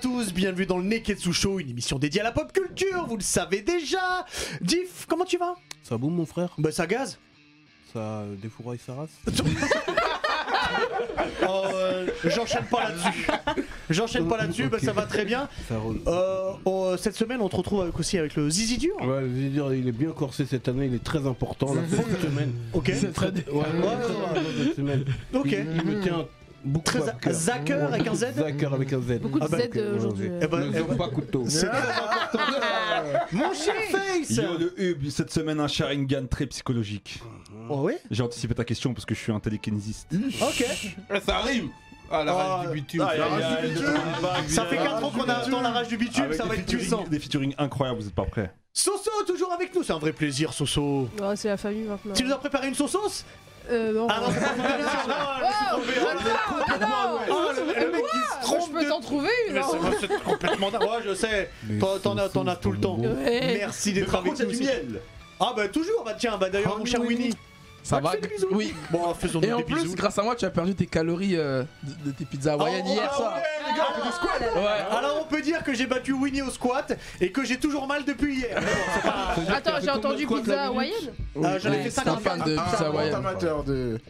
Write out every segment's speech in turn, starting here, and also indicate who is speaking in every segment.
Speaker 1: tous, bienvenue dans le Neketsu Show, une émission dédiée à la pop culture, vous le savez déjà Diff, comment tu vas
Speaker 2: Ça boum mon frère
Speaker 1: Bah ça gaz
Speaker 2: Ça euh, défouraille sa race
Speaker 1: Oh, euh, J'enchaîne pas là-dessus J'enchaîne pas là-dessus, bah
Speaker 2: Ok.
Speaker 1: ça va très bien
Speaker 2: Ça roule.
Speaker 1: Euh, oh, Cette semaine, on te retrouve avec- aussi avec le Zizi Dur
Speaker 2: Ouais, je veux dire, il est bien corsé cette année, il est très important. Là, cette semaine.
Speaker 1: Ok
Speaker 2: Il est très, ouais, il est très important cette semaine.
Speaker 1: Ok
Speaker 2: Il, il me tient beaucoup
Speaker 1: Très
Speaker 2: à cœur.
Speaker 1: Zacker avec un Z
Speaker 2: Zacker avec un Z.
Speaker 3: Beaucoup de
Speaker 1: Ah bah,
Speaker 3: Z euh, aujourd'hui.
Speaker 1: Eh ben,
Speaker 2: Ne
Speaker 1: eh
Speaker 2: joue
Speaker 1: ben,
Speaker 2: pas couteau.
Speaker 1: c'est très
Speaker 2: Ah.
Speaker 1: important Mon chien Face
Speaker 4: Yo le hub, cette semaine un Sharingan très psychologique.
Speaker 1: Oh oui
Speaker 4: J'ai anticipé ta question parce que je suis un télékinésiste.
Speaker 1: Ok
Speaker 2: Ça rime Ah, la
Speaker 1: Ah,
Speaker 2: rage du bitume.
Speaker 4: aïe,
Speaker 2: ça
Speaker 4: aïe,
Speaker 2: rime.
Speaker 4: aïe.
Speaker 1: Ça fait 4 ans qu'on attend la rage du bitume,
Speaker 4: Avec
Speaker 1: ça
Speaker 4: des
Speaker 1: va être
Speaker 4: featuring-
Speaker 1: puissant
Speaker 4: Des featuring incroyables, vous êtes pas prêts
Speaker 1: Soso, toujours avec nous, c'est un vrai plaisir Soso
Speaker 3: Oh, c'est la famille maintenant.
Speaker 1: Tu nous as préparé une sauce
Speaker 3: Euh, non.
Speaker 1: Ah non, c'est pas mon délire, là.
Speaker 3: Oh, je pars, non.
Speaker 1: Oh, le, le mec qui se
Speaker 3: Oh,
Speaker 1: trompe
Speaker 3: Je peux
Speaker 1: de-
Speaker 3: t'en trouver une
Speaker 1: Mais
Speaker 3: hein.
Speaker 1: c'est- c'est complètement dingue. Ouais, je sais.
Speaker 2: Mais
Speaker 1: T'en- T'en as,
Speaker 2: c'est
Speaker 1: t'en as tout le temps.
Speaker 2: bon.
Speaker 3: Ouais.
Speaker 1: Merci d'être avec nous. aussi.
Speaker 4: miel
Speaker 1: Ah bah toujours. Bah tiens, bah d'ailleurs mon cher Winnie.
Speaker 5: Ça va
Speaker 1: Fais des bisous.
Speaker 5: Oui.
Speaker 1: Bon, faisons
Speaker 5: Et
Speaker 1: nous
Speaker 5: en
Speaker 1: des
Speaker 5: plus,
Speaker 1: bisous.
Speaker 5: grâce à moi, tu as perdu tes calories euh, de, de tes pizzas hawaïennes
Speaker 1: Oh,
Speaker 5: hier,
Speaker 1: ah
Speaker 5: ça.
Speaker 1: ouais,
Speaker 5: les gars, on fait du squat. Ouais.
Speaker 1: Alors on peut dire que j'ai battu Winnie au squat et que j'ai toujours mal depuis hier. Mais bon, c'est pas-
Speaker 3: Attends, j'ai entendu pizza hawaïenne.
Speaker 1: Ah, j'en ai
Speaker 5: Ouais,
Speaker 1: fait
Speaker 5: c'est un
Speaker 1: 50.
Speaker 5: fan de pizza
Speaker 6: Ah, un grand
Speaker 5: hawaïenne.
Speaker 6: amateur de.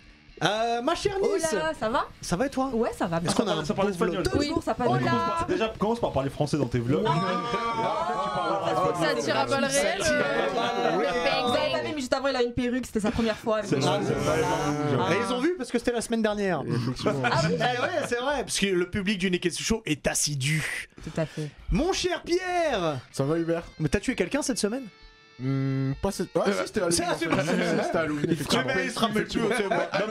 Speaker 1: Euh, ma chère
Speaker 7: Oh
Speaker 1: Nice,
Speaker 7: là, ça va
Speaker 1: ça va et toi
Speaker 7: Ouais, ça va bien.
Speaker 1: Est-ce qu'on a un
Speaker 4: Ah, Ça parle espagnol.
Speaker 1: double-
Speaker 7: Deux jours, ça passe
Speaker 3: Oh
Speaker 7: bien.
Speaker 3: là
Speaker 4: Déjà, commence par parler français dans tes vlogs.
Speaker 6: Ah.
Speaker 3: Ça tire à balles réelles. euh.
Speaker 7: Vous avez pas vu, mais juste avant, il a une perruque, c'était sa première fois.
Speaker 4: C'est vrai, c'est vrai, j'avoue, j'avoue.
Speaker 1: Et Ah, ils ont vu parce que c'était la semaine dernière. Ah oui, eh ouais, c'est vrai, parce que le public du Neketsu Show est assidu.
Speaker 7: Tout à fait.
Speaker 1: Mon cher Pierre,
Speaker 6: Ça va, Hubert
Speaker 1: mais t'as tué quelqu'un cette semaine
Speaker 6: Hmm, Pas cette. Ah, si, c'était à
Speaker 1: c'est- c'est-
Speaker 6: Halloween. en fait. Si, C'était à Halloween. effectivement.
Speaker 1: il se rappelle plus.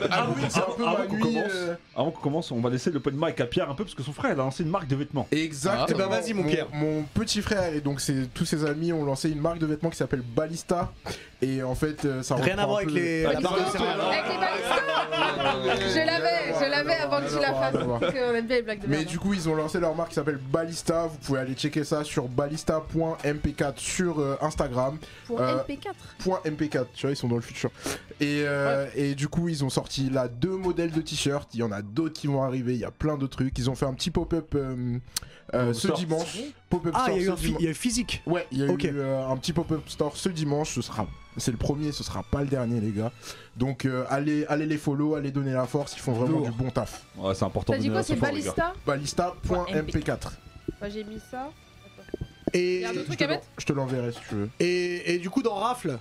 Speaker 6: Ah oui, c'est un peu
Speaker 4: Avant
Speaker 6: ma
Speaker 4: qu'on
Speaker 6: nuit,
Speaker 4: commence.
Speaker 6: euh,
Speaker 4: Avant qu'on commence, on va laisser le open mic à Pierre un peu parce que son frère il a lancé une marque de vêtements.
Speaker 6: Exactement.
Speaker 1: Eh ben, vas-y, mon Pierre.
Speaker 6: Mon petit frère et donc ses- tous ses amis ont lancé une marque de vêtements qui s'appelle Ballista. Et en fait, euh, ça
Speaker 1: Rien
Speaker 6: reprend
Speaker 1: à
Speaker 6: un
Speaker 1: voir avec
Speaker 6: peu-
Speaker 1: les.
Speaker 6: Ah,
Speaker 1: la barre de céréales.
Speaker 3: Avec les balistas Ah, Je l'avais, je l'avais avant que tu la fasses. Parce qu'on aime bien les blagues de
Speaker 6: Mais
Speaker 3: merde.
Speaker 6: du coup, ils ont lancé leur marque qui s'appelle Ballista. Vous pouvez aller checker ça sur ballista.mp4 sur euh, Instagram.
Speaker 3: Pour
Speaker 6: euh,
Speaker 3: LP4.
Speaker 6: Point .mp4, tu vois, ils sont dans le futur. Et, euh, et du coup, ils ont sorti là deux modèles de t-shirts. Il y en a d'autres qui vont arriver. Il y a plein de trucs. Ils ont fait un petit pop-up euh, euh, ce
Speaker 4: Store.
Speaker 6: dimanche. Pop-up
Speaker 1: Ah, il y a eu
Speaker 6: store
Speaker 1: un
Speaker 6: ce
Speaker 1: phy-
Speaker 6: dimanche.
Speaker 1: il y a eu physique.
Speaker 6: Ouais, il y a
Speaker 1: Ok.
Speaker 6: eu euh, un petit pop-up store ce dimanche. Ce sera, c'est le premier, ce sera pas le dernier, les gars. Donc euh, allez, allez les follow, allez donner la force. Ils font vraiment
Speaker 4: Lourd.
Speaker 6: du bon taf.
Speaker 4: Ouais, c'est important.
Speaker 3: T'as dit
Speaker 4: de
Speaker 3: quoi,
Speaker 4: donner
Speaker 3: c'est
Speaker 4: la support,
Speaker 3: balista
Speaker 6: Ballista.mp4.
Speaker 3: Moi j'ai mis ça.
Speaker 1: Et,
Speaker 3: Y'a un autre
Speaker 6: Je
Speaker 3: truc
Speaker 6: te
Speaker 3: à
Speaker 6: l'en-
Speaker 3: mettre
Speaker 6: Je te l'enverrai si tu veux.
Speaker 1: et, et du coup, dans Rafle,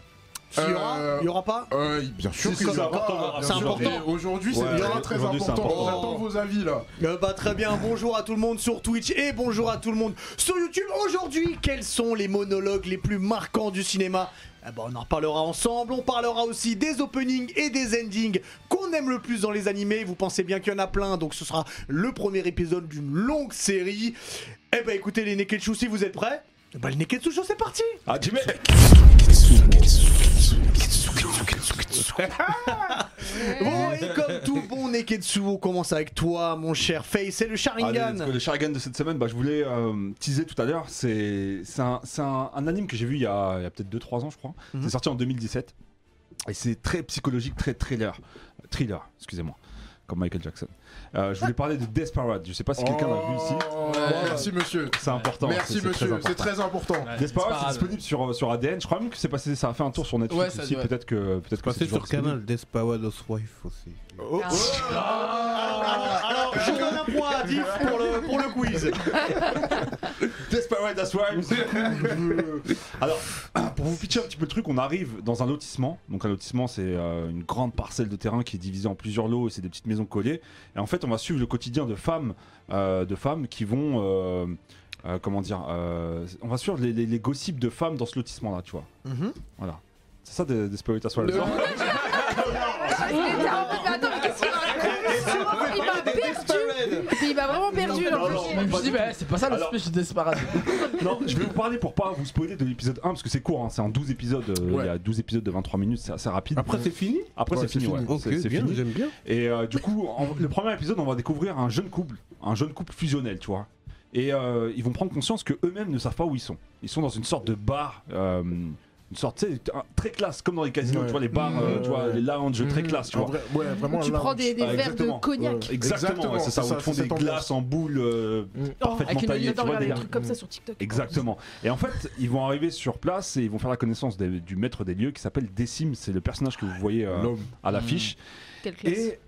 Speaker 1: il y aura,
Speaker 6: Euh,
Speaker 1: il y aura pas
Speaker 6: Euh, bien sûr
Speaker 1: C'est
Speaker 6: qu'il y
Speaker 1: ça,
Speaker 6: aura,
Speaker 4: important,
Speaker 6: bien
Speaker 1: c'est
Speaker 6: sûr.
Speaker 1: important.
Speaker 6: Et Aujourd'hui, c'est
Speaker 4: Ouais,
Speaker 6: vraiment très
Speaker 4: aujourd'hui, c'est
Speaker 6: important.
Speaker 4: important.
Speaker 6: J'attends vos avis là.
Speaker 1: Euh, Bah très bien, bonjour à tout le monde sur Twitch et bonjour à tout le monde sur YouTube. Aujourd'hui, quels sont les monologues les plus marquants du cinéma Eh ben, On en reparlera ensemble, on parlera aussi des openings et des endings qu'on aime le plus dans les animés. Vous pensez bien qu'il y en a plein, donc ce sera le premier épisode d'une longue série. Eh ben écoutez les Neketsu, si vous êtes prêts, eh ben, le Neketsu Show c'est parti
Speaker 4: Ah, Jimmy
Speaker 3: Eh
Speaker 1: Bon, et comme tout bon Neketsu, on commence avec toi, mon cher Face et le
Speaker 4: Allez,
Speaker 1: Sharingan.
Speaker 4: let's go. le Sharingan de cette semaine, bah, je voulais euh, teaser tout à l'heure. C'est c'est un, c'est un- un anime que j'ai vu il y a, il y a peut-être 2-3 ans, je crois.
Speaker 1: Mhm.
Speaker 4: C'est sorti en 2017. Et c'est très psychologique, très thriller. Thriller, excusez-moi. Comme Michael Jackson. Euh, je voulais parler de Desperate. Je sais pas si quelqu'un l'a vu ici.
Speaker 6: Oh, Merci monsieur.
Speaker 4: C'est important. c'est-
Speaker 6: Merci
Speaker 4: c'est
Speaker 6: monsieur,
Speaker 4: important.
Speaker 6: c'est très important.
Speaker 4: Desperate, c'est
Speaker 5: Desperate.
Speaker 4: disponible sur, sur ADN. Je crois même que c'est passé, ça a fait un tour sur Netflix
Speaker 5: Ouais, ça
Speaker 4: aussi.
Speaker 5: doit.
Speaker 4: Peut-être que peut-être que
Speaker 2: Passé
Speaker 4: toujours
Speaker 2: sur canal Despawad Housewife aussi.
Speaker 6: Oh,
Speaker 7: Ah.
Speaker 6: oh.
Speaker 1: Alors, Ah, alors, je donne un point à Diff pour le, pour le quiz.
Speaker 4: Desperate that's why. Alors, pour vous pitcher un petit peu le truc, on arrive dans un lotissement. Donc un lotissement, c'est euh, une grande parcelle de terrain qui est divisée en plusieurs lots et c'est des petites maisons collées. Et en fait, on va suivre le quotidien de femmes, euh, de femmes qui vont, euh, euh, comment dire, euh, on va suivre les, les- les gossips de femmes dans ce lotissement-là, tu vois.
Speaker 1: Mhm.
Speaker 4: Voilà. C'est ça, des- Desperate that's why.
Speaker 3: Ah, il était un peu- mais Attends, mais qu'est-ce qu'il raconte Il m'a perdu Il m'a vraiment perdu
Speaker 4: Non,
Speaker 3: là.
Speaker 4: non,
Speaker 5: Je me
Speaker 4: pas
Speaker 5: suis dit,
Speaker 4: du
Speaker 5: bah, c'est pas ça le
Speaker 4: Alors-
Speaker 5: speech disparate.
Speaker 4: Non, je vais vous parler pour pas vous spoiler de l'épisode 1 parce que c'est court, hein, c'est en 12 épisodes, euh,
Speaker 6: Ouais.
Speaker 4: il y a 12 épisodes de 23 minutes, c'est assez rapide.
Speaker 2: Après, c'est fini
Speaker 4: Après,
Speaker 6: Ouais,
Speaker 4: c'est fini, ouais.
Speaker 2: Ok,
Speaker 4: C'est- c'est
Speaker 2: bien,
Speaker 4: fini.
Speaker 2: j'aime bien.
Speaker 4: Et euh, du coup, en- le premier épisode, on va découvrir un jeune couple, un jeune couple fusionnel, tu vois. Et euh, ils vont prendre conscience que eux-mêmes ne savent pas où ils sont. Ils sont dans une sorte de bar, euh, une sorte, tu sais, un- très classe, comme dans les casinos,
Speaker 6: Ouais.
Speaker 4: tu vois, les bars, euh,
Speaker 6: Mmh.
Speaker 4: tu vois, les lounges très classe, tu
Speaker 6: Un
Speaker 4: vois.
Speaker 6: Mmh. vrai- ouais, vraiment
Speaker 3: Tu
Speaker 6: un
Speaker 3: prends des, des
Speaker 4: Ah,
Speaker 3: verres de
Speaker 4: exactement.
Speaker 3: cognac.
Speaker 4: Exactement,
Speaker 6: Exactement,
Speaker 4: ouais, c'est ça,
Speaker 6: c'est
Speaker 4: où
Speaker 6: ça,
Speaker 4: ils te font
Speaker 6: c'est
Speaker 4: des
Speaker 6: cette
Speaker 4: glaces en boule euh,
Speaker 6: Mm.
Speaker 4: parfaitement
Speaker 3: Avec
Speaker 4: taillées,
Speaker 3: une
Speaker 4: tu
Speaker 3: j'adore
Speaker 4: vois,
Speaker 3: regarder
Speaker 4: des-
Speaker 3: des trucs comme ça sur TikTok.
Speaker 4: Exactement. Et en fait, ils vont arriver sur place et ils vont faire la connaissance des- du maître des lieux qui s'appelle Décime. C'est le personnage que vous voyez euh,
Speaker 6: L'homme.
Speaker 4: à l'affiche.
Speaker 1: Mmh.
Speaker 3: Quelle classe.
Speaker 4: Et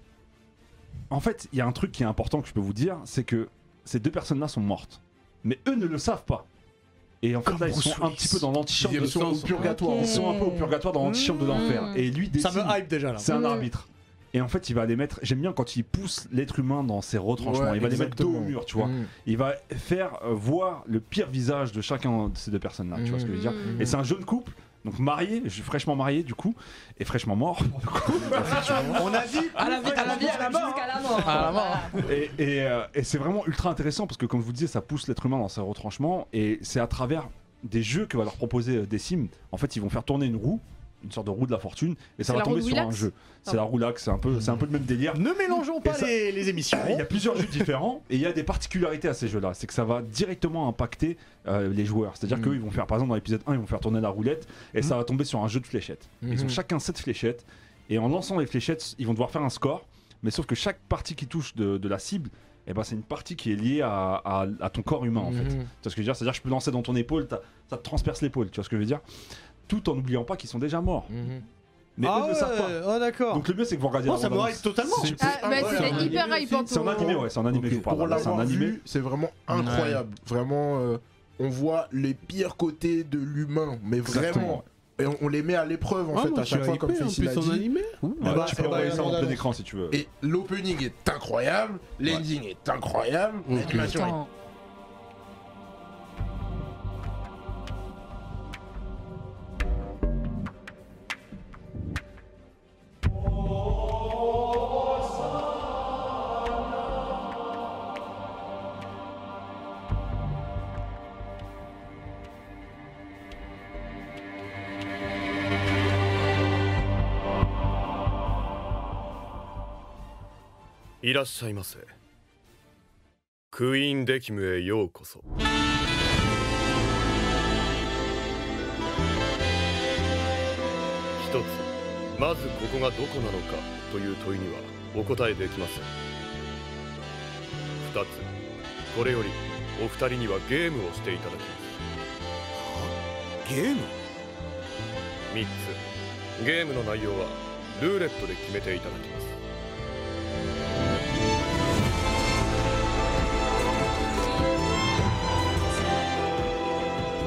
Speaker 4: en fait, il y a un truc qui est important que je peux vous dire, c'est que ces deux personnes-là sont mortes, mais eux ne le savent pas. Et en fait,
Speaker 1: Comme
Speaker 4: là, ils
Speaker 1: Bruce
Speaker 4: sont un
Speaker 1: Willis.
Speaker 4: petit peu dans l'antichambre.
Speaker 2: Ils
Speaker 4: de-
Speaker 2: sont au purgatoire.
Speaker 4: Ils sont un peu au purgatoire dans l'antichambre de l'enfer.
Speaker 1: Mmh.
Speaker 4: Et lui,
Speaker 1: Ça me
Speaker 4: Décime,
Speaker 1: hype déjà là.
Speaker 4: c'est un
Speaker 3: Mm.
Speaker 4: arbitre. Et en fait, il va les mettre. J'aime bien quand il pousse l'être humain dans ses retranchements.
Speaker 6: Ouais,
Speaker 4: il va les mettre dos au
Speaker 6: exactement.
Speaker 4: mur, tu vois.
Speaker 6: Mm.
Speaker 4: Il va faire euh, voir le pire visage de chacun de ces deux personnes-là. Tu vois ce que je veux dire
Speaker 3: Mmh.
Speaker 4: Et c'est un jeune couple, donc marié, je suis fraîchement marié du coup, et fraîchement mort.
Speaker 1: On a dit
Speaker 5: À la vie,
Speaker 1: Ah,
Speaker 5: à la vie, à la mort.
Speaker 7: Jusqu'à la mort.
Speaker 5: À la mort.
Speaker 4: Et, et, euh, et c'est vraiment ultra intéressant parce que, comme je vous le disiez, ça pousse l'être humain dans ses retranchements, et c'est à travers des jeux que va leur proposer euh, des sims. En fait, ils vont faire tourner une roue, une sorte de roue de la fortune, et
Speaker 3: C'est
Speaker 4: ça va
Speaker 3: la roue
Speaker 4: tomber
Speaker 3: de
Speaker 4: sur un
Speaker 3: Willax
Speaker 4: jeu. C'est la roue lax, c'est un, peu- c'est un peu le même délire.
Speaker 1: hein. ne mélangeons pas
Speaker 4: ça-
Speaker 1: les, les émissions.
Speaker 4: Il y a plusieurs jeux différents et il y a des particularités à ces jeux-là. C'est que ça va directement impacter euh, les joueurs. C'est-à-dire
Speaker 1: Mm.
Speaker 6: Mhm.
Speaker 4: qu'eux, ils vont faire, par exemple, dans l'épisode 1, ils vont faire tourner la roulette et ça va tomber sur un jeu de fléchettes. Ils
Speaker 1: Mm-hmm.
Speaker 4: ont
Speaker 6: Mhm.
Speaker 4: chacun 7 fléchettes et en lançant les fléchettes, ils vont devoir faire un score. Mais sauf que chaque partie qui touche de, de la cible, eh ben, c'est une partie qui est liée à, à- à ton corps humain en
Speaker 1: Mm-hmm.
Speaker 4: fait. Tu
Speaker 6: Mhm.
Speaker 4: vois ce que je veux dire C'est-à-dire que je peux lancer dans ton épaule, t'as- ça te transperce l'épaule, tu vois ce que je veux dire Tout en n'oubliant pas qu'ils sont déjà morts.
Speaker 6: Mhm.
Speaker 4: Mais eux ne le savent pas.
Speaker 1: Oh Mm. d'accord.
Speaker 4: Donc le mieux c'est que vous regardiez
Speaker 1: Oh,
Speaker 4: la
Speaker 1: ça me
Speaker 4: bande-annonce.
Speaker 1: hype totalement.
Speaker 3: Ah, bah,
Speaker 6: incroyable.
Speaker 3: c'était hyper hypant.
Speaker 4: C'est un animé, ouais, c'est un animé
Speaker 2: Ok.
Speaker 4: que je vous parle.
Speaker 6: Pour
Speaker 4: là, C'est un
Speaker 6: l'avoir
Speaker 4: animé.
Speaker 6: vu, c'est vraiment incroyable. Vraiment, euh, on voit les pires côtés de l'humain, mais
Speaker 4: Exactement.
Speaker 6: vraiment. Et on, on les met à l'épreuve en
Speaker 2: Ah,
Speaker 6: fait
Speaker 2: moi,
Speaker 6: à
Speaker 2: je
Speaker 6: chaque
Speaker 2: suis
Speaker 6: fois,
Speaker 2: hypé,
Speaker 6: comme
Speaker 2: en
Speaker 6: Félicie
Speaker 2: plus,
Speaker 6: l'a
Speaker 2: en
Speaker 6: dit.
Speaker 2: animé.
Speaker 4: Ouais,
Speaker 1: Eh bah,
Speaker 4: tu
Speaker 1: eh
Speaker 4: peux
Speaker 1: bah,
Speaker 4: envoyer
Speaker 1: la
Speaker 4: ça en
Speaker 1: bande-annonce.
Speaker 4: plein écran si tu veux.
Speaker 6: Et l'opening est incroyable, l'ending est incroyable,
Speaker 2: Ok.
Speaker 6: l'animation est
Speaker 8: いらっしゃいませクイーンデキムへようこそ一つまずここがどこなのかという問いにはお答えできません二つこれよりお二人にはゲームをしていただきます
Speaker 9: ゲーム
Speaker 8: 三つゲームの内容はルーレットで決めていただきます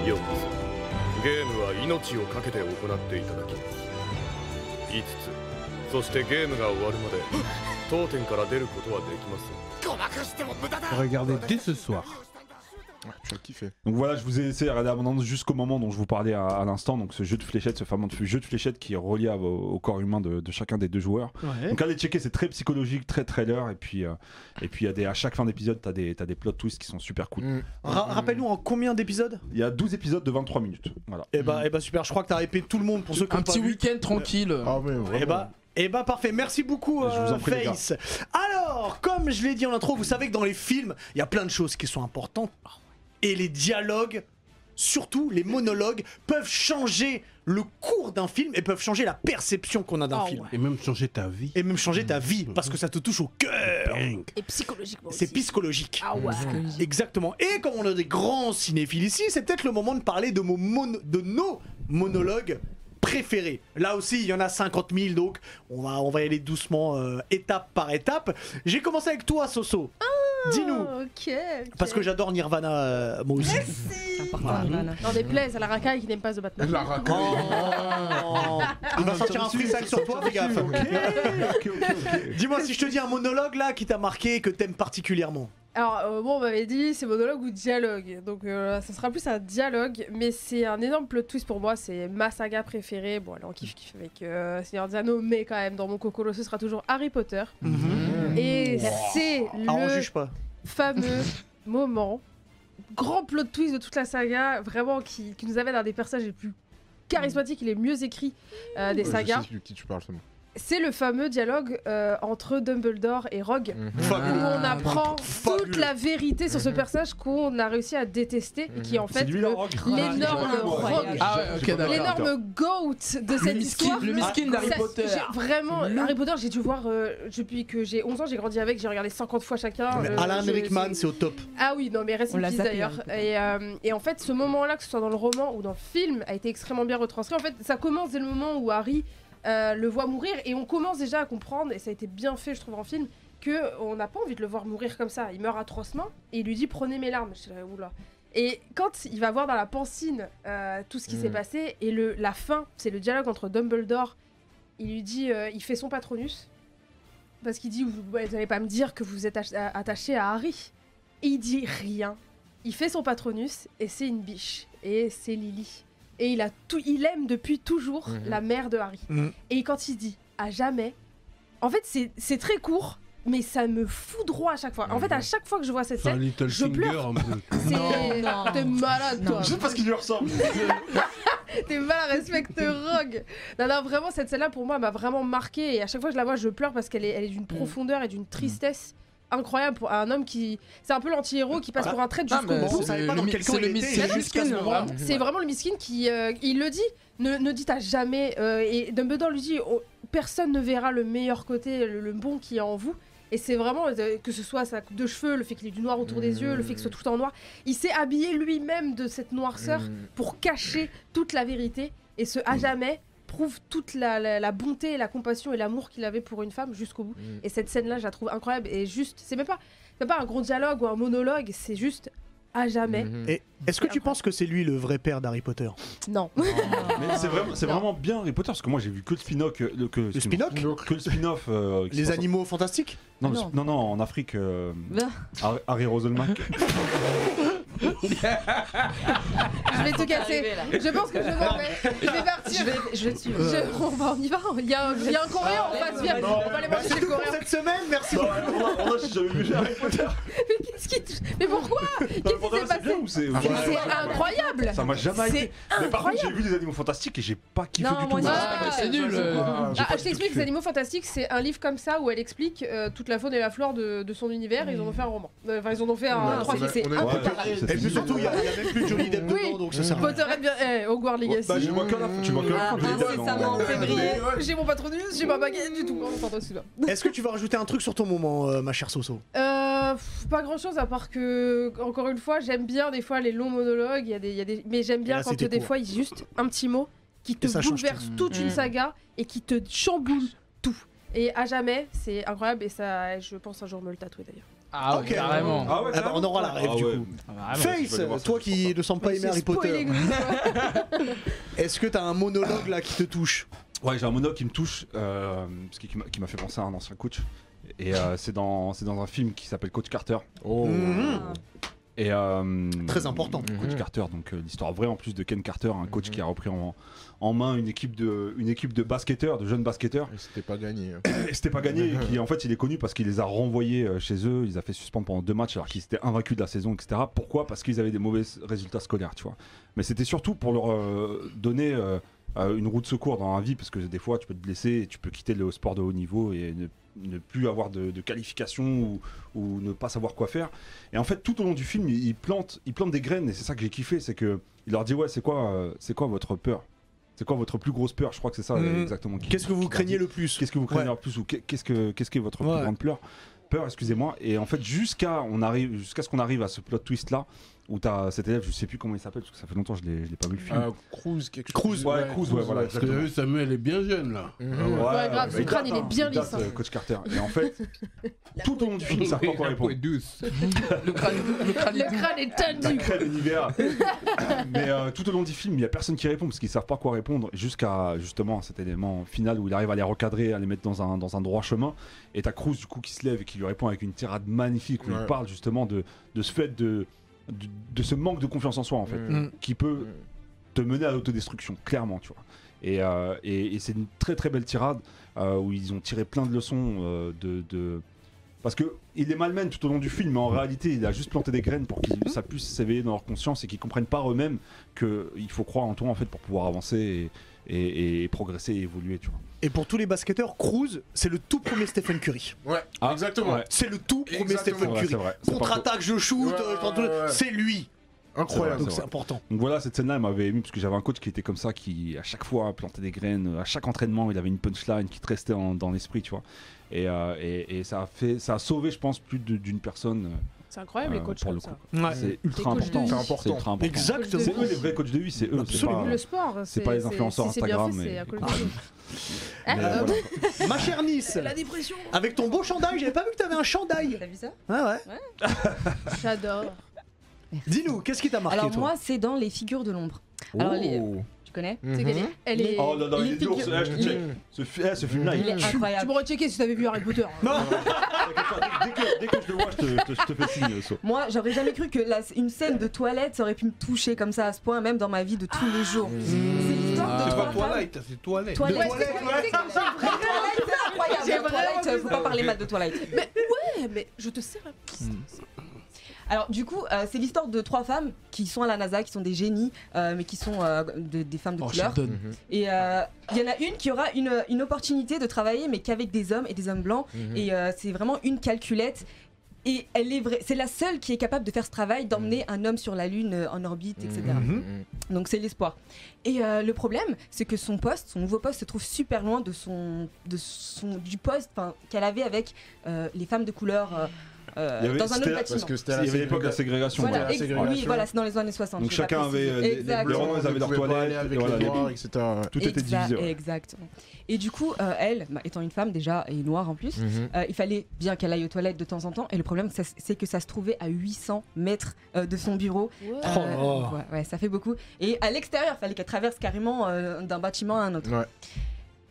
Speaker 8: 4つゲームは命を懸けて行っていただきます5つそしてゲームが終わるまで当店から出ることはできません
Speaker 9: ごまかしても無駄だ
Speaker 2: Regardez dès ce soir.
Speaker 6: Ah, Tu as kiffé.
Speaker 4: Donc voilà, je vous ai laissé regarder abondance jusqu'au moment dont je vous parlais à, à l'instant. Donc ce jeu de fléchettes, ce fameux jeu de fléchettes qui est relié à- au, au corps humain de, de chacun des deux joueurs.
Speaker 1: Ouais.
Speaker 4: Donc allez checker, c'est très psychologique, très trailer. Et puis, euh, et puis il y a des, à chaque fin d'épisode, t'as des, t'as des plot twists qui sont super cool.
Speaker 6: Mm.
Speaker 1: Ra- Rappelle-nous en combien d'épisodes
Speaker 4: Il y a 12 épisodes de 23 minutes. Voilà.
Speaker 1: Eh bah, eh bah super, je crois que t'as hypé tout le monde pour ceux qui
Speaker 5: Un
Speaker 1: ont pas
Speaker 5: petit
Speaker 1: vu.
Speaker 5: week-end tranquille.
Speaker 6: Ah, mais
Speaker 1: Eh
Speaker 6: vraiment.
Speaker 1: bah, eh bah parfait, merci beaucoup
Speaker 4: Je vous en
Speaker 1: euh,
Speaker 4: prie, les gars.
Speaker 1: Face. Alors, comme je l'ai dit en intro, vous savez que dans les films, il y a plein de choses qui sont importantes. Et les dialogues, surtout les monologues, peuvent changer le cours d'un film et peuvent changer la perception qu'on a d'un
Speaker 3: Ah
Speaker 1: film.
Speaker 2: Et même changer ta vie.
Speaker 1: Et même changer ta vie, parce que ça te touche au cœur.
Speaker 2: Bang.
Speaker 3: Et psychologiquement aussi.
Speaker 1: C'est psychologique.
Speaker 3: Ah ouais.
Speaker 1: Exactement. Et comme on a des grands cinéphiles ici, c'est peut-être le moment de parler de, mon mono- de nos monologues préférés. Là aussi, il y en a 50 000, donc on va, on va y aller doucement, euh, étape par étape. J'ai commencé avec toi, Soso. Dis-nous.
Speaker 3: Oh, Ok.
Speaker 1: Parce que j'adore Nirvana, euh, moi aussi.
Speaker 7: Oh
Speaker 1: Voilà.
Speaker 3: J'en déplaise à la racaille qui n'aime pas The Batman.
Speaker 6: La raconte.
Speaker 1: Oh. Il va sortir un freestyle sur toi, fais gaffe. Dis-moi si je te dis un monologue là qui t'a marqué et que t'aimes particulièrement.
Speaker 3: Alors, euh, bon, on m'avait dit c'est monologue ou dialogue. Donc, euh, ça sera plus un dialogue, mais c'est un énorme plot twist pour moi. C'est ma saga préférée. Bon, alors, on kiff-kiff avec euh, Seigneur des Anneaux, mais quand même, dans mon cocolo, ce sera toujours Harry Potter.
Speaker 5: Mhm.
Speaker 3: Et c'est
Speaker 1: Mmh. Ah, on
Speaker 3: le
Speaker 1: juge pas.
Speaker 3: fameux moment, grand plot twist de toute la saga, vraiment qui, qui nous amène à un des personnages les plus charismatiques et les mieux écrits euh, des
Speaker 6: Je
Speaker 3: sagas.
Speaker 6: sais de qui tu parles seulement.
Speaker 3: c'est le fameux dialogue euh, entre Dumbledore et Rogue.
Speaker 2: Mm-hmm.
Speaker 5: Ah,
Speaker 3: Où
Speaker 1: Fabuleux.
Speaker 3: on apprend
Speaker 1: Fabuleux.
Speaker 3: toute la vérité sur ce
Speaker 5: Mhm.
Speaker 3: personnage qu'on a réussi à détester et qui est en fait
Speaker 4: C'est lui le
Speaker 3: le-
Speaker 4: rogue.
Speaker 3: l'énorme rogue.
Speaker 5: Ah ouais, ok, d'accord.
Speaker 3: L'énorme goat de cette
Speaker 5: miskin,
Speaker 3: histoire. Ah,
Speaker 5: le miskin d'Harry
Speaker 3: Ça,
Speaker 5: Potter.
Speaker 3: j'ai- Vraiment, Harry Potter, j'ai dû voir euh, depuis que j'ai 11 ans, j'ai grandi avec, j'ai regardé 50 fois chacun.
Speaker 1: Mais
Speaker 3: euh,
Speaker 1: Alan
Speaker 3: je-
Speaker 1: Rickman, c'est au top.
Speaker 3: Ah oui, non, mais reste
Speaker 7: On l'a
Speaker 3: in peace
Speaker 7: zappé, hein,
Speaker 3: d'ailleurs.
Speaker 7: Harry Potter.
Speaker 3: Et, euh, et en fait, ce moment-là, que ce soit dans le roman ou dans le film, a été extrêmement bien retranscrit. En fait, ça commence dès le moment où Harry euh, le voit mourir et on commence déjà à comprendre, et ça a été bien fait, je trouve, en film, que on n'a pas envie de le voir mourir comme ça. Il meurt atrocement et il lui dit Prenez mes larmes. Je suis là, oula. Et quand il va voir dans la pansine euh, tout ce qui
Speaker 6: Mm.
Speaker 3: s'est passé et le, la fin, c'est le dialogue entre Dumbledore, il lui dit euh, Il fait son patronus. Parce qu'il dit, vous n'allez pas me dire que vous êtes ach- a- attaché à Harry. Et il dit rien. Il fait son patronus et c'est une biche. Et c'est Lily. Et il, a tout, il aime depuis toujours
Speaker 6: Mhm.
Speaker 3: la mère de Harry.
Speaker 1: Mhm.
Speaker 3: Et quand il dit à jamais, en fait c'est- c'est très court, mais ça me fout droit à chaque fois. En fait, à chaque fois que je vois cette
Speaker 2: C'est un
Speaker 3: scène,
Speaker 2: Little
Speaker 3: je
Speaker 2: Finger
Speaker 3: pleure.
Speaker 2: un peu.
Speaker 3: c'est. T'es malade, toi.
Speaker 4: Juste parce qu'il lui ressemble.
Speaker 3: T'es mal respecte Rogue. Non, non, vraiment, cette scène-là, pour moi, elle m'a vraiment marqué. Et à chaque fois que je la vois, je pleure parce qu'elle est, elle est d'une profondeur et d'une tristesse incroyable pour un homme qui. C'est un peu l'anti-héros qui passe pour un trait jusqu'au
Speaker 5: Ah, mais
Speaker 3: bout.
Speaker 1: On savait pas dans
Speaker 5: mi-
Speaker 1: quel camp
Speaker 5: c'est
Speaker 1: il
Speaker 5: le
Speaker 1: était
Speaker 5: mi- c'est le
Speaker 1: jusqu'à ce
Speaker 5: miskin,
Speaker 1: moment.
Speaker 5: vraiment.
Speaker 3: C'est vraiment le miskin qui. euh, il le dit, ne, ne dites à jamais. euh, et Dumbledore lui dit oh, personne ne verra le meilleur côté, le, le bon qui est en vous. Et c'est vraiment, euh, que ce soit sa coupe de cheveux, le fait qu'il ait du noir autour des yeux, le fait qu'il soit tout le temps noir. Il s'est habillé lui-même de cette noirceur pour cacher toute la vérité. Et ce à jamais prouve toute la, la- la bonté, la compassion et l'amour qu'il avait pour une femme jusqu'au bout. Et cette scène-là, je la trouve incroyable. Et juste, c'est même pas, c'est pas un gros dialogue ou un monologue, c'est juste à jamais.
Speaker 1: Mm. Et est-ce que tu penses que c'est lui le vrai père d'Harry Potter
Speaker 3: Non.
Speaker 7: Ah.
Speaker 4: Mais c'est vraiment, c'est vraiment bien Harry Potter parce que moi j'ai vu que le spin-off. euh, le- que,
Speaker 1: Le Spinock
Speaker 4: que le spin-off. euh, qui se
Speaker 1: Les
Speaker 4: passe-
Speaker 1: animaux fantastiques
Speaker 4: Non, le
Speaker 7: Ah Non.
Speaker 4: sp- non, non, en Afrique. euh, Harry- Harry Roselmack.
Speaker 3: Je vais te casser.
Speaker 7: Arrivé, là.
Speaker 3: Je pense que je m'en vais. Je vais partir.
Speaker 7: Je vais, je vais dessus.
Speaker 3: Je- on va, on y va. Il y a, un- il y a un coréen en face. Viens, on va aller manger chez le
Speaker 1: Pour
Speaker 3: coréen.
Speaker 1: cette semaine, merci beaucoup.
Speaker 4: on a jamais vu Harry Potter.
Speaker 3: Mais qu'est-ce qui- Mais pourquoi Qu'est-ce qui s'est
Speaker 4: C'est bien
Speaker 3: passé
Speaker 4: ou c'est. ou
Speaker 3: Mais
Speaker 4: c'est-
Speaker 3: C'est incroyable.
Speaker 4: Ça m'a jamais
Speaker 3: C'est
Speaker 4: été. Mais par contre, j'ai vu des animaux fantastiques et j'ai pas kiffé
Speaker 7: Non,
Speaker 4: du
Speaker 7: moi
Speaker 4: tout.
Speaker 7: aussi.
Speaker 3: Ah,
Speaker 5: C'est nul.
Speaker 2: Euh,
Speaker 6: Ah, j'ai
Speaker 3: Ah,
Speaker 6: pas
Speaker 3: je t'explique,
Speaker 6: kiffé.
Speaker 3: Les Animaux Fantastiques, c'est un livre comme ça où elle explique euh, toute la faune et la flore de, de son univers. et Ils en ont fait un roman. Euh, Enfin, ils en ont fait un.
Speaker 6: Ouais,
Speaker 3: trois
Speaker 6: on a-
Speaker 3: films. C'est
Speaker 6: on a-
Speaker 4: Ouais,
Speaker 3: incroyable.
Speaker 4: c'est-
Speaker 1: Et puis surtout, il n'y a, il y a même plus Johnny Depp
Speaker 3: Oui.
Speaker 1: dedans, donc ça sert à rien.
Speaker 3: Potterhead vient. Eh, Hogwarts Legacy.
Speaker 4: Bah, je vois que la tu vois que la
Speaker 7: Ah,
Speaker 4: photo, j'ai dit,
Speaker 7: incessamment en
Speaker 4: non.
Speaker 7: février.
Speaker 3: J'ai mon patronus, j'ai ma baguette du tout. Oh, pardon, excuse-moi.
Speaker 1: Est-ce que tu vas rajouter un truc sur ton moment, euh, ma chère Soso
Speaker 3: Euh, pff, pas grand chose à part que, encore une fois, j'aime bien des fois les longs monologues. Il y a des, il y a des... Mais j'aime
Speaker 1: Et
Speaker 3: bien
Speaker 1: là,
Speaker 3: quand
Speaker 1: c'était
Speaker 3: euh, des
Speaker 1: court.
Speaker 3: fois il y a juste un petit mot qui te
Speaker 1: ça change
Speaker 3: bouleverse
Speaker 1: tout.
Speaker 3: toute une
Speaker 7: Mm.
Speaker 3: saga et qui te chamboule tout. Et à jamais, c'est incroyable. Et ça, je pense un jour me le tatouer d'ailleurs.
Speaker 5: Ah ouais,
Speaker 1: Ok.
Speaker 5: carrément.
Speaker 4: Ah ouais,
Speaker 1: Ah bah, On aura la
Speaker 4: Ah
Speaker 1: rêve du
Speaker 4: ouais.
Speaker 1: coup.
Speaker 5: Ah, vraiment.
Speaker 4: je vais aller
Speaker 1: Face,
Speaker 4: voir ça,
Speaker 1: toi
Speaker 4: je vais
Speaker 1: qui ne semble pas aimer Harry
Speaker 3: Spoiler,
Speaker 1: Potter,
Speaker 3: Grinch.
Speaker 1: est-ce que t'as un monologue là qui te touche
Speaker 4: Ouais, j'ai un monologue qui me touche, euh, parce que- qui m'a- qui m'a fait penser à un ancien coach. Et euh, c'est dans, c'est dans un film qui s'appelle Coach Carter.
Speaker 7: Oh.
Speaker 1: Mhm.
Speaker 4: Et, euh,
Speaker 1: Très important.
Speaker 4: Coach
Speaker 6: Mhm.
Speaker 4: Carter, donc euh, l'histoire vraie en plus de Ken Carter, un
Speaker 7: Mhm.
Speaker 4: coach qui a repris en, en main une équipe de, une équipe de basketteurs, de jeunes basketteurs.
Speaker 6: Et C'était pas gagné. hein.
Speaker 4: Et c'était pas gagné. Et qui, en fait, il est connu parce qu'il les a renvoyés euh, chez eux. Il les a fait suspendre pendant deux matchs alors qu'ils étaient invaincus de la saison, etc. Pourquoi Parce qu'ils avaient des mauvais résultats scolaires, tu vois. Mais c'était surtout pour leur euh, donner euh, euh, une roue de secours dans la vie parce que des fois, tu peux te blesser et tu peux quitter le sport de haut niveau et ne, ne plus avoir de, de qualification ou, ou ne pas savoir quoi faire. Et en fait, tout au long du film, il, il plante, il plante des graines et c'est ça que j'ai kiffé. C'est que il leur dit Ouais, c'est quoi, euh, c'est quoi votre peur C'est quoi votre plus grosse peur Je crois que c'est ça
Speaker 1: Mhm.
Speaker 4: exactement. qu'il-
Speaker 1: Qu'est-ce que vous
Speaker 4: qu'il leur
Speaker 1: craignez
Speaker 4: dit.
Speaker 1: le plus
Speaker 4: Qu'est-ce que vous craignez
Speaker 1: Ouais.
Speaker 4: le plus ou qu'est- qu'est-ce que qu'est-ce qui est votre
Speaker 1: Ouais.
Speaker 4: plus grande peur Peur, excusez-moi. Et en fait, jusqu'à on arrive jusqu'à ce qu'on arrive à ce plot twist là où t'as cet élève, je sais plus comment il s'appelle parce que ça fait longtemps que je l'ai je l'ai pas vu le film.
Speaker 6: Ah, Cruz, quelque chose.
Speaker 4: Cruz, ouais, Cruz, ouais, voilà.
Speaker 2: Parce que vous avez vu, Samuel est bien jeune là.
Speaker 6: Mhm.
Speaker 3: Ah,
Speaker 4: Ouais,
Speaker 3: grave,
Speaker 4: ouais,
Speaker 3: son
Speaker 4: mais il
Speaker 3: crâne, il est
Speaker 4: hein,
Speaker 3: bien
Speaker 4: date,
Speaker 3: lisse, hein.
Speaker 4: euh, Coach Carter. Et en fait, tout au long du film, ça pas quoi
Speaker 2: La
Speaker 4: répondre.
Speaker 2: peau est douce.
Speaker 5: Le crâne, le crâne est
Speaker 3: Le crâne est tendu.
Speaker 4: Crève l'univers. Mais euh, tout au long du film, il n'y a personne qui répond parce qu'ils savent pas quoi répondre jusqu'à justement cet élément final où il arrive à les recadrer, à les mettre dans un, dans un droit chemin. Et t'as Cruz du coup qui se lève et qui lui répond avec une tirade magnifique où il
Speaker 6: Ouais.
Speaker 4: parle justement de, de ce fait de, de, de ce manque de confiance en soi en fait,
Speaker 6: Mhm.
Speaker 4: qui peut te mener à l'autodestruction, clairement, tu vois. Et, euh, et- et c'est une très très belle tirade euh, où ils ont tiré plein de leçons euh, de, de, Parce que il les malmène tout au long du film, mais en réalité, il a juste planté des graines pour que ça puisse s'éveiller dans leur conscience et qu'ils comprennent par eux-mêmes qu'il faut croire en toi en fait pour pouvoir avancer et, et- et progresser et évoluer. Tu vois.
Speaker 1: Et pour tous les basketteurs, Cruz, c'est le tout premier Stephen Curry.
Speaker 6: Ouais,
Speaker 4: Ah,
Speaker 6: exactement.
Speaker 2: Mm.
Speaker 4: ouais.
Speaker 1: C'est le tout premier
Speaker 6: Exactement.
Speaker 1: Stephen
Speaker 4: Ouais, c'est
Speaker 1: Curry.
Speaker 4: vrai, c'est pas
Speaker 1: Contre-attaque, je shoot,
Speaker 6: Ouais,
Speaker 1: euh, je prends tout-
Speaker 6: ouais, ouais.
Speaker 1: c'est lui.
Speaker 6: Incroyable.
Speaker 1: Donc
Speaker 4: c'est
Speaker 1: c'est
Speaker 4: vrai.
Speaker 1: important.
Speaker 4: Donc voilà, cette scène-là, elle m'avait ému parce que j'avais un coach qui était comme ça, qui à chaque fois hein, plantait des graines, à chaque entraînement, il avait une punchline qui te restait en- dans l'esprit, tu vois. Et, euh, et- et ça, a fait, ça a sauvé, je pense, plus de- d'une personne.
Speaker 3: C'est incroyable
Speaker 4: Euh,
Speaker 3: les coachs
Speaker 4: pour
Speaker 3: comme
Speaker 4: le
Speaker 3: ça.
Speaker 4: coup. C'est ultra
Speaker 3: coachs Ah, de
Speaker 4: important.
Speaker 3: vie.
Speaker 6: C'est important.
Speaker 4: ultra important.
Speaker 1: Exact.
Speaker 4: C'est eux les vrais coachs de vie, c'est eux. c'est
Speaker 1: Absolument.
Speaker 4: pas-
Speaker 3: Le sport,
Speaker 4: c'est pas les influenceurs
Speaker 3: si c'est bien
Speaker 4: Instagram,
Speaker 3: fait,
Speaker 4: mais-
Speaker 3: c'est à cause de-
Speaker 7: Ah,
Speaker 3: Hein
Speaker 4: Mais
Speaker 3: Euh,
Speaker 4: voilà.
Speaker 1: Ma chère Nice,
Speaker 3: La dépression
Speaker 1: avec ton beau chandail, j'avais pas vu que t'avais un chandail.
Speaker 7: T'as vu ça
Speaker 1: Ah ouais.
Speaker 3: J'adore.
Speaker 1: Dis-nous, qu'est-ce qui t'a marqué
Speaker 7: Alors
Speaker 1: toi
Speaker 7: moi, c'est dans Les Figures de l'ombre. ah, Alors, les- Tu connais
Speaker 6: Mhm.
Speaker 3: C'est qu'elle est- elle est.
Speaker 4: Oh non, non, il est
Speaker 7: Les
Speaker 4: dur,
Speaker 7: figures- Mm.
Speaker 4: ce- eh, je te check. Ce, fi- eh, ce film-là, il
Speaker 7: Il
Speaker 4: est.
Speaker 7: est
Speaker 3: Hmm. Tu
Speaker 7: incroyable.
Speaker 3: m'aurais checké si t'avais vu Harry Potter.
Speaker 4: dès, que, dès que je le vois, je te, je te- je te fais signe. So.
Speaker 7: Moi, j'aurais jamais cru que la- une scène de toilette ça aurait pu me toucher comme ça à ce point, même dans ma vie de tous les jours. C'est
Speaker 1: Ah.
Speaker 7: l'histoire de
Speaker 5: C'est pas
Speaker 7: trois femmes.
Speaker 5: Twilight, c'est Toilette.
Speaker 7: Toilette,
Speaker 3: Ouais,
Speaker 7: Toilette, c'est incroyable.
Speaker 3: J'ai vraiment
Speaker 7: Toilette, faut
Speaker 3: vu
Speaker 7: pas
Speaker 3: ça.
Speaker 7: parler mal de Toilette.
Speaker 3: Eh, mais je te sers. un petit-
Speaker 7: Alors du coup, euh, c'est l'histoire de trois femmes qui sont à la NASA, qui sont des génies, euh, mais qui sont euh, de- des femmes de couleur.
Speaker 5: Sheldon.
Speaker 7: Et euh, il y en a une qui aura une, une opportunité de travailler, mais qu'avec des hommes et des hommes blancs. Et euh, c'est vraiment une calculette. Et elle est vraie. C'est la seule qui est capable de faire ce travail, d'emmener un homme sur la Lune euh, en orbite, etc.
Speaker 1: Mhm.
Speaker 7: Donc c'est l'espoir. Et euh, le problème, c'est que son poste, son nouveau poste, se trouve super loin de son, de son, du poste 'fin, qu'elle avait avec euh, les femmes de couleur euh, euh,
Speaker 4: Il y avait-
Speaker 7: dans un
Speaker 4: c'était-
Speaker 7: autre
Speaker 6: Parce
Speaker 7: bâtiment.
Speaker 6: que c'était à
Speaker 4: Il y avait l'époque de la ségrégation.
Speaker 6: ségrégation. Voilà,
Speaker 4: ouais.
Speaker 6: la
Speaker 7: ex-
Speaker 6: ségrégation.
Speaker 7: oui, voilà, c'est dans les années 60.
Speaker 4: Donc
Speaker 7: j'ai pas
Speaker 4: chacun
Speaker 7: précisé.
Speaker 4: avait, euh, des- des
Speaker 7: Exactement.
Speaker 4: blancs, ils avaient leur
Speaker 6: Ils pouvaient pas
Speaker 4: toilette,
Speaker 6: aller avec
Speaker 4: voilà,
Speaker 6: les
Speaker 4: les-
Speaker 6: noirs, etc.
Speaker 4: Tout était
Speaker 7: Exa-
Speaker 4: divisé. ouais.
Speaker 7: Exactement. Et du coup, euh, elle, bah, étant une femme déjà et noire en plus,
Speaker 6: Mhm.
Speaker 7: euh, il fallait bien qu'elle aille aux toilettes de temps en temps. Et le problème, ça- c'est que ça se trouvait à 800 mètres euh, de son bureau.
Speaker 3: Ouais.
Speaker 7: Euh, donc, ouais, ouais, ça fait beaucoup. Et à l'extérieur, il fallait qu'elle traverse carrément euh, d'un bâtiment à un autre.
Speaker 6: Ouais.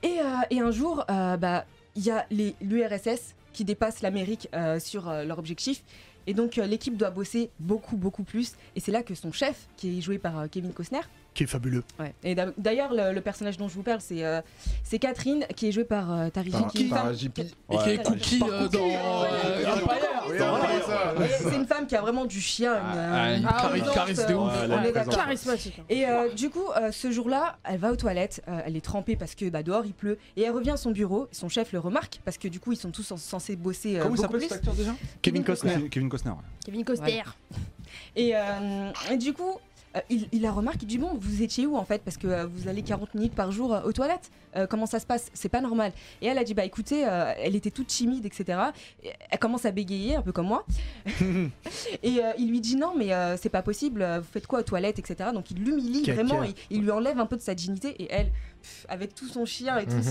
Speaker 7: Et, euh, et un jour, euh, bah, il y a les- l'URSS qui dépasse l'Amérique euh, sur euh, leur objectif. Et donc, euh, l'équipe doit bosser beaucoup, beaucoup plus. Et c'est là que son chef, qui est joué par euh, Kevin Costner,
Speaker 1: Qui est fabuleux.
Speaker 7: Ouais. Et d'a- d'ailleurs, le, le personnage dont je vous parle, c'est euh, c'est Catherine, qui est jouée par euh, Tari
Speaker 6: Par-
Speaker 7: Hill, qui est une
Speaker 6: par
Speaker 7: femme-
Speaker 6: JP.
Speaker 5: Et qui est
Speaker 7: Par
Speaker 5: Cookie euh, dans euh,
Speaker 6: Oui,
Speaker 5: Empire.
Speaker 6: voilà, ça.
Speaker 7: Et C'est une femme qui a vraiment du chien. une, euh,
Speaker 5: Ah, une
Speaker 7: une
Speaker 5: chari-
Speaker 7: présence,
Speaker 5: charisme de
Speaker 7: euh,
Speaker 5: ouf.
Speaker 7: on est
Speaker 5: Ouais,
Speaker 7: d'accord.
Speaker 5: présence.
Speaker 3: Charismatique. hein.
Speaker 7: Et euh, du coup, euh, ce jour-là, elle va aux toilettes, euh, elle est trempée parce que bah, dehors il pleut, et elle revient à son bureau, son chef le remarque, parce que du coup ils sont tous cens- censés bosser euh,
Speaker 4: Comment il
Speaker 7: beaucoup
Speaker 4: s'appelle
Speaker 7: plus.
Speaker 4: cet acteur déjà
Speaker 1: Kevin Costner.
Speaker 4: Kevin- Kevin Costner. ouais.
Speaker 3: Kevin Costner.
Speaker 7: Et, euh, et du coup, euh, il, il la remarque, il dit bon, vous étiez où en fait Parce que euh, vous allez 40 minutes par jour euh, aux toilettes. Euh, comment ça se passe C'est pas normal. Et elle a dit bah écoutez, euh, elle était toute timide, etc. Et elle commence à bégayer, un peu comme moi. et euh, il lui dit non, mais euh, c'est pas possible. euh, Vous faites quoi aux toilettes, etc. Donc il l'humilie
Speaker 1: Caca.
Speaker 7: vraiment. Il, il lui enlève un peu de sa dignité et elle, pff, avec tout son chien et tout
Speaker 6: Mhm.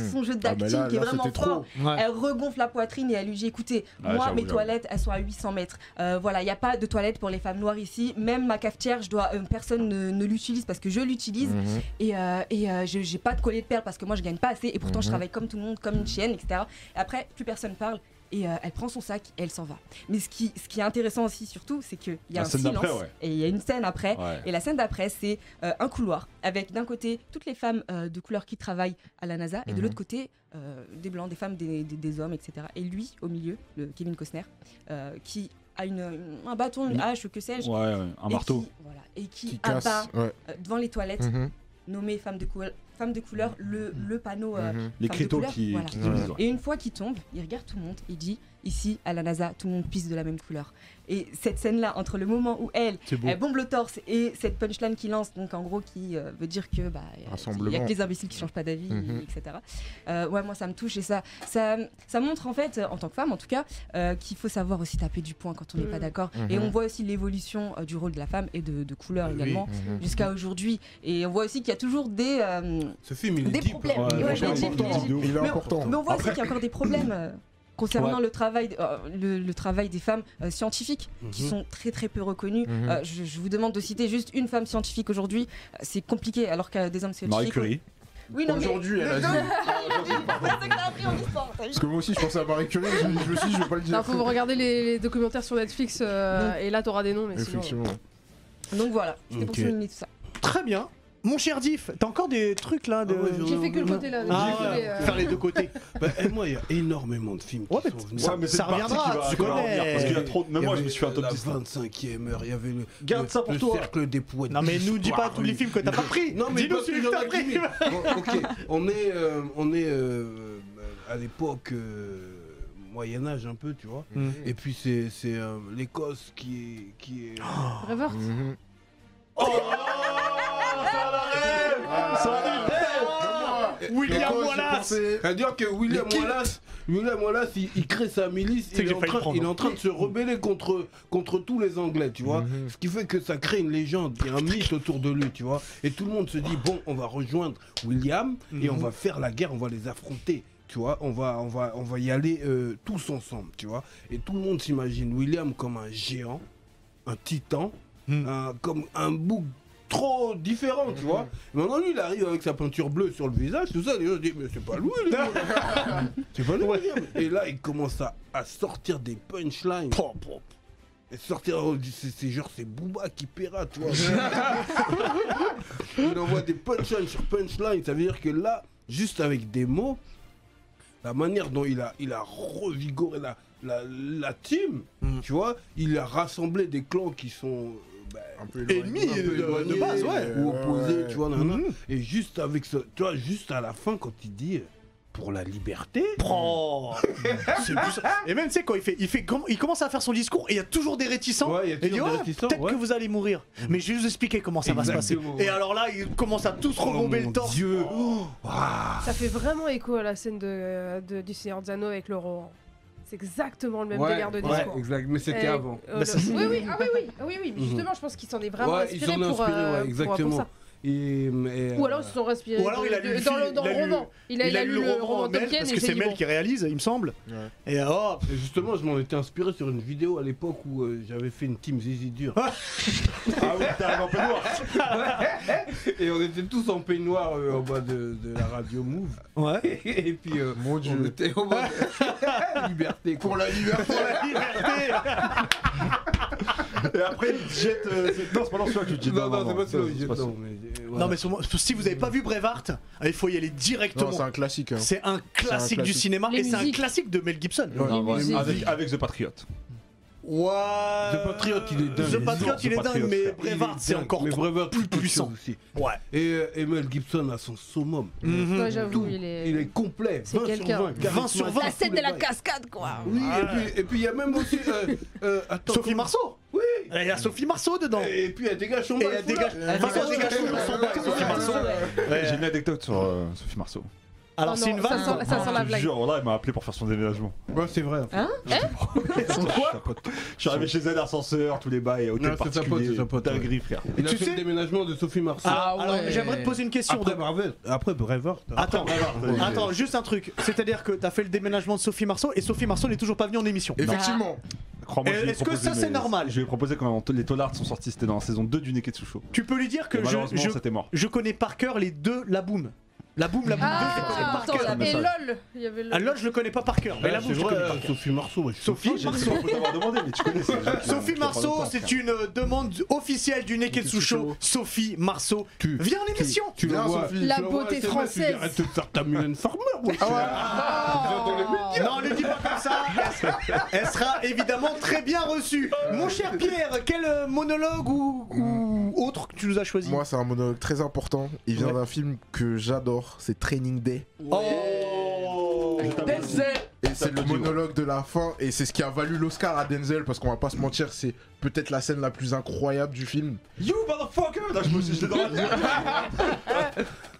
Speaker 7: son, son jeu de
Speaker 6: Ah, mais
Speaker 7: dactyle
Speaker 6: là,
Speaker 7: qui est
Speaker 6: là,
Speaker 7: vraiment
Speaker 6: c'était
Speaker 7: fort.
Speaker 6: trop.
Speaker 7: Elle regonfle la poitrine et elle lui dit écoutez,
Speaker 4: Ah,
Speaker 7: moi
Speaker 4: j'avoue,
Speaker 7: mes
Speaker 4: j'avoue.
Speaker 7: toilettes elles sont à 800 mètres. Euh, voilà, il n'y a pas de toilette pour les femmes noires ici. Même ma cafetière, je dois, euh, personne ne, ne l'utilise parce que je l'utilise
Speaker 4: Mm.
Speaker 6: Mhm.
Speaker 7: et, euh, et euh, je n'ai pas de collier de perles parce que moi je gagne pas assez et
Speaker 4: Mm-hmm.
Speaker 7: pourtant je
Speaker 6: Mhm.
Speaker 7: travaille comme tout le monde, comme une chienne, etc. Et après, plus personne parle. Et euh, elle prend son sac et elle s'en va. Mais ce qui, ce qui est intéressant aussi, surtout, c'est qu'il y a
Speaker 4: La
Speaker 7: un
Speaker 4: scène
Speaker 7: silence.
Speaker 4: d'après, ouais.
Speaker 7: Et il y a une scène après.
Speaker 4: Ouais.
Speaker 7: Et la scène d'après, c'est euh, un couloir avec d'un côté toutes les femmes euh, de couleur qui travaillent à la NASA et de
Speaker 6: Mhm.
Speaker 7: l'autre côté euh, des blancs, des femmes, des, des- des hommes, etc. Et lui, au milieu, le Kevin Costner, euh, qui a une, une- un bâton, une
Speaker 4: Une-
Speaker 7: hache, que sais-je.
Speaker 4: Ouais, ouais, un
Speaker 7: et
Speaker 4: marteau.
Speaker 7: Qui, voilà, et qui,
Speaker 6: Qui
Speaker 7: abat
Speaker 6: casse. Ouais.
Speaker 7: euh, devant les toilettes,
Speaker 6: Mhm.
Speaker 7: nommé femme de, couleur- femme de couleur, le, le panneau. euh,
Speaker 6: Mhm.
Speaker 4: Les
Speaker 7: Enfin, de
Speaker 4: crétos
Speaker 7: couleur,
Speaker 4: qui,
Speaker 7: voilà.
Speaker 4: qui divisent. ouais.
Speaker 7: et euh, une fois qu'il tombe, il regarde tout le monde, il dit Ici, à la NASA, tout le monde pisse de la même couleur. Et cette scène-là, entre le moment où elle,
Speaker 1: C'est beau.
Speaker 7: elle bombe le torse et cette punchline qui lance, donc en gros, qui euh, veut dire que bah, euh, il y a
Speaker 6: Rassemblement.
Speaker 7: que les imbéciles qui changent pas d'avis,
Speaker 6: Mhm.
Speaker 7: etc. Euh, ouais, moi ça me touche et ça, ça, ça montre en fait, euh, en tant que femme en tout cas, euh, qu'il faut savoir aussi taper du poing quand on n'est pas
Speaker 3: Mhm.
Speaker 7: d'accord.
Speaker 6: Mhm.
Speaker 7: Et on voit aussi l'évolution euh, du rôle de la femme et de, de couleur également.
Speaker 6: Mhm.
Speaker 7: Jusqu'à aujourd'hui. Et on voit aussi qu'il y a toujours des, euh,
Speaker 5: Ce film, il
Speaker 7: des
Speaker 5: est deep.
Speaker 7: problèmes.
Speaker 4: Ouais,
Speaker 7: Ouais,
Speaker 4: ouais,
Speaker 7: il est
Speaker 4: ouais,
Speaker 7: deep, il est
Speaker 4: important.
Speaker 7: deep.
Speaker 6: Il est
Speaker 7: Mais-
Speaker 6: important.
Speaker 7: mais on voit aussi qu'il y a encore des problèmes euh, concernant le travail, euh, le, le travail des femmes euh, scientifiques qui
Speaker 8: Mhm.
Speaker 7: sont très très peu reconnues.
Speaker 6: Mhm.
Speaker 7: Euh, je, je vous demande de citer juste une femme scientifique aujourd'hui, Euh, c'est compliqué alors que euh, des hommes
Speaker 4: Marie
Speaker 7: scientifiques.
Speaker 4: Curie.
Speaker 7: Oui, non, mais-
Speaker 6: Aujourd'hui, elle a dit. Parce que moi aussi, je pensais à Marie Curie, je je me suis dit, je vais pas le
Speaker 3: Non,
Speaker 6: dire.
Speaker 3: faut regarder les, les documentaires sur Netflix euh, et là t'auras des noms mais sinon.
Speaker 6: Effectivement.
Speaker 7: Donc voilà, c'était pour
Speaker 1: Ok.
Speaker 7: souligner tout ça.
Speaker 1: Très bien. Mon cher Diff, t'as encore des trucs là de.
Speaker 2: Ah ouais, j'en ai
Speaker 3: J'ai fait que le
Speaker 2: un-
Speaker 3: côté là. donc
Speaker 1: Ah,
Speaker 3: désolé,
Speaker 1: ouais,
Speaker 3: euh,
Speaker 1: faire les deux côtés.
Speaker 2: Bah, et moi, il y a énormément de films qui
Speaker 1: Ouais, mais
Speaker 2: sont
Speaker 1: t-
Speaker 2: venus.
Speaker 1: ça-
Speaker 4: mais c'est le parti
Speaker 1: reviendra,
Speaker 4: qui va-
Speaker 1: tu
Speaker 4: qui va
Speaker 1: connais.
Speaker 4: revenir, Parce qu'il y a trop de. Même moi,
Speaker 2: Il y
Speaker 4: je me suis fait un
Speaker 2: avait euh,
Speaker 4: top 10.
Speaker 2: La Oh, 25e heure, il y avait le.
Speaker 4: Garde
Speaker 2: le-
Speaker 4: ça pour
Speaker 2: le
Speaker 4: toi.
Speaker 2: cercle des poids.
Speaker 1: Non mais nous dis pas tous les films que t'as pas pris.
Speaker 2: Non mais
Speaker 1: dis-nous
Speaker 2: parce
Speaker 1: celui
Speaker 2: qu'il y
Speaker 1: que
Speaker 2: en
Speaker 1: t'as
Speaker 2: a
Speaker 1: pris.
Speaker 2: qui m'est- Bon, ok, on est, euh, on est euh, à l'époque euh, Moyen Âge un peu, tu vois.
Speaker 1: Mm.
Speaker 2: Et puis c'est c'est, euh, l'Écosse qui est qui est.
Speaker 3: Braveheart.
Speaker 6: Mhm.
Speaker 1: Oh ça la rêve
Speaker 2: Ah.
Speaker 6: Ah,
Speaker 1: Ça la rêve
Speaker 6: Comme moi.
Speaker 1: William
Speaker 6: Comme moi, j'ai
Speaker 1: Wallace.
Speaker 6: pensé-
Speaker 2: C'est-à-dire que William
Speaker 6: Les kills.
Speaker 2: Wallace, William Wallace, il, il crée sa milice,
Speaker 1: C'est
Speaker 2: il
Speaker 1: que
Speaker 2: est,
Speaker 1: j'ai
Speaker 2: en
Speaker 1: failli
Speaker 2: train,
Speaker 1: prendre.
Speaker 2: il est en train de se rebeller contre, contre tous les Anglais, tu vois.
Speaker 1: Mm-hmm.
Speaker 2: Ce qui fait que ça crée une légende, il y a un mythe autour de lui, tu vois. Et tout le monde se dit, bon, on va rejoindre William et on va faire la guerre, on va les affronter. Tu vois, on va, on va, on va y aller euh, tous ensemble, tu vois. Et tout le monde s'imagine William comme un géant, un titan,
Speaker 1: Mm.
Speaker 2: un- comme un bouc trop différent, tu vois. Maintenant, lui, il arrive avec sa peinture bleue sur le visage, tout ça. Les gens se disent, mais c'est pas lui, lui. c'est pas lui, William. Et là, il commence à, à sortir des punchlines.
Speaker 1: Pom, pom.
Speaker 2: Et sortir, oh, c'est c'est genre, c'est Booba qui paiera, tu vois. il envoie des punchlines sur punchlines. Ça veut dire que là, juste avec des mots, la manière dont il a, il a revigoré la, la, la team,
Speaker 1: Mm.
Speaker 2: tu vois, il a rassemblé des clans qui sont. euh, bah,
Speaker 6: Un peu éloigné,
Speaker 1: Ennemi
Speaker 6: un peu
Speaker 1: de- de
Speaker 6: éloigné,
Speaker 1: base, ouais.
Speaker 6: euh,
Speaker 2: ou opposé,
Speaker 6: ouais.
Speaker 2: tu vois, nanana.
Speaker 1: Mhm.
Speaker 2: et juste avec ce, tu vois, juste à la fin quand il dit euh, pour la liberté,
Speaker 1: Prends. C'est plus ça. Et même, tu sais, quand il fait, il fait, comment- il commence à faire son discours et il y a toujours des réticents.
Speaker 2: Ouais, il y a
Speaker 1: et il dit,
Speaker 2: toujours des
Speaker 1: ouais,
Speaker 2: réticents,
Speaker 1: peut-être
Speaker 2: ouais. Mmh.
Speaker 1: que vous allez mourir. Mais je vais vous expliquer comment ça va se passer.
Speaker 2: Exactement,
Speaker 1: Et
Speaker 2: ouais. Oh
Speaker 1: alors là, ils commencent à tous
Speaker 4: Oh,
Speaker 1: rebomber le torse.
Speaker 2: Dieu,
Speaker 4: Ah.
Speaker 3: Ça fait vraiment écho à la scène de, euh, de- du Seigneur Zano avec le Rohan. C'est exactement le même délire de discours.
Speaker 2: exact, mais c'était
Speaker 3: Euh,
Speaker 2: avant.
Speaker 3: euh,
Speaker 1: Bah, ça,
Speaker 3: le-
Speaker 1: c'est-
Speaker 3: oui, oui, ah, oui, oui, ah, oui, oui, mais
Speaker 2: Mhm.
Speaker 3: justement, je pense qu'ils s'en est vraiment
Speaker 2: ouais, ils
Speaker 3: inspiré
Speaker 2: en ont
Speaker 3: pour,
Speaker 2: inspiré,
Speaker 3: euh,
Speaker 2: ouais,
Speaker 3: pour- pour
Speaker 2: exactement.
Speaker 3: ça.
Speaker 2: Et, et,
Speaker 3: Ou
Speaker 2: euh,
Speaker 3: alors ils se sont inspirés
Speaker 1: Ou alors, il a
Speaker 3: de-
Speaker 1: lu le
Speaker 3: dans, le,
Speaker 1: film,
Speaker 3: dans
Speaker 1: il a
Speaker 3: le
Speaker 1: lu-
Speaker 3: roman. Il a, il a lu le roman
Speaker 1: Mel,
Speaker 3: Tolkien
Speaker 1: parce
Speaker 3: et
Speaker 1: que
Speaker 3: il s'est
Speaker 1: c'est
Speaker 3: dit,
Speaker 1: Mel
Speaker 3: bon.
Speaker 1: qui réalise, il me semble.
Speaker 6: Ouais.
Speaker 1: Et hop.
Speaker 2: et justement, je m'en étais inspiré sur une vidéo à l'époque où euh, j'avais fait une team Zizi dur.
Speaker 4: Ah oui, t'arrives en peignoir.
Speaker 2: et on était tous en peignoir euh, en bas de, de la radio Move.
Speaker 1: Ouais.
Speaker 2: et puis, euh,
Speaker 6: Mon
Speaker 2: on
Speaker 6: dieu.
Speaker 2: était en mode liberté. quoi.
Speaker 6: Pour la liberté.
Speaker 1: Pour la liberté.
Speaker 4: Et après, il te jette. euh, c'est- Non, c'est pas dans celui-là que tu te jettes.
Speaker 2: Non, non, c'est pas
Speaker 4: ça,
Speaker 2: celui-là,
Speaker 4: c'est pas
Speaker 2: non,
Speaker 4: celui-là.
Speaker 2: mais, euh, voilà.
Speaker 1: Non, mais sûrement- si vous avez pas vu Braveheart, ah, il faut y aller
Speaker 6: Non,
Speaker 1: directement.
Speaker 6: c'est un classique. hein.
Speaker 1: C'est un classique du
Speaker 6: classique.
Speaker 1: cinéma
Speaker 3: Les
Speaker 1: et c'est un
Speaker 3: musiques.
Speaker 1: classique de Mel Gibson.
Speaker 6: Ouais.
Speaker 3: Les musiques.
Speaker 4: Avec, avec The Patriot.
Speaker 1: Ouais.
Speaker 2: The Patriot, il est dingue.
Speaker 1: The Patriot, il est
Speaker 4: The
Speaker 1: dingue,
Speaker 4: Patriot,
Speaker 1: mais
Speaker 4: frère.
Speaker 2: Il est
Speaker 1: Braveheart, c'est
Speaker 2: dingue,
Speaker 1: encore
Speaker 2: mais
Speaker 1: trop-
Speaker 2: Braveheart,
Speaker 1: plus
Speaker 2: c'est autre
Speaker 1: puissant.
Speaker 2: chose aussi.
Speaker 1: Ouais.
Speaker 2: Et, euh, et Mel Gibson à son summum.
Speaker 1: Mm.
Speaker 3: Ouais, j'avoue,
Speaker 2: Tout.
Speaker 3: il est.
Speaker 2: Il est complet.
Speaker 3: C'est
Speaker 2: 20 sur
Speaker 3: quelqu'un.
Speaker 2: 20.
Speaker 1: 20 sur 20.
Speaker 2: charismatique,
Speaker 7: La scène de la
Speaker 2: le bail.
Speaker 7: cascade, quoi.
Speaker 2: Oui, et puis et puis il y a même aussi. euh, euh, attends,
Speaker 1: Sophie
Speaker 2: comment-
Speaker 1: Marceau Eh,
Speaker 2: Oui.
Speaker 1: Il y a Sophie Marceau dedans Et
Speaker 2: Mm-hmm. Et puis elle dégage son bail,
Speaker 1: elle
Speaker 2: faut la-
Speaker 1: dégage. Vincent
Speaker 7: ouais,
Speaker 1: dégage toujours son bail, Sophie Marceau.
Speaker 4: J'ai
Speaker 1: Ouais.
Speaker 4: une anecdote sur euh, Sophie Marceau.
Speaker 1: Alors,
Speaker 3: Oh
Speaker 1: c'est
Speaker 3: non,
Speaker 1: une
Speaker 3: ça
Speaker 1: vanne.
Speaker 3: sent-
Speaker 1: quoi.
Speaker 3: ça sent la
Speaker 4: Je te
Speaker 3: blague.
Speaker 4: jure, là, elle m'a appelé pour faire son déménagement.
Speaker 2: Ouais, c'est vrai.
Speaker 4: Je suis arrivé chez elle, ascenseur, tous les bails, hôtel
Speaker 2: Non, c'est sa pote,
Speaker 4: particulier.
Speaker 2: c'est sa pote,
Speaker 4: Dinguerie, frère.
Speaker 2: Il a
Speaker 1: Tu
Speaker 2: fait
Speaker 1: sais-
Speaker 2: le déménagement de Sophie Marceau.
Speaker 1: Ah,
Speaker 5: Ah
Speaker 1: alors,
Speaker 5: ouais.
Speaker 1: j'aimerais te poser une question.
Speaker 2: après
Speaker 1: Dan.
Speaker 2: Braveheart. Après Braveheart.
Speaker 1: Attends,
Speaker 4: Braveheart,
Speaker 1: attends, juste un truc. C'est-à-dire que t'as fait le déménagement de Sophie Marceau et Sophie Marceau n'est toujours pas venue en émission.
Speaker 6: Effectivement.
Speaker 4: Crois-moi,
Speaker 1: Euh,
Speaker 4: je lui ai
Speaker 1: est-ce que
Speaker 4: proposé
Speaker 1: ça, c'est
Speaker 4: mes-
Speaker 1: normal
Speaker 4: Je lui ai proposé quand les Tollards sont sortis, c'était dans la saison 2 du Neketsucho.
Speaker 1: Tu peux lui dire que
Speaker 4: Et
Speaker 1: je,
Speaker 4: malheureusement,
Speaker 1: je,
Speaker 4: c'était mort.
Speaker 1: je connais par cœur les deux la boum. La boum, la boum deux, je les connais
Speaker 3: Ah,
Speaker 1: par
Speaker 3: attends,
Speaker 1: cœur.
Speaker 3: et
Speaker 4: ça.
Speaker 3: LOL Il y avait LOL.
Speaker 1: Ah, LOL, je le connais pas par cœur, mais la
Speaker 2: Ah,
Speaker 1: boum,
Speaker 2: c'est
Speaker 1: je le
Speaker 2: vrai,
Speaker 1: connais par
Speaker 2: euh,
Speaker 1: cœur.
Speaker 2: Sophie Marceau. ouais, je-
Speaker 1: Sophie Marceau.
Speaker 4: Faut t'avoir demandé, mais tu connais ces gens qui ont- qui
Speaker 1: Sophie
Speaker 4: ont bah, pas le
Speaker 1: Marceau,
Speaker 4: temps, frère.
Speaker 1: c'est une euh, demande officielle du Neketsu Show. Sophie Marceau,
Speaker 2: Tu-
Speaker 1: viens en émission
Speaker 2: Tu
Speaker 6: Bien,
Speaker 2: l'envoies-
Speaker 6: Sophie.
Speaker 2: tu
Speaker 3: La
Speaker 2: l'envoies
Speaker 3: beauté
Speaker 2: un SMS,
Speaker 3: française.
Speaker 2: tu dis, Arrête de faire ta Mylène Farmer. ouais.
Speaker 1: Non, ne le dis pas comme ça Elle sera évidemment très bien reçue Mon cher Pierre, quel euh, monologue ou, ou autre que tu nous as choisi
Speaker 6: Moi, c'est un monologue très important. Il vient d'un film que j'adore. C'est Training Day.
Speaker 1: Oh
Speaker 6: Et c'est le monologue de la fin, et c'est ce qui a valu l'Oscar à Denzel, parce qu'on va pas se mentir, c'est peut-être la scène la plus incroyable du film.
Speaker 4: You motherfucker Là, je me suis jeté dans la tête.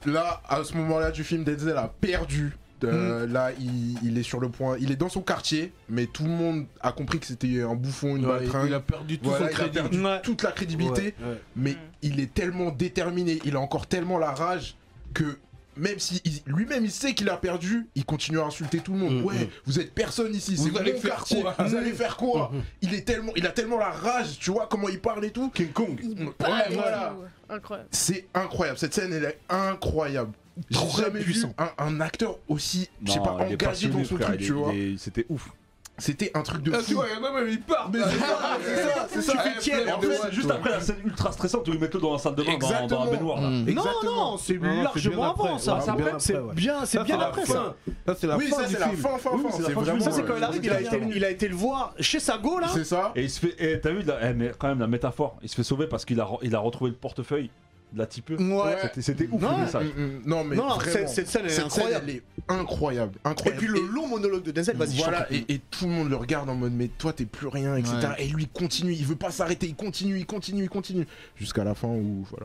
Speaker 6: Là, à ce moment-là du film, Denzel a perdu. Euh, Là, il, il est sur le point, il est dans son quartier, mais tout le monde a compris que c'était un bouffon, une
Speaker 2: Ouais,
Speaker 6: baltringue.
Speaker 2: Il a perdu tout
Speaker 6: Voilà,
Speaker 2: son
Speaker 6: il a
Speaker 2: crédit.
Speaker 6: perdu
Speaker 1: Ouais.
Speaker 6: toute la crédibilité,
Speaker 2: Ouais, ouais.
Speaker 6: mais il est tellement déterminé, il a encore tellement la rage que même si il- lui-même il sait qu'il a perdu, il continue à insulter tout le monde.
Speaker 2: Mm,
Speaker 6: ouais,
Speaker 2: mm.
Speaker 6: vous êtes personne ici,
Speaker 2: Vous
Speaker 6: c'est
Speaker 2: allez
Speaker 6: mon
Speaker 2: faire
Speaker 6: quartier,
Speaker 2: quoi
Speaker 6: vous allez faire quoi
Speaker 2: Mm.
Speaker 6: Il est tellement, il a tellement la rage, tu vois comment il parle et tout.
Speaker 4: King Kong
Speaker 6: Ouais,
Speaker 3: Ah,
Speaker 6: voilà.
Speaker 3: Incroyable.
Speaker 6: C'est incroyable, cette scène elle est incroyable. J'ai
Speaker 1: Très
Speaker 6: jamais vu
Speaker 1: puissant.
Speaker 6: un, un acteur aussi, je sais
Speaker 4: Non,
Speaker 6: pas,
Speaker 4: il est
Speaker 6: engagé
Speaker 4: passionné,
Speaker 6: dans son
Speaker 4: frère,
Speaker 6: truc,
Speaker 4: il est-
Speaker 6: tu vois.
Speaker 4: il est- C'était ouf.
Speaker 6: C'était un truc de
Speaker 2: Ah, tu
Speaker 6: fou.
Speaker 2: vois, il y en a même, ils partent.
Speaker 6: Mais
Speaker 2: là.
Speaker 6: c'est ça, c'est ça, c'est ça.
Speaker 2: Tu fais
Speaker 6: Eh,
Speaker 2: tiède,
Speaker 6: flemme
Speaker 4: En
Speaker 6: de
Speaker 4: plus,
Speaker 6: what,
Speaker 4: juste
Speaker 6: toi.
Speaker 4: après la scène ultra stressante où ils mettent le dans la salle de bain, dans, dans la
Speaker 6: Exactement.
Speaker 4: baignoire. là.
Speaker 1: Non,
Speaker 2: Exactement.
Speaker 1: non, c'est
Speaker 2: Non, non, c'est bien
Speaker 1: largement avant
Speaker 2: après,
Speaker 1: ça.
Speaker 2: ouais,
Speaker 1: Ça,
Speaker 2: c'est bien
Speaker 1: C'est
Speaker 2: après, ouais.
Speaker 1: bien, c'est
Speaker 2: Ça,
Speaker 1: bien
Speaker 2: la
Speaker 1: après
Speaker 2: fin.
Speaker 1: ça.
Speaker 2: Ça, c'est la
Speaker 6: Oui,
Speaker 2: fin
Speaker 6: ça
Speaker 2: du
Speaker 6: c'est la
Speaker 2: film.
Speaker 6: fin, fin,
Speaker 2: Oui,
Speaker 6: fin.
Speaker 2: c'est la
Speaker 6: C'est
Speaker 2: fin du
Speaker 6: vraiment.
Speaker 2: film.
Speaker 1: Ça, c'est euh, quand il arrive, il a, été,
Speaker 6: Exactement.
Speaker 1: il a été le voir chez Sago là.
Speaker 6: C'est ça.
Speaker 4: Et il se fait, eh, t'as vu, là, eh, mais quand même la métaphore, il se fait sauver parce qu'il a, re- il a retrouvé le portefeuille de la type.
Speaker 1: Ouais.
Speaker 4: C'était, c'était ouf
Speaker 1: Non,
Speaker 4: le message.
Speaker 6: Mm, mm, Non, mais.
Speaker 1: Non, non,
Speaker 6: vraiment.
Speaker 1: cette cette scène elle est
Speaker 6: Cette scène,
Speaker 1: incroyable.
Speaker 6: elle est incroyable.
Speaker 1: Et
Speaker 6: Incroyable.
Speaker 1: puis le long monologue de Denzel, vas-y, je t'en
Speaker 6: Voilà,
Speaker 1: prie.
Speaker 6: et, et tout le monde le regarde en mode mais toi t'es plus rien, etc.
Speaker 5: Ouais.
Speaker 6: Et lui il continue, il veut pas s'arrêter, il continue, il continue, il continue. Jusqu'à la fin où voilà.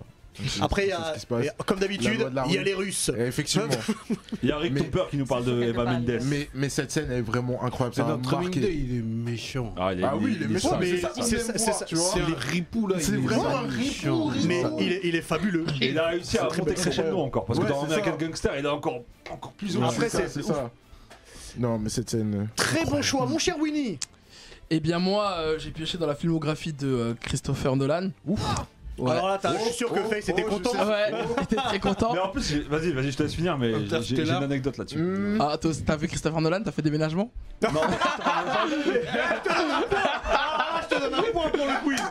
Speaker 1: Après, il y
Speaker 6: C'est
Speaker 1: a-
Speaker 6: ce qui se passe.
Speaker 1: et comme
Speaker 6: La
Speaker 1: d'habitude,
Speaker 6: loi de la
Speaker 1: il y a
Speaker 6: rue.
Speaker 1: les Russes.
Speaker 6: Et Effectivement.
Speaker 4: Il y a Rick
Speaker 6: Mais-
Speaker 4: Topper qui nous parle
Speaker 7: C'est
Speaker 4: de
Speaker 7: ça
Speaker 4: Eva
Speaker 7: qu'elle
Speaker 4: Mendes.
Speaker 6: mais, mais cette scène est vraiment incroyable.
Speaker 2: C'est
Speaker 6: Ça m'a
Speaker 2: notre Training
Speaker 6: marqué.
Speaker 2: Day, il est méchant.
Speaker 4: Ah, il est-
Speaker 6: Ah oui,
Speaker 4: il-
Speaker 6: les
Speaker 4: il est
Speaker 6: méchants,
Speaker 4: sale.
Speaker 6: mais
Speaker 1: mais
Speaker 6: c'est ça qu'on
Speaker 1: c'est-
Speaker 6: aime
Speaker 1: c'est-
Speaker 6: voir, tu vois.
Speaker 2: C'est un ripou là. il
Speaker 6: C'est
Speaker 2: est
Speaker 6: vraiment un
Speaker 2: méchant.
Speaker 6: ripou, ripou.
Speaker 1: Mais il est, il est fabuleux.
Speaker 4: Et il a réussi à
Speaker 1: très
Speaker 4: monter
Speaker 1: belle scène.
Speaker 4: crescendo encore parce
Speaker 6: Ouais,
Speaker 4: que dans
Speaker 6: c'est
Speaker 4: American
Speaker 6: ça.
Speaker 4: Gangster, il est encore encore plus au-dessus.
Speaker 1: Après,
Speaker 6: C'est ça,
Speaker 1: c'est-
Speaker 6: c'est ça. Non, mais cette scène.
Speaker 1: Très bon choix, mon cher Winnie.
Speaker 5: Eh bien, moi, euh, j'ai pioché dans la filmographie de euh, Christopher Nolan. Ouf Ah, Ouais.
Speaker 1: Alors là, t'as- je suis sûr que
Speaker 6: oh,
Speaker 1: Faye c'était
Speaker 6: oh, je
Speaker 1: content.
Speaker 6: sais.
Speaker 5: Ah ouais, il était très content.
Speaker 4: Mais en plus, j'ai- vas-y, vas-y, je te laisse finir, mais j'ai- j'ai j'ai une
Speaker 2: Interstellar.
Speaker 4: anecdote là-dessus.
Speaker 6: Hmm.
Speaker 5: Ah, toi, t'as vu Christopher Nolan, t'as fait déménagement
Speaker 4: Non,
Speaker 1: Ah, je te donne un point pour le quiz.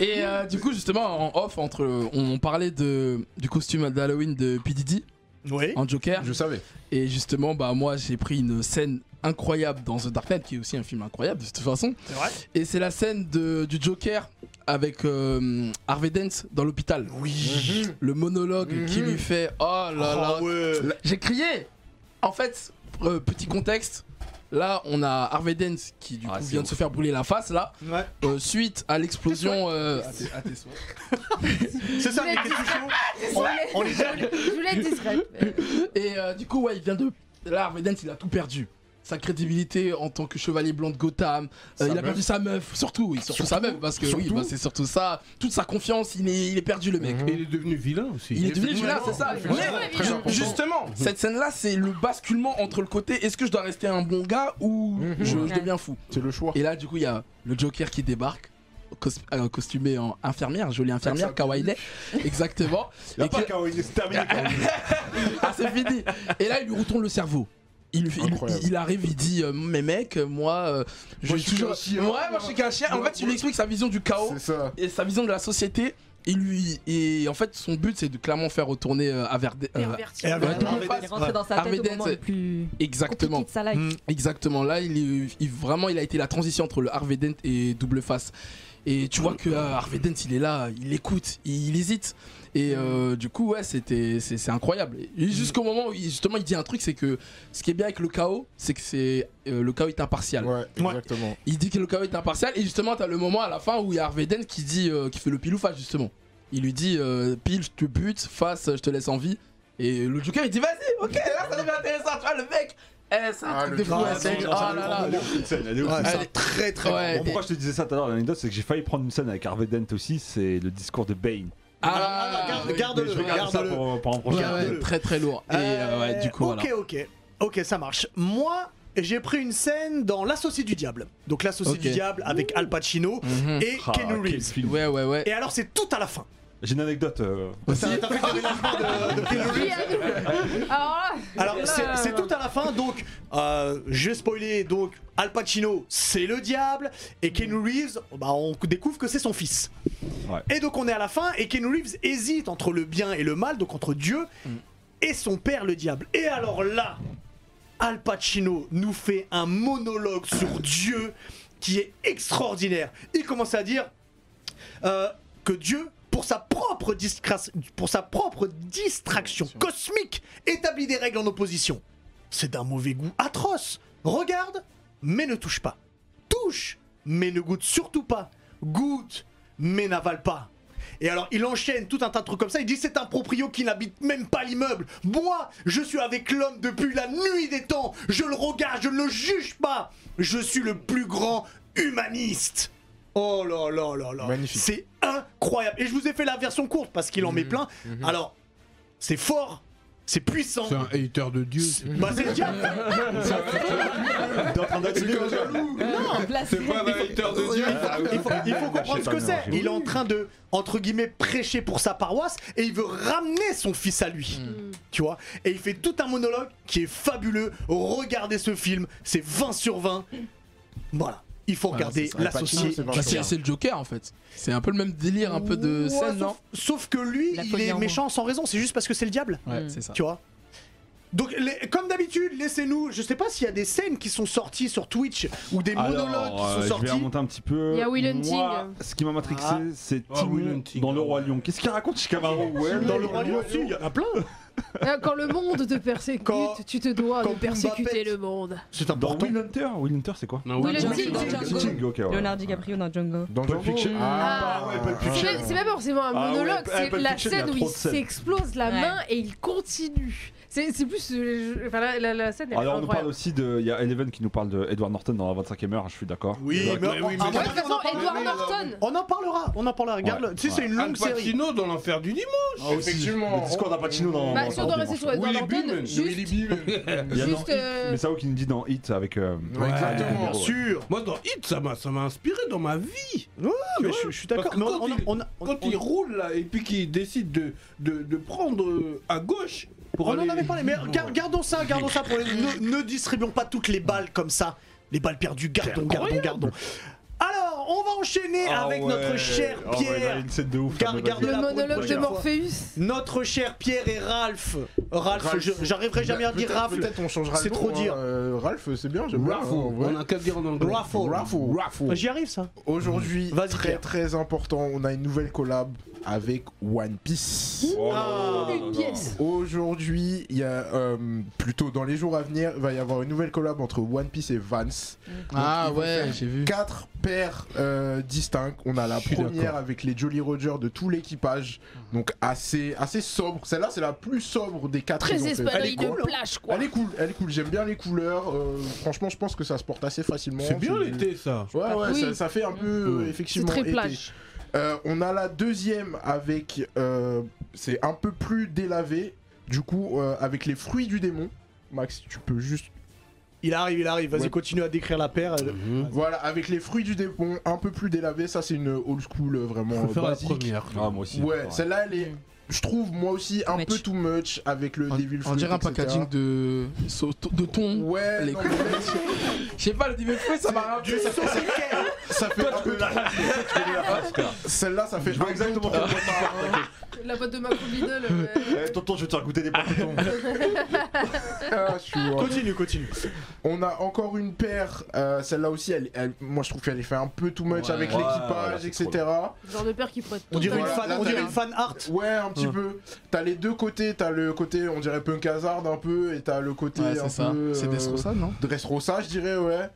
Speaker 5: Et euh, du coup, justement, en off, entre, on, on parlait de, du costume d'Halloween de P. Diddy
Speaker 1: Oui.
Speaker 6: Oh
Speaker 5: en Joker.
Speaker 6: Je savais.
Speaker 5: Et justement, bah moi j'ai pris une scène incroyable dans The Dark Knight, qui est aussi un film incroyable de toute façon.
Speaker 1: C'est vrai.
Speaker 5: Et c'est la scène de, du Joker avec euh, Harvey Dent dans l'hôpital.
Speaker 1: Oui.
Speaker 5: Le monologue qui lui fait Oh là là.
Speaker 1: Ah ouais.
Speaker 5: J'ai crié En fait, euh, petit contexte. Là, on a Harvey Dent qui du
Speaker 4: Ah,
Speaker 5: coup
Speaker 4: c'est
Speaker 5: vient de
Speaker 4: ouf.
Speaker 5: se faire brûler la face là,
Speaker 1: Ouais.
Speaker 5: euh, suite à l'explosion. euh,
Speaker 1: Ah, C'est ça,
Speaker 3: Je voulais
Speaker 1: les questions. On les a.
Speaker 3: Je voulais être discrète. mais-
Speaker 5: Et euh, du coup, ouais, il vient de. Là, Harvey Dent, il a tout perdu. Sa crédibilité en tant que chevalier blanc de Gotham. Euh, il a perdu sa meuf, surtout, oui, surtout, sa meuf, parce que oui,
Speaker 6: surtout.
Speaker 5: bah, c'est surtout ça. Toute sa confiance, il est, il est perdu, le mec.
Speaker 6: Mm-hmm.
Speaker 2: Et il est devenu vilain aussi.
Speaker 5: Il est devenu vilain, c'est ça.
Speaker 3: Ouais, ouais,
Speaker 5: Mais, ju-
Speaker 3: évidemment.
Speaker 6: Euh,
Speaker 5: justement, cette scène-là, c'est le basculement entre le côté est-ce que je dois rester un bon gars ou je, je
Speaker 7: Ouais.
Speaker 5: deviens fou.
Speaker 6: Mhm. C'est le choix.
Speaker 5: Et là, du coup, il y a le Joker qui débarque. cos- euh, costumé en infirmière, jolie infirmière, kawaii lay, exactement.
Speaker 4: il y a
Speaker 5: Et
Speaker 4: pas
Speaker 5: que-
Speaker 4: Kawaii, c'est terminé. Kawaii.
Speaker 5: ah, c'est fini. Et là, il lui retourne le cerveau. Il, lui fait- il,
Speaker 6: Incroyable.
Speaker 5: il arrive, il dit euh, Mais mec, euh, moi, euh, je
Speaker 6: Moi,
Speaker 5: vais
Speaker 6: je suis
Speaker 5: toujours.
Speaker 6: qu'un chien.
Speaker 5: ouais, moi je suis qu'un chien. En
Speaker 6: Moi,
Speaker 5: fait, il lui explique sa vision du chaos
Speaker 6: C'est ça.
Speaker 5: et sa vision de la société. Et, lui, et en fait, son but, c'est de clairement faire retourner euh, à Verde. euh,
Speaker 1: Et
Speaker 7: Ouais,
Speaker 1: avec-
Speaker 5: tout le
Speaker 7: ouais, Il est rentré dans sa
Speaker 5: Harvey
Speaker 7: tête au
Speaker 5: Dent,
Speaker 7: moment
Speaker 5: c'est-
Speaker 7: le plus
Speaker 5: exactement. Hmm.
Speaker 7: compliqué de sa life.
Speaker 1: Mm.
Speaker 5: Exactement. Là, il, est- il- vraiment, il a été la transition entre le Harvey Dent et Double Face. Et tu vois que euh, Harvey Dent, il est là, il écoute, il, il hésite. Et euh, du coup, ouais, c'était, c'est, c'est incroyable. Et jusqu'au moment où il- justement il dit un truc, c'est que ce qui est bien avec le chaos, c'est que c'est, euh, le chaos est impartial.
Speaker 6: Ouais, exactement.
Speaker 5: Il dit que le chaos est impartial. Et justement, t'as le moment à la fin où il y a Harvey Dent qui, dit, euh, qui fait le pile ou face, justement. Il lui dit euh, pile, je te bute, face, je te laisse en vie. Et le Joker, il dit vas-y, ok, là ça devient intéressant. Tu vois, le mec, eh, c'est un
Speaker 6: Ah,
Speaker 5: truc
Speaker 6: le
Speaker 5: de fou,
Speaker 1: gars,
Speaker 5: ouais,
Speaker 1: non,
Speaker 5: c'est-
Speaker 1: non, non,
Speaker 5: oh là
Speaker 1: le
Speaker 5: là.
Speaker 1: grand
Speaker 4: Elle est ouf, cette scène, elle est ouf.
Speaker 1: Ouais,
Speaker 5: Allez.
Speaker 1: c'est très très
Speaker 5: Ouais,
Speaker 1: bon.
Speaker 4: Bon, Pourquoi je te disais ça tout à l'heure L'anecdote, c'est que j'ai failli prendre une scène avec Harvey Dent aussi, c'est le discours de Bane.
Speaker 1: Ah,
Speaker 5: Ah,
Speaker 1: garde-
Speaker 5: oui.
Speaker 1: Garde-le,
Speaker 4: Mais je vais garder ça
Speaker 1: garde-le.
Speaker 4: pour, pour un
Speaker 5: Ouais,
Speaker 4: prochain.
Speaker 5: ouais,
Speaker 1: le-
Speaker 5: très très lourd. Et euh, ouais, du coup,
Speaker 1: ok,
Speaker 5: voilà.
Speaker 1: ok, ok, ça marche. Moi, j'ai pris une scène dans L'associé du diable. Donc l'associé
Speaker 5: Ok.
Speaker 1: du diable avec Al Pacino
Speaker 6: Mm.
Speaker 5: Mhm.
Speaker 1: et
Speaker 4: Ah,
Speaker 1: Keanu
Speaker 4: quel
Speaker 1: Reeves.
Speaker 4: film.
Speaker 5: Ouais, ouais, ouais.
Speaker 1: Et alors c'est tout à la fin.
Speaker 4: J'ai une anecdote. euh,
Speaker 5: Aussi.
Speaker 1: T'as t'as fait le déménagement de, de Keanu Reeves
Speaker 3: Qui a dit- Alors là,
Speaker 1: Alors
Speaker 3: Ah, là,
Speaker 1: c'est-
Speaker 3: là,
Speaker 1: c'est
Speaker 3: là.
Speaker 1: tout à la fin. Donc euh, je vais spoiler. Donc Al Pacino c'est le diable et Keanu Reeves, bah, on découvre que c'est son fils.
Speaker 4: Ouais.
Speaker 1: Et donc on est à la fin et Keanu Reeves hésite entre le bien et le mal, donc entre Dieu et son père le diable. Et alors là, Al Pacino nous fait un monologue sur Dieu qui est extraordinaire. Il commence à dire euh, que Dieu, pour sa propre, discra- pour sa propre distraction cosmique, établit des règles en opposition. C'est d'un mauvais goût atroce. Regarde, mais ne touche pas. Touche, mais ne goûte surtout pas. Goûte, mais n'avale pas. Et alors, il enchaîne tout un tas de trucs comme ça. Il dit c'est un proprio qui n'habite même pas l'immeuble. Moi, je suis avec l'homme depuis la nuit des temps. Je le regarde, je ne le juge pas. Je suis le plus grand humaniste. Oh là là là là.
Speaker 6: Magnifique.
Speaker 1: C'est
Speaker 2: Mmh.
Speaker 1: incroyable. Et je vous ai fait la version courte parce qu'il en met plein. Alors, c'est fort, C'est puissant.
Speaker 2: C'est un hater de Dieu.
Speaker 1: Bah c'est le diable.
Speaker 4: T'es en train d'accuser les gens.
Speaker 7: Non, place.
Speaker 2: C'est pas un hater de Dieu.
Speaker 1: Il faut, il faut comprendre ce que c'est. Il est en train de, entre guillemets, prêcher pour sa paroisse et il veut ramener son fils à lui. Tu vois Et il fait tout un monologue qui est fabuleux. Regardez ce film, c'est 20 sur 20. Voilà. Il faut regarder
Speaker 6: c'est ça.
Speaker 1: l'associé.
Speaker 6: Pacino, c'est 20
Speaker 5: Bah, c'est c'est le Joker en fait. C'est un peu le même délire, un peu de
Speaker 1: Ouais,
Speaker 5: scène, non
Speaker 1: sauf, sauf que lui,
Speaker 7: La
Speaker 1: il
Speaker 7: folie
Speaker 1: est
Speaker 7: en
Speaker 1: méchant sans raison, c'est juste parce que c'est le diable.
Speaker 5: Ouais, c'est ça.
Speaker 1: Tu vois donc, les- comme d'habitude, laissez-nous. Je sais pas s'il y a des scènes qui sont sorties sur Twitch ou des monologues
Speaker 4: Alors,
Speaker 1: qui
Speaker 4: euh,
Speaker 1: sont
Speaker 4: Je vais
Speaker 1: sortis.
Speaker 4: remonter un petit peu.
Speaker 3: Il y a Will Hunting.
Speaker 4: Moi, ce qui m'a matrixé,
Speaker 1: Ah.
Speaker 4: c'est
Speaker 2: Ah, Will
Speaker 4: Timon
Speaker 2: Hunting.
Speaker 4: dans Le Roi Lion. Qu'est-ce qu'il raconte, Chicamaro Ouais,
Speaker 1: Dans le roi lion, si, il y en a plein.
Speaker 3: Ah, Quand le monde te persécute,
Speaker 1: Quand-
Speaker 3: tu te dois
Speaker 1: quand
Speaker 3: de persécuter
Speaker 1: Mbappé- Ah,
Speaker 3: le monde.
Speaker 1: C'est
Speaker 4: Dans
Speaker 1: important.
Speaker 4: Will Hunter Will Hunter, c'est quoi
Speaker 2: Non,
Speaker 7: Oui,
Speaker 2: ouais,
Speaker 7: le
Speaker 2: non, non,
Speaker 7: Dieu, le
Speaker 2: non,
Speaker 7: Dieu.
Speaker 2: non.
Speaker 4: Hunting, ok, ouais.
Speaker 7: Leonardo DiCaprio dans Django.
Speaker 6: Dans Pulp Fiction
Speaker 3: Ah.
Speaker 6: bah ouais, Pulp
Speaker 3: C'est même- C'est même pas forcément un
Speaker 4: Ah ouais,
Speaker 3: monologue,
Speaker 4: ouais,
Speaker 3: c'est
Speaker 4: Pulp
Speaker 3: la
Speaker 4: Fiction, il y a
Speaker 3: scène où
Speaker 4: trop
Speaker 3: il
Speaker 4: de scènes.
Speaker 3: s'explose la
Speaker 7: Ouais.
Speaker 3: main et il continue. C'est c'est plus. euh, je- Enfin, la, la- la scène elle est
Speaker 4: Alors, Ah, on nous parle
Speaker 3: incroyable.
Speaker 4: aussi de. Il y a Eleven qui nous parle de Edward Norton dans la 25ème heure, je suis d'accord.
Speaker 1: Oui, mais,
Speaker 2: Ouais, oui,
Speaker 1: ah,
Speaker 2: mais-
Speaker 1: ouais,
Speaker 3: Ouais, de toute
Speaker 1: on en
Speaker 3: façon,
Speaker 1: parle-
Speaker 3: Edward Norton.
Speaker 1: On en parlera, on en parlera. Regarde,
Speaker 4: Ouais.
Speaker 1: le- tu sais, c'est une
Speaker 2: Al
Speaker 1: longue série.
Speaker 2: Pacino dans l'enfer du dimanche.
Speaker 6: Effectivement.
Speaker 4: Ah Le discours d'un Pacino dans.
Speaker 3: Bah, si on
Speaker 4: dans
Speaker 3: doit rester sur Edward
Speaker 2: Willy
Speaker 3: Norton,
Speaker 2: Beeman,
Speaker 3: juste.
Speaker 4: Il y a dans
Speaker 3: Juste,
Speaker 4: Hit,
Speaker 3: euh,
Speaker 4: mais ça qui nous dit dans Hit avec. euh,
Speaker 6: Ouais, exactement.
Speaker 1: Bien sûr.
Speaker 2: Moi, dans Hit, ça m'a ça m'a inspiré dans ma vie.
Speaker 1: Ah, mais je, je suis d'accord.
Speaker 2: Parce que
Speaker 1: Mais
Speaker 2: quand
Speaker 1: on, on-
Speaker 2: il-
Speaker 1: on- on-
Speaker 2: Quand
Speaker 1: on-
Speaker 2: il roule là et puis qu'il décide de, de, de prendre euh, à gauche pour
Speaker 1: on
Speaker 2: aller.
Speaker 1: en avait parlé. Mais gar- gardons ça, gardons ça. Pour les- ne, ne distribuons pas toutes les balles comme ça. Les balles perdues, gardons, gardons, gardons. Alors, on va enchaîner
Speaker 4: Ah
Speaker 1: avec
Speaker 4: ouais.
Speaker 1: notre cher
Speaker 4: Ah ouais, il a
Speaker 1: Pierre.
Speaker 4: une scène de ouf.
Speaker 1: Gar-
Speaker 4: là, mais
Speaker 1: garde-
Speaker 4: vas-y.
Speaker 3: Le
Speaker 1: là pour une
Speaker 3: monologue de
Speaker 1: prochaine fois.
Speaker 3: Morpheus.
Speaker 1: Notre cher Pierre et Ralph. Ralph,
Speaker 6: Ralph.
Speaker 1: je- j'arriverai jamais à dire
Speaker 6: Peut-être-
Speaker 1: Ralph.
Speaker 6: Peut-être on changera
Speaker 1: C'est
Speaker 6: le nom,
Speaker 1: trop dire.
Speaker 6: hein. Euh, Ralph, c'est bien, j'aime bien.
Speaker 2: Raffle.
Speaker 6: hein, en vrai.
Speaker 2: On a qu'à dire en anglais.
Speaker 1: Raffle.
Speaker 6: Raffle.
Speaker 1: J'y arrive ça.
Speaker 6: Aujourd'hui,
Speaker 1: Vas-y,
Speaker 6: très
Speaker 1: Pierre.
Speaker 6: très important, on a une nouvelle collab avec One Piece.
Speaker 4: Oh, non, non, non,
Speaker 3: Une
Speaker 4: non.
Speaker 3: pièce.
Speaker 6: Aujourd'hui, il y a euh, plutôt dans les jours à venir, il va y avoir une nouvelle collab entre One Piece et Vance.
Speaker 5: Ah
Speaker 6: ils vont
Speaker 5: ouais,
Speaker 6: faire
Speaker 5: j'ai vu.
Speaker 6: Quatre paires euh, distinctes. On a la
Speaker 2: suis
Speaker 6: première
Speaker 2: d'accord.
Speaker 6: avec les Jolly Rogers de tout l'équipage, donc assez assez sobre. Celle-là, c'est la plus sobre des quatre. qu'ils
Speaker 3: Très
Speaker 6: ont fait.
Speaker 3: espadrille
Speaker 6: Elle est cool.
Speaker 3: de plage, quoi.
Speaker 6: Elle est cool, elle est cool. J'aime bien les couleurs. euh, franchement, je pense que ça se porte assez facilement.
Speaker 2: C'est bien
Speaker 6: C'est-
Speaker 2: l'été, ça.
Speaker 6: Ouais, ouais,
Speaker 3: Oui.
Speaker 6: ça, ça fait un peu euh,
Speaker 3: C'est
Speaker 6: effectivement
Speaker 3: très
Speaker 6: été.
Speaker 3: plage.
Speaker 6: Euh, on a la deuxième avec. euh, c'est un peu plus délavé. Du coup, euh, avec les fruits du démon. Max, tu peux juste.
Speaker 1: Il arrive, il arrive. Vas-y,
Speaker 6: Ouais.
Speaker 1: continue à décrire la paire. Elle-
Speaker 6: Voilà, avec les fruits du démon, un peu plus délavé. Ça, c'est une old school euh, vraiment
Speaker 2: On
Speaker 6: euh,
Speaker 2: faire la
Speaker 6: basique.
Speaker 2: première.
Speaker 4: Ah, moi aussi.
Speaker 6: Ouais, celle-là, elle est. Je trouve moi aussi un
Speaker 7: Too
Speaker 6: peu
Speaker 7: much.
Speaker 6: too much avec le
Speaker 5: On,
Speaker 6: Devil
Speaker 5: on
Speaker 6: Fruit.
Speaker 5: dirait un
Speaker 6: etc..
Speaker 5: packaging de, so- de thon.
Speaker 6: Ouais,
Speaker 5: Les
Speaker 6: non,
Speaker 5: couilles. Je sais pas, le Devil Fruit, ça m'a rappelé.
Speaker 1: Du sauce
Speaker 6: mais ça fait un peu trop. Celle-là, ça fait.
Speaker 4: Je vois
Speaker 6: un
Speaker 4: exactement
Speaker 6: peu trop.
Speaker 4: quel point tu parles, t'inquiète.
Speaker 3: La boîte de Macron Lidl. euh,
Speaker 4: Eh, Tonton, je vais te faire goûter des papillons.
Speaker 6: Ah, je suis-
Speaker 1: Continue, continue.
Speaker 6: On a encore une paire, euh, celle-là aussi, elle, elle- moi je trouve qu'elle est fait un peu too much
Speaker 5: Ouais.
Speaker 6: avec
Speaker 4: Ouais,
Speaker 6: l'équipage,
Speaker 4: ouais, c'est
Speaker 6: etc.
Speaker 3: Genre de père qui pourrait
Speaker 1: On dirait une
Speaker 6: Voilà,
Speaker 1: fan,
Speaker 6: là,
Speaker 1: on
Speaker 6: t'as
Speaker 1: dirait
Speaker 6: un-
Speaker 1: une fan art.
Speaker 6: Ouais, un petit peu. T'as les deux côtés, t'as le côté, on dirait punk hazard un peu, et t'as le côté
Speaker 5: Ouais,
Speaker 6: un
Speaker 5: c'est ça.
Speaker 6: peu.
Speaker 5: C'est
Speaker 6: euh,
Speaker 5: Dressrosa, non
Speaker 6: Dressrosa, je dirais, ouais.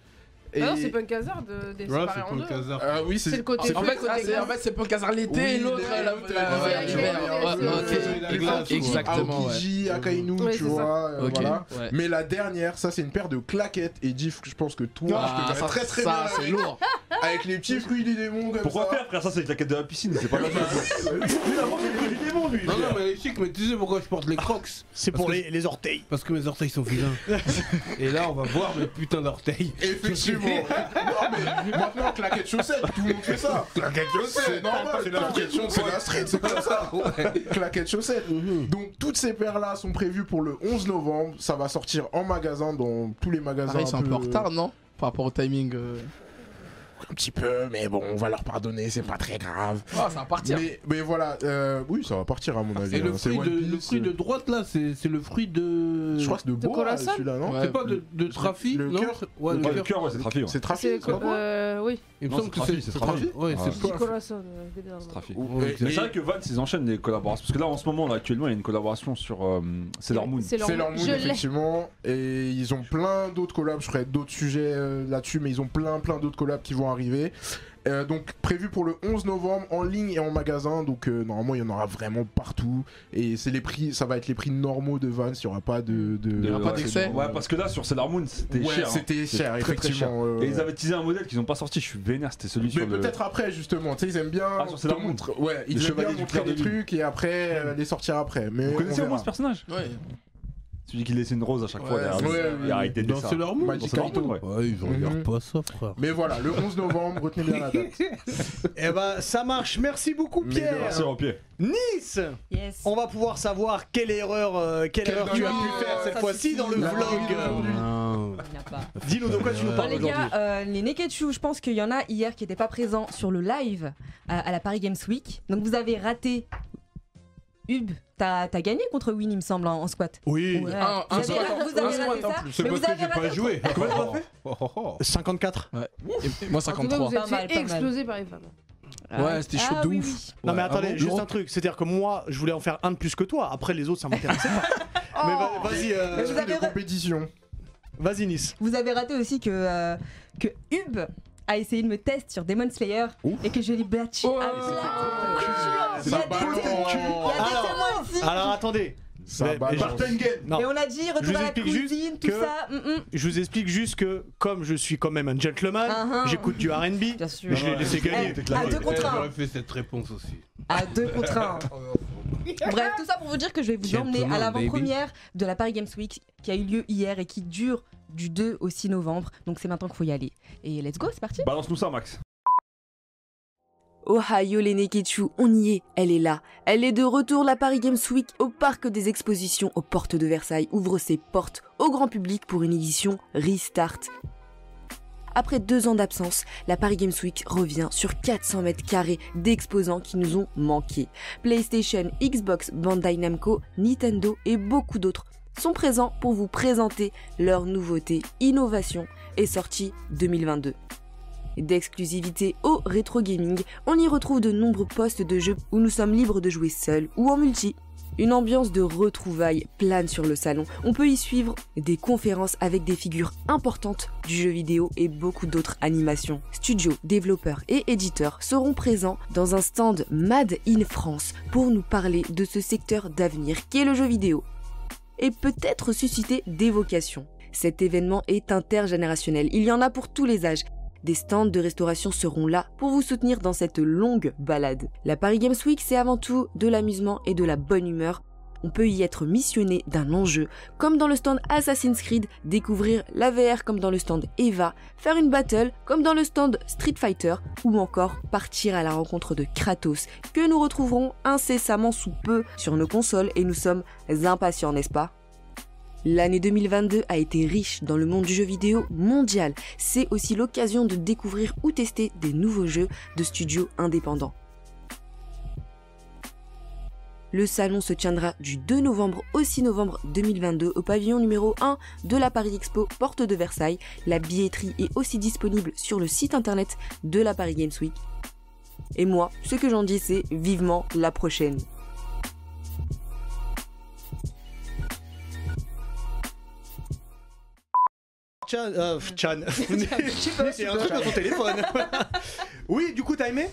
Speaker 6: Et-
Speaker 3: Ah non, c'est Punk Hazard euh, des
Speaker 2: Ouais,
Speaker 3: séparés
Speaker 2: c'est
Speaker 3: en
Speaker 2: pour le
Speaker 3: deux. hein.
Speaker 2: casar.
Speaker 6: Ah oui,
Speaker 3: C'est le
Speaker 6: c'est.
Speaker 3: côté
Speaker 5: En
Speaker 3: bleu,
Speaker 5: fait,
Speaker 3: côté
Speaker 5: ah, c'est-
Speaker 3: glace.
Speaker 5: en fait, c'est pour casar l'été
Speaker 6: Oui,
Speaker 5: et l'autre
Speaker 6: l'hiver,
Speaker 5: la-
Speaker 6: l'autre,
Speaker 5: la-
Speaker 6: l'hiver,
Speaker 3: l'hiver,
Speaker 5: ouais, l'hiver. euh,
Speaker 3: l'hiver,
Speaker 5: Ouais,
Speaker 2: l'hiver,
Speaker 5: ok.
Speaker 2: l'hiver.
Speaker 5: Exact- Exactement, ouais.
Speaker 6: Aokiji, Akainu,
Speaker 3: Ouais, c'est
Speaker 6: tu
Speaker 3: ça.
Speaker 6: vois, euh,
Speaker 5: Ok.
Speaker 6: voilà.
Speaker 5: Ouais.
Speaker 6: Mais la dernière, ça c'est une paire de claquettes et diff, je pense que toi,
Speaker 5: Ah,
Speaker 6: je te
Speaker 5: ça,
Speaker 6: verrais très très
Speaker 5: ça,
Speaker 6: bien
Speaker 5: c'est
Speaker 6: avec,
Speaker 5: lourd.
Speaker 6: avec les petits fruits du démon comme
Speaker 4: Pourquoi
Speaker 6: ça.
Speaker 4: faire, frère Ça, c'est avec la quête de la piscine, c'est pas la même. Lui, d'abord, c'est le fruit du démon, lui.
Speaker 2: Non, non, mais elle est chic, mais tu sais pourquoi je porte les crocs
Speaker 1: C'est pour
Speaker 2: Parce
Speaker 1: les, les orteils.
Speaker 2: Parce que mes orteils sont vilains. et là, on va voir mes putains d'orteils.
Speaker 6: Effectivement. non, mais maintenant, claquette chaussette, tout le monde fait ça. Claquette chaussette, c'est normal. C'est la question, c'est la street, c'est comme ça. Claquette chaussette. Donc, toutes ces paires-là sont prévues pour le 11 novembre. Ça va sortir en magasin, dans tous les magasins.
Speaker 5: Pareil, ils sont un peu en retard, non Par rapport au timing. euh.
Speaker 6: Un petit peu, mais bon, on va leur pardonner, c'est pas très grave.
Speaker 5: Ah, ça va partir.
Speaker 6: Mais, mais voilà, euh, oui, ça va partir à mon avis.
Speaker 2: Et le
Speaker 6: hein. C'est
Speaker 2: fruit, de,
Speaker 6: One Piece,
Speaker 2: le fruit de droite là, c'est c'est le fruit de.
Speaker 6: Je crois que c'est de,
Speaker 3: De
Speaker 6: bois,
Speaker 3: Colossal
Speaker 6: celui-là, non
Speaker 5: Ouais.
Speaker 2: C'est pas de, de trafic,
Speaker 6: le
Speaker 2: non
Speaker 6: cœur
Speaker 2: Ouais,
Speaker 4: Ouais,
Speaker 2: le
Speaker 4: le
Speaker 2: cœur.
Speaker 4: cœur, ouais, c'est trafic. ouais.
Speaker 6: C'est
Speaker 3: C'est
Speaker 6: trafic, hein. c'est
Speaker 3: quoi euh, Oui,
Speaker 2: Il me
Speaker 4: Non,
Speaker 2: semble
Speaker 4: c'est
Speaker 2: que c'est
Speaker 4: trafic, c'est
Speaker 2: c'est trafic.
Speaker 4: trafic.
Speaker 2: Ouais,
Speaker 4: Ouais.
Speaker 2: c'est quoi
Speaker 3: Nicolas. euh, Bédard.
Speaker 4: Trafic.
Speaker 2: Ouais,
Speaker 4: Mais
Speaker 2: mais-
Speaker 4: c'est vrai que Vance ils enchaînent les collaborations parce que là en ce moment là, actuellement il y a une collaboration sur euh, Sailor Moon.
Speaker 3: C'est
Speaker 6: C'est
Speaker 3: leur
Speaker 6: leur mood,
Speaker 3: Je l'ai.
Speaker 6: effectivement. Et ils ont plein d'autres collabs. Je ferai d'autres sujets euh, là-dessus, mais ils ont plein, plein d'autres collabs qui vont arriver. Euh, donc prévu pour le 11 novembre en ligne et en magasin. Donc euh, normalement il y en aura vraiment partout. Et c'est les prix, ça va être les prix normaux de Vans. Il n'y aura pas de, de-
Speaker 5: Il y aura pas
Speaker 6: Ouais,
Speaker 5: d'excès
Speaker 6: c'est-
Speaker 4: Ouais, parce que là, sur Sailor Moon, c'était
Speaker 6: Ouais,
Speaker 4: cher. hein.
Speaker 6: C'était cher,
Speaker 4: très, très cher.
Speaker 6: effectivement. euh,
Speaker 4: Et ils avaient teasé un modèle qu'ils n'ont pas sorti, je suis vénère, c'était celui
Speaker 6: Mais
Speaker 4: sur le.
Speaker 6: peut-être après justement, tu sais ils aiment bien
Speaker 4: Ah, sur
Speaker 6: te
Speaker 4: Sailor Moon.
Speaker 6: montrer- ouais, ils
Speaker 4: Les
Speaker 6: aiment bien
Speaker 4: Chevaliers du
Speaker 6: montrer
Speaker 4: Clair de
Speaker 6: des
Speaker 4: Lune.
Speaker 6: trucs et après euh, les sortir après. Mais
Speaker 4: Vous connaissez
Speaker 6: on
Speaker 4: au moins ce
Speaker 6: verra.
Speaker 4: personnage
Speaker 5: Ouais.
Speaker 4: Celui qui laissait une rose à chaque
Speaker 5: Ouais,
Speaker 4: fois derrière
Speaker 5: c'est
Speaker 4: lui.
Speaker 6: ça,
Speaker 4: Il
Speaker 6: ouais.
Speaker 4: arrêtait de
Speaker 2: Dans
Speaker 4: ça.
Speaker 2: Sailor Moon
Speaker 4: Dans Sailor Moon, ouais.
Speaker 2: Ouais, ils
Speaker 6: Mhm.
Speaker 2: regardent pas ça, frère.
Speaker 6: Mais voilà, le 11 novembre, retenez bien la date.
Speaker 1: Eh ben, ça marche. Merci beaucoup,
Speaker 6: Mais de rien.
Speaker 1: Pierre.
Speaker 4: Merci, au pied.
Speaker 1: Nice.
Speaker 3: Yes.
Speaker 1: On va pouvoir savoir quelle erreur, euh, quelle
Speaker 6: Quelle
Speaker 1: erreur tu as
Speaker 6: erreur.
Speaker 1: pu faire cette
Speaker 3: Ça
Speaker 1: fois-ci
Speaker 3: suffit.
Speaker 1: dans le
Speaker 6: La
Speaker 1: vlog.
Speaker 6: vidéo d'aujourd'hui.
Speaker 3: Il n'y a pas.
Speaker 1: Dis-nous de quoi tu nous
Speaker 3: Bon,
Speaker 1: parles
Speaker 3: les
Speaker 1: aujourd'hui.
Speaker 3: gars, euh, les Neketsu, je pense qu'il y en a hier qui n'étaient pas présents sur le live euh, à la Paris Games Week. Donc vous avez raté. Hub, t'as t'as gagné contre Win, il me semble, en, en squat.
Speaker 1: Oui.
Speaker 3: Ouais.
Speaker 7: Ah,
Speaker 5: Un- un
Speaker 3: vous avez,
Speaker 5: squat en-
Speaker 3: vous avez
Speaker 5: un
Speaker 3: raté
Speaker 5: squat en
Speaker 3: ça
Speaker 5: plus.
Speaker 2: C'est
Speaker 3: Mais
Speaker 2: parce
Speaker 3: vous
Speaker 2: que
Speaker 3: avez
Speaker 2: j'ai pas
Speaker 3: raté-
Speaker 2: joué. Comment t'as fait oh, oh, oh.
Speaker 1: 54.
Speaker 5: Et moi
Speaker 10: En tout cas,
Speaker 5: 53.
Speaker 10: vous
Speaker 3: Pas mal,
Speaker 10: êtes
Speaker 3: pas mal.
Speaker 10: explosé par les femmes.
Speaker 5: Ouais, c'était chaud
Speaker 3: Ah
Speaker 5: de
Speaker 3: oui,
Speaker 5: ouf.
Speaker 3: oui.
Speaker 1: Non
Speaker 5: Ouais,
Speaker 1: mais
Speaker 5: ah
Speaker 1: attendez,
Speaker 5: bon
Speaker 1: juste
Speaker 5: Laurent
Speaker 1: un truc, c'est-à-dire que moi, je voulais en faire un de plus que toi. Après les autres, ça m'intéressait pas. Mais
Speaker 3: Oh.
Speaker 1: va- vas-y, euh,
Speaker 3: Mais vous avez
Speaker 6: de
Speaker 3: re-
Speaker 6: compétition.
Speaker 1: vas-y Nice.
Speaker 3: Vous avez raté aussi que, euh, que Hub a essayé de me test sur Demon Slayer et que je l'ai battu.
Speaker 5: Oh.
Speaker 3: Ah, putain.
Speaker 6: C'est
Speaker 3: Il y a
Speaker 6: pas
Speaker 3: des- il
Speaker 6: ballon.
Speaker 3: y a des
Speaker 1: Alors.
Speaker 3: témoins ici.
Speaker 1: Alors attendez,
Speaker 6: Ça
Speaker 1: Mais- mais
Speaker 6: balance.
Speaker 1: je- non.
Speaker 3: Et on a dit
Speaker 1: Je vous
Speaker 3: retour à la
Speaker 1: explique juste
Speaker 3: cuisine, tout
Speaker 1: que-
Speaker 3: ça. mm, mm.
Speaker 1: je vous explique juste que comme je suis quand même un gentleman,
Speaker 3: Ah, ah.
Speaker 1: j'écoute du R&B.
Speaker 3: Bien sûr.
Speaker 1: Je l'ai laissé gagner. Ah,
Speaker 3: Eh, à deux contre un.
Speaker 2: J'aurais fait cette réponse aussi.
Speaker 3: à deux contre un. Bref, tout ça pour vous dire que je vais vous emmener à l'avant-première de la Paris Games Week qui a eu lieu hier et qui dure du 2 au 6 novembre. Donc c'est maintenant qu'il faut y aller. Et let's go, c'est parti.
Speaker 4: Balance-nous ça, Max.
Speaker 7: Ohio les Neketsu, on y est, elle est là. Elle est de retour la Paris Games Week au parc des expositions aux portes de Versailles ouvre ses portes au grand public pour une édition Restart. Après deux ans d'absence, la Paris Games Week revient sur 400 mètres carrés d'exposants qui nous ont manqué. PlayStation, Xbox, Bandai Namco, Nintendo et beaucoup d'autres sont présents pour vous présenter leurs nouveautés, innovations et sorties 2022. D'exclusivité au rétro gaming, on y retrouve de nombreux postes de jeu où nous sommes libres de jouer seuls ou en multi. Une ambiance de retrouvailles plane sur le salon. On peut y suivre des conférences avec des figures importantes du jeu vidéo et beaucoup d'autres animations. Studios, développeurs et éditeurs seront présents dans un stand Mad in France pour nous parler de ce secteur d'avenir qu'est le jeu vidéo et peut-être susciter des vocations. Cet événement est intergénérationnel. Il y en a pour tous les âges. Des stands de restauration seront là pour vous soutenir dans cette longue balade. La Paris Games Week, c'est avant tout de l'amusement et de la bonne humeur. On peut y être missionné d'un enjeu, comme dans le stand Assassin's Creed, découvrir la VR comme dans le stand Eva, faire une battle comme dans le stand Street Fighter, ou encore partir à la rencontre de Kratos, que nous retrouverons incessamment sous peu sur nos consoles et nous sommes impatients, n'est-ce pas L'année 2022 a été riche dans le monde du jeu vidéo mondial. C'est aussi l'occasion de découvrir ou tester des nouveaux jeux de studios indépendants. Le salon se tiendra du 2 novembre au 6 novembre 2022 au pavillon numéro 1 de la Paris Expo, porte de Versailles. La billetterie est aussi disponible sur le site internet de la Paris Games Week. Et moi, ce que j'en dis, c'est vivement la prochaine.
Speaker 1: Chan, euh,
Speaker 3: Ah.
Speaker 1: Chan. c'est un truc dans ton téléphone. oui, du coup t'as aimé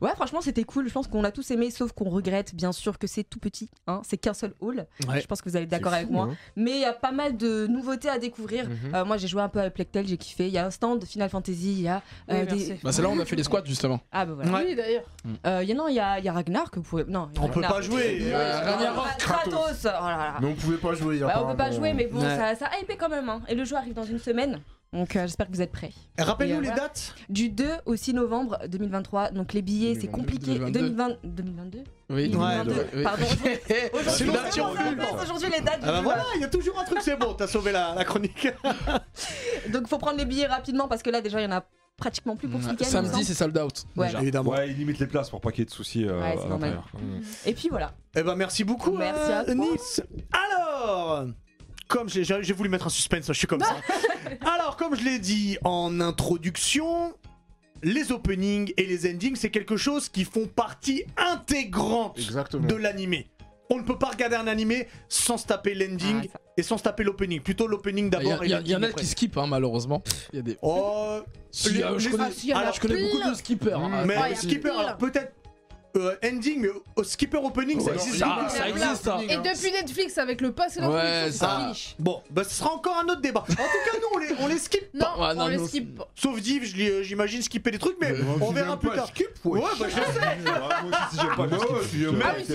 Speaker 3: Ouais, franchement, c'était cool. Je pense qu'on a tous aimé, sauf qu'on regrette, bien sûr, que c'est tout petit. hein. C'est qu'un seul hall.
Speaker 1: Ouais. hein.
Speaker 3: Je pense que vous allez être d'accord avec moi. Mais il y a pas mal de nouveautés à découvrir.
Speaker 1: Mhm.
Speaker 3: Euh, moi, j'ai joué un peu à Plectel, j'ai kiffé. Il y a un stand Final Fantasy, il y a euh,
Speaker 10: Oui,
Speaker 3: des-
Speaker 10: merci.
Speaker 5: Bah, c'est là où on a fait les squats justement.
Speaker 3: Ah bah voilà.
Speaker 10: Oui, d'ailleurs.
Speaker 3: Euh, il y a- non, il y a, il y a Ragnar que vous pouvez. Non, il y a
Speaker 1: On peut
Speaker 3: Ragnar.
Speaker 1: pas jouer.
Speaker 5: Euh, Ragnarok.
Speaker 3: Kratos. Oh là là.
Speaker 6: Mais on pouvait pas jouer.
Speaker 3: Bah, on peut pas
Speaker 6: apparemment.
Speaker 3: jouer, mais bon,
Speaker 1: Ouais.
Speaker 3: ça, ça a hypé quand même. hein. Et le jeu arrive dans une semaine. Donc euh, j'espère que vous êtes prêts.
Speaker 1: Rappelle-nous
Speaker 3: Et
Speaker 1: les
Speaker 3: voilà.
Speaker 1: dates.
Speaker 3: Du 2 au 6 novembre 2023. Donc les billets, c'est
Speaker 6: 2022.
Speaker 3: compliqué.
Speaker 5: 2022.
Speaker 3: 2020 2022
Speaker 5: Oui.
Speaker 1: Ouais,
Speaker 3: 2022.
Speaker 5: oui.
Speaker 3: Pardon.
Speaker 1: C'est
Speaker 3: Aujourd'hui,
Speaker 1: là que tu
Speaker 3: c'est bon, ça
Speaker 1: reviens.
Speaker 3: avance. Aujourd'hui, les dates. du
Speaker 1: Ah bah
Speaker 3: jeu.
Speaker 1: voilà, il y a toujours un truc, c'est bon, t'as sauvé la, la chronique.
Speaker 3: Donc faut prendre les billets rapidement parce que là déjà il y en a pratiquement plus pour ce week-end. il me
Speaker 7: hein.
Speaker 5: Samedi,
Speaker 3: semble.
Speaker 5: c'est sold out.
Speaker 3: Ouais.
Speaker 5: déjà.
Speaker 1: Évidemment.
Speaker 4: Ouais, il limite les places pour pas qu'il y ait de soucis euh,
Speaker 3: Ouais, c'est
Speaker 4: à
Speaker 3: normal.
Speaker 4: l'intérieur.
Speaker 3: Et puis voilà.
Speaker 1: Eh ben merci beaucoup
Speaker 3: Merci
Speaker 1: euh,
Speaker 3: à toi.
Speaker 1: Nice. Alors, comme j'ai j'ai- j'ai voulu mettre un suspense, je suis comme ça. Alors, comme je l'ai dit en introduction, les openings et les endings, c'est quelque chose qui font partie intégrante
Speaker 6: Exactement.
Speaker 1: de l'animé. On ne peut pas regarder un animé sans se taper l'ending
Speaker 3: Ah, ça-
Speaker 1: et sans se taper l'opening. Plutôt l'opening
Speaker 5: Il y,
Speaker 1: d'abord.
Speaker 5: a-
Speaker 1: et
Speaker 5: il y a-
Speaker 1: le
Speaker 5: il y en a
Speaker 1: après.
Speaker 5: qui skippent, hein, malheureusement. Il y a des.
Speaker 1: Oh,
Speaker 5: Si,
Speaker 1: les-
Speaker 5: euh, je
Speaker 1: les-
Speaker 5: connais,
Speaker 1: ah,
Speaker 3: si, il y en a
Speaker 5: alors, je connais
Speaker 3: plein.
Speaker 5: beaucoup de skippers. hein.
Speaker 1: mais
Speaker 3: Ah, il y a
Speaker 1: skipper,
Speaker 3: pile.
Speaker 1: alors peut-être euh, ending, mais au- skipper opening, ça
Speaker 5: Ouais,
Speaker 1: existe.
Speaker 3: Ah,
Speaker 5: ça-
Speaker 1: pas.
Speaker 5: ça existe, ça.
Speaker 3: hein. Et depuis Netflix avec le pass et
Speaker 5: Ouais,
Speaker 3: l'introduction,
Speaker 5: ça.
Speaker 3: c'est finish.
Speaker 1: Bon, bah ce sera encore un autre débat. En tout cas, nous on les, on les skip.
Speaker 3: Non,
Speaker 5: Ouais, Bah, non,
Speaker 3: on les
Speaker 5: nous,
Speaker 3: skip. pas.
Speaker 1: Sauf Div, je l'ai- euh, j'imagine skipper des trucs, mais
Speaker 2: Euh,
Speaker 1: on
Speaker 2: tu
Speaker 1: verra
Speaker 2: l'aimes
Speaker 1: plus
Speaker 2: pas,
Speaker 1: tard.
Speaker 2: skip,
Speaker 1: ouais,
Speaker 2: ouais.
Speaker 1: bah je sais.
Speaker 3: Ah oui, si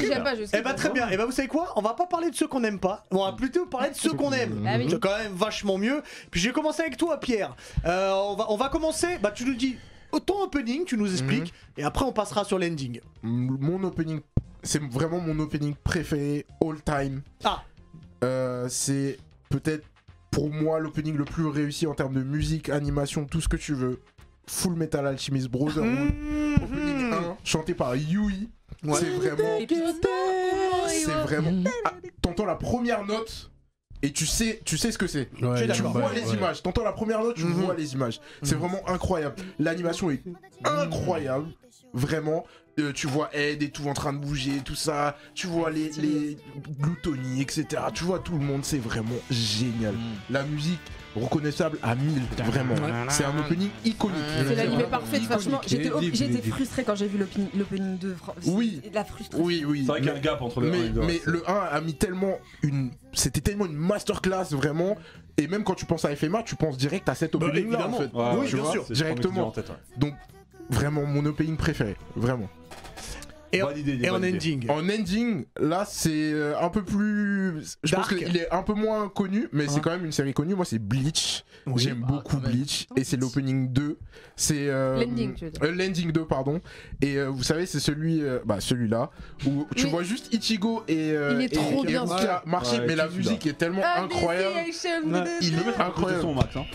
Speaker 3: j'aime pas, je skip.
Speaker 1: Eh bah très bien. Eh bah vous savez quoi On va pas parler de ceux qu'on aime pas. On va plutôt parler de ceux qu'on aime.
Speaker 3: Ah oui.
Speaker 1: C'est quand même vachement mieux. Puis je vais commencer avec toi, Pierre. Euh, on, va, on va commencer. Bah tu nous dis ton opening, tu nous expliques, et après on passera sur l'ending.
Speaker 6: Mon opening, c'est vraiment mon opening préféré all time.
Speaker 1: Ah.
Speaker 6: Euh, c'est peut-être pour moi l'opening le plus réussi en termes de musique, animation, tout ce que tu veux. Full Metal Alchemist Brotherhood,
Speaker 3: Mm-hmm.
Speaker 6: opening 1, chanté par Yui.
Speaker 1: Ouais.
Speaker 6: C'est vraiment.
Speaker 7: Et puis,
Speaker 6: C'est
Speaker 3: oh.
Speaker 6: vraiment. Ah, T'entends la première note et tu sais, tu sais ce que c'est.
Speaker 1: Je suis
Speaker 6: tu
Speaker 1: d'accord.
Speaker 6: vois les images. T'entends la première note, tu vois les images. C'est vraiment incroyable. L'animation est incroyable. Vraiment. Euh, tu vois Ed et tout en train de bouger, tout ça. Tu vois les, les Gluttony, etc. Tu vois tout le monde. C'est vraiment génial. La musique reconnaissable à 1000. Vraiment. C'est un opening iconique.
Speaker 7: C'est l'animé parfait, franchement.
Speaker 2: compliqué.
Speaker 7: J'étais
Speaker 2: Libre,
Speaker 7: j'étais
Speaker 2: libre,
Speaker 7: frustrée quand j'ai vu l'opini- l'opening 2. fran-
Speaker 6: Oui.
Speaker 7: c'est de La frustration.
Speaker 6: Oui, oui.
Speaker 4: C'est vrai qu'il y a
Speaker 6: Mais-
Speaker 4: un gap entre le 1
Speaker 6: mais,
Speaker 4: et hein, le 2.
Speaker 6: mais le 1 a mis tellement une. C'était tellement une masterclass vraiment. Et même quand tu penses à FMA, tu penses direct à cet
Speaker 1: Bah,
Speaker 6: opening là en
Speaker 1: évidemment.
Speaker 6: fait.
Speaker 4: Ouais, ouais,
Speaker 6: tu
Speaker 1: bien
Speaker 6: vois,
Speaker 1: sûr.
Speaker 6: Directement. Donc vraiment mon opening préféré. Vraiment.
Speaker 1: Et-
Speaker 4: Validé,
Speaker 1: Et en
Speaker 4: validé.
Speaker 1: ending.
Speaker 6: En ending, là c'est euh, un peu plus. Je pense
Speaker 1: Dark.
Speaker 6: qu'il est un peu moins connu, mais c'est quand même une série connue. Moi c'est Bleach. J'aime
Speaker 5: Ah,
Speaker 6: beaucoup
Speaker 5: quand même.
Speaker 6: Bleach. Et c'est l'opening 2. C'est. euh,
Speaker 3: L'ending, tu veux dire.
Speaker 6: euh, L'ending 2, pardon. Et euh, vous savez, c'est celui, euh, bah, celui-là, où tu
Speaker 3: Oui.
Speaker 6: vois juste Ichigo et, euh,
Speaker 3: Il est
Speaker 6: et-
Speaker 3: trop
Speaker 6: et
Speaker 3: bien,
Speaker 6: Rukia
Speaker 3: celui-là. Ah,
Speaker 6: marcher,
Speaker 4: Ouais,
Speaker 6: mais la
Speaker 4: kiffe, celui-là.
Speaker 6: musique est tellement incroyable.
Speaker 3: Il
Speaker 6: Il est
Speaker 4: Incroyable.
Speaker 6: incroyable,
Speaker 4: matin.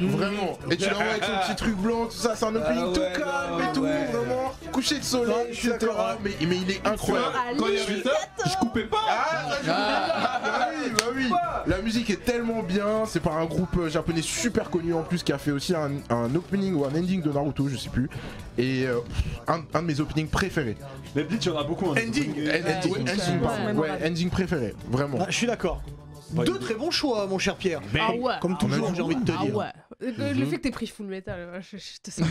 Speaker 6: vraiment. Et tu l'envoies avec son petit truc blanc, tout ça, c'est un opening
Speaker 2: Ah
Speaker 6: tout
Speaker 2: ouais,
Speaker 6: calme
Speaker 2: non,
Speaker 6: et tout,
Speaker 2: ouais.
Speaker 6: vraiment. Coucher de soleil, etc. Mais, mais il est incroyable.
Speaker 2: Quand il y avait ça, je coupais pas.
Speaker 6: Ah, bah oui, bah oui. La musique est tellement bien. C'est par un groupe euh, japonais super connu en plus qui a fait aussi un, un opening ou un ending de Naruto, je sais plus. Et euh, un, un de mes openings préférés.
Speaker 4: Mais Bleach, il y en a beaucoup. hein.
Speaker 1: Ending.
Speaker 6: End- ending,
Speaker 7: ouais,
Speaker 6: ending, pardon.
Speaker 7: ouais.
Speaker 6: Ouais, ending préféré, vraiment.
Speaker 1: Ah, je suis d'accord.
Speaker 4: Ouais.
Speaker 1: Deux très bons choix, mon cher Pierre.
Speaker 3: Ah ouais.
Speaker 1: Comme toujours, j'ai envie de te
Speaker 3: Ah
Speaker 1: dire. Mhm.
Speaker 3: ouais. Le le fait que t'aies pris full metal, euh, je, je te sens.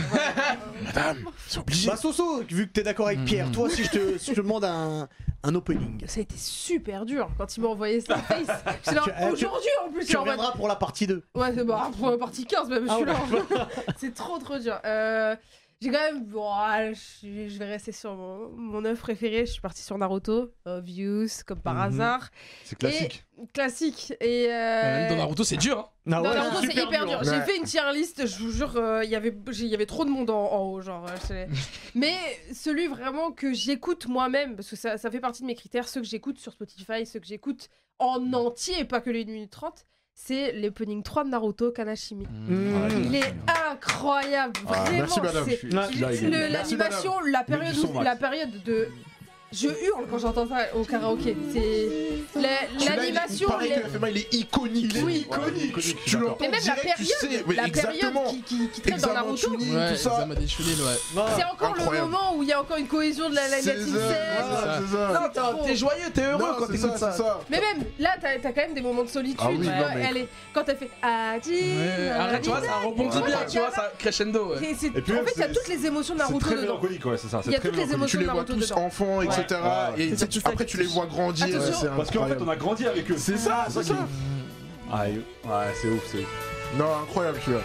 Speaker 6: C'est obligé.
Speaker 1: Bah Soso, vu que t'es d'accord avec Pierre, toi si je te, si je te demande un, un opening,
Speaker 3: Ça a été super dur quand il m'a envoyé cette face. J'étais
Speaker 1: Tu-
Speaker 3: là
Speaker 1: euh, tu-
Speaker 3: aujourd'hui en plus.
Speaker 1: tu
Speaker 3: en mode-
Speaker 1: reviendras pour la partie 2.
Speaker 3: Ouais, c'est bon, pour la partie 15 même, je
Speaker 1: Ah
Speaker 3: suis
Speaker 1: ouais.
Speaker 3: là. c'est trop trop dur. Euh, j'ai quand même. Bon, ah, je, je vais rester sur mon, mon œuvre préférée. Je suis partie sur Naruto, Obvious, comme par
Speaker 1: Mhm.
Speaker 3: hasard.
Speaker 4: C'est classique.
Speaker 3: Classique. Et. euh,
Speaker 5: Même dans Naruto, c'est dur. hein.
Speaker 1: Ah
Speaker 3: dans
Speaker 1: ouais,
Speaker 3: Naruto, c'est hyper dur. J'ai
Speaker 6: Ouais.
Speaker 3: fait une tier list, je vous jure, euh, il y avait- j'ai- il y avait trop de monde en, en haut, genre. euh, c'est- Mais celui vraiment que j'écoute moi-même, parce que ça, ça fait partie de mes critères, ceux que j'écoute sur Spotify, ceux que j'écoute en entier, pas que les 1 minute 30, c'est l'opening 3 de Naruto Kanashimi. Il est incroyable,
Speaker 6: Ah,
Speaker 3: vraiment.
Speaker 6: merci madame.
Speaker 3: c'est-
Speaker 6: Je suis-
Speaker 1: Ouais.
Speaker 3: le-
Speaker 6: Merci,
Speaker 3: L'animation, la
Speaker 4: Mais du son,
Speaker 3: période,
Speaker 4: Max.
Speaker 3: la période de. Je hurle quand j'entends ça au karaoké. C'est la-
Speaker 6: Celui-là, il est-
Speaker 3: l'animation.
Speaker 6: pareil
Speaker 3: les-
Speaker 6: que FMA, il est iconique.
Speaker 3: Il est Oui.
Speaker 6: iconique. Tu, tu l'entends
Speaker 3: Mais même la
Speaker 6: direct,
Speaker 3: période,
Speaker 6: tu sais. mais
Speaker 3: la période
Speaker 6: exactement.
Speaker 3: qui, qui, qui traîne dans
Speaker 6: Examen
Speaker 3: Naruto.
Speaker 6: Chunin,
Speaker 5: Ouais,
Speaker 6: tout ça.
Speaker 5: Zama des Chunin, ouais.
Speaker 1: Ah
Speaker 3: C'est encore le
Speaker 6: Incroyable.
Speaker 3: moment où il y a encore une cohésion de la, la, la
Speaker 6: C'est
Speaker 3: Team
Speaker 6: ça,
Speaker 3: Seven.
Speaker 6: voilà, c'est ça.
Speaker 5: Non, t'as- T'es joyeux, t'es heureux
Speaker 6: Non,
Speaker 5: quand
Speaker 6: c'est
Speaker 5: t'écoutes ça.
Speaker 6: c'est ça.
Speaker 3: Mais même là, t'as t'as quand même des moments de solitude.
Speaker 6: Ah oui,
Speaker 3: tu
Speaker 6: non,
Speaker 3: vois,
Speaker 6: mais-
Speaker 3: elle est- quand elle fait Adi,
Speaker 5: Ouais, Arrête, tu vois, ça rebondit bien, tu vois, ça crescendo. ouais.
Speaker 3: Et c'est-
Speaker 4: Et puis même,
Speaker 3: en fait, il y a
Speaker 4: c'est-
Speaker 3: toutes les émotions de
Speaker 4: C'est
Speaker 3: Naruto
Speaker 4: très
Speaker 3: dedans.
Speaker 4: mélancolique, ouais, c'est ça.
Speaker 3: Il y
Speaker 4: c'est
Speaker 3: a
Speaker 4: très
Speaker 3: toutes les
Speaker 4: mélancolique.
Speaker 3: émotions
Speaker 6: Tu
Speaker 3: de
Speaker 6: les vois
Speaker 3: Naruto
Speaker 6: tous
Speaker 3: dedans.
Speaker 6: enfants, etc.
Speaker 4: Ouais.
Speaker 6: Et tu sais, tu- après, tu les vois grandir.
Speaker 3: Attention.
Speaker 6: c'est
Speaker 4: Parce qu'en fait,
Speaker 6: incroyable.
Speaker 4: on a grandi avec eux.
Speaker 6: C'est ça, c'est
Speaker 4: c'est ça
Speaker 6: ça.
Speaker 4: Ah, et- ouais, c'est ouf, c'est ouf.
Speaker 6: Non, incroyable, tu vois.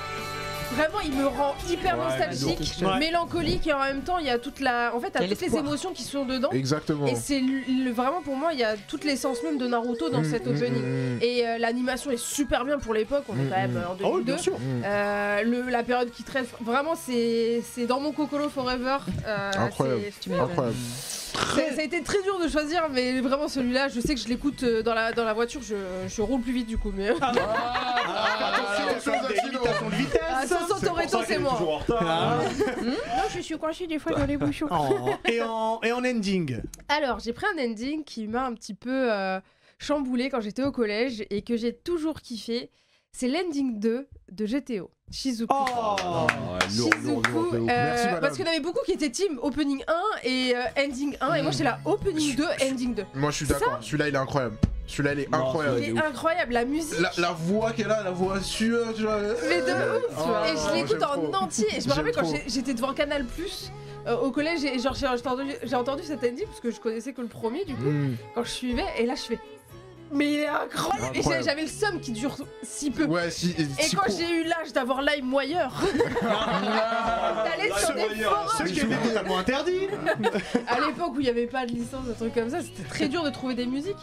Speaker 3: Vraiment, il me rend hyper
Speaker 4: Ouais,
Speaker 3: nostalgique,
Speaker 1: lourd. Ouais.
Speaker 3: mélancolique et en même temps, il y a toute la. En fait, t'as
Speaker 7: Quel
Speaker 3: toutes les
Speaker 7: espoir.
Speaker 3: émotions qui sont dedans.
Speaker 6: Exactement.
Speaker 3: Et c'est le- le- vraiment pour moi, il y a toute l'essence même de Naruto
Speaker 6: Mm,
Speaker 3: dans cet opening. Et euh, l'animation est super bien pour l'époque, on est
Speaker 6: Mm,
Speaker 3: quand même
Speaker 6: mm.
Speaker 3: euh, en 2002.
Speaker 1: Ah oui, bien sûr.
Speaker 3: Euh, le- la période qui traite, vraiment, c'est c'est dans mon Cocolo Forever. Euh,
Speaker 6: Incroyable.
Speaker 3: c'est-
Speaker 6: Incroyable.
Speaker 3: Ça, ça a été très dur de choisir, mais vraiment celui-là, je sais que je l'écoute euh, dans la, dans la voiture, je, je roule plus vite du coup. Mais...
Speaker 1: Ah,
Speaker 5: Ah,
Speaker 1: Attention, des limitations de vitesse.
Speaker 3: Ah, sans sans
Speaker 4: pour
Speaker 3: Toretto,
Speaker 4: ça
Speaker 3: c'est
Speaker 4: qu'elle est
Speaker 3: moi.
Speaker 4: toujours en retard.
Speaker 3: Non, je suis coincée des fois dans les bouchons.
Speaker 1: Oh, Et en, et en ending,
Speaker 3: Alors, j'ai pris un ending qui m'a un petit peu euh, chamboulé quand j'étais au collège et que j'ai toujours kiffé. C'est l'ending 2 de GTO, Shizuku.
Speaker 1: oh,
Speaker 3: Shizuku, euh,
Speaker 6: Merci, madame.
Speaker 3: parce qu'il y en avait beaucoup qui étaient team
Speaker 6: Mmh.
Speaker 3: opening 1 et euh, ending 1, et moi j'étais là opening 2, ending 2.
Speaker 6: Moi, je suis
Speaker 3: C'est
Speaker 6: d'accord. Celui-là, il est incroyable. Celui-là, il est
Speaker 4: Non,
Speaker 6: incroyable.
Speaker 3: Il est incroyable, la musique.
Speaker 6: La, la voix qu'elle a, la voix sûre, tu vois.
Speaker 3: Mais de ouf, tu vois.
Speaker 6: Ah,
Speaker 3: Et je
Speaker 6: moi,
Speaker 3: l'écoute
Speaker 6: j'aime
Speaker 3: en
Speaker 6: trop.
Speaker 3: entier. Et je me
Speaker 6: J'aime
Speaker 3: rappelle quand
Speaker 6: trop.
Speaker 3: j'ai- j'étais devant Canal Plus. euh, au collège, et genre j'ai j'ai entendu, j'ai entendu cet ending parce que je connaissais que le premier du coup,
Speaker 6: Mmh.
Speaker 3: quand je suivais, et là je fais. Mais il est incroyable! Et j'ai-
Speaker 6: Incroyable.
Speaker 3: j'avais le seum qui dure si peu.
Speaker 6: Ouais, si.
Speaker 3: Et
Speaker 6: si
Speaker 3: quand
Speaker 6: court.
Speaker 3: j'ai eu l'âge d'avoir LimeWire,
Speaker 6: Ah,
Speaker 3: d'aller sur des
Speaker 1: Ce
Speaker 3: forums,
Speaker 1: qui était totalement interdit.
Speaker 3: à l'époque où il n'y avait pas de licence, un truc comme ça, c'était très dur de trouver des musiques.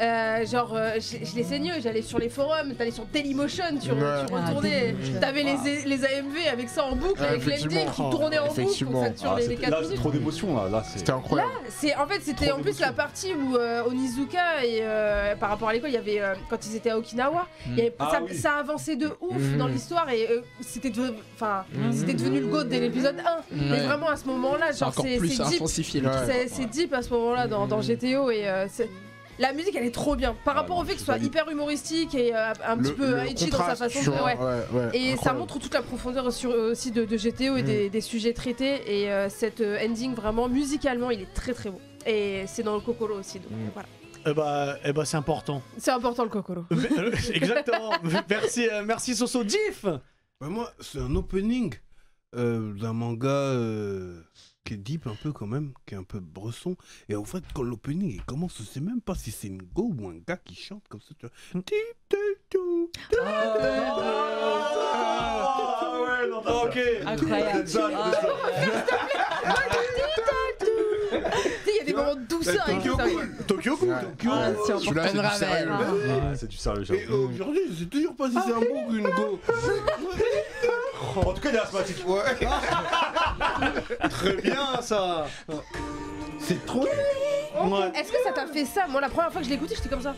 Speaker 3: Euh, genre, euh, je, je les saignais, j'allais sur les forums, t'allais sur Dailymotion, tu,
Speaker 6: Ouais.
Speaker 3: tu
Speaker 5: Ah,
Speaker 3: retournais, t'avais
Speaker 4: Ah.
Speaker 3: les, les AMV avec ça en boucle,
Speaker 6: Ouais,
Speaker 3: avec
Speaker 6: effectivement.
Speaker 3: l'ending qui tournait en boucle
Speaker 6: Effectivement.
Speaker 3: en fait, sur
Speaker 4: Ah,
Speaker 3: les, les
Speaker 4: c'était-
Speaker 3: quatre
Speaker 4: là, c'est
Speaker 3: musiques.
Speaker 4: trop d'émotion là. là c'est-
Speaker 6: C'était incroyable.
Speaker 3: C'est en fait c'était
Speaker 4: Trop
Speaker 3: en plus la
Speaker 4: d'émotions.
Speaker 3: partie où euh, Onizuka et euh, par rapport à l'école il y avait euh, quand ils étaient à Okinawa il y avait-
Speaker 4: Ah
Speaker 3: ça,
Speaker 4: oui. Hmm.
Speaker 3: ça avançait de ouf
Speaker 5: Mm.
Speaker 3: dans l'histoire et euh, c'était devenu enfin c'était devenu le goat dès l'épisode 1 mais
Speaker 5: Ouais.
Speaker 3: vraiment à ce moment là
Speaker 5: C'est
Speaker 3: genre
Speaker 5: encore
Speaker 3: c'est
Speaker 5: plus
Speaker 3: c'est deep
Speaker 5: intensifié le
Speaker 6: Ouais.
Speaker 5: truc.
Speaker 3: c'est c'est deep à ce moment là dans, dans GTO et euh, c'est- la musique elle est trop bien par
Speaker 4: Ah,
Speaker 3: rapport
Speaker 4: non,
Speaker 3: au fait que
Speaker 4: je
Speaker 3: ce soit
Speaker 4: valide.
Speaker 3: hyper humoristique et euh, un petit peu euh, edgy dans sa
Speaker 6: contraste,
Speaker 3: façon
Speaker 6: tu
Speaker 3: de
Speaker 6: vois,
Speaker 3: ouais.
Speaker 6: ouais,
Speaker 3: Et ça
Speaker 6: incroyable.
Speaker 3: montre toute la profondeur sur, euh, aussi de, de GTO et des, des sujets traités. Et euh, cet euh, ending, vraiment, musicalement, il est très très beau. Et c'est dans le Kokoro aussi, donc voilà.
Speaker 1: Eh bah, eh bah c'est important.
Speaker 3: C'est important le Kokoro.
Speaker 1: Exactement. merci, euh, merci Soso Diff.
Speaker 2: Bah, moi, c'est un opening euh, d'un manga euh, qui est deep un peu quand même, qui est un peu bresson. Et en fait, quand l'opening il commence, on sait même pas si c'est une go ou un gars qui chante comme ça. Tu vois. Ti, ti, tou.
Speaker 4: Ah ouais, non, t'as-
Speaker 7: Incroyable.
Speaker 3: Tu sais, il y a des moments de douceur avec
Speaker 6: Tokyo
Speaker 3: ça.
Speaker 6: Ghoul.
Speaker 1: Tokyo Ghoul.
Speaker 6: Ouais.
Speaker 2: Tokyo.
Speaker 6: Ouais,
Speaker 5: c'est
Speaker 6: Celui-là, c'est du
Speaker 5: Penraven.
Speaker 6: sérieux.
Speaker 5: Ah.
Speaker 4: Ouais, C'est du sérieux. j'avoue.
Speaker 2: Et aujourd'hui, je sais toujours pas si c'est un bon ou une go.
Speaker 4: En tout cas, il est asthmatique.
Speaker 1: Très bien ça.
Speaker 2: C'est trop.
Speaker 1: Ouais.
Speaker 3: Est-ce que ça t'a fait ça Moi, la première fois que je l'écoutais, j'étais comme ça.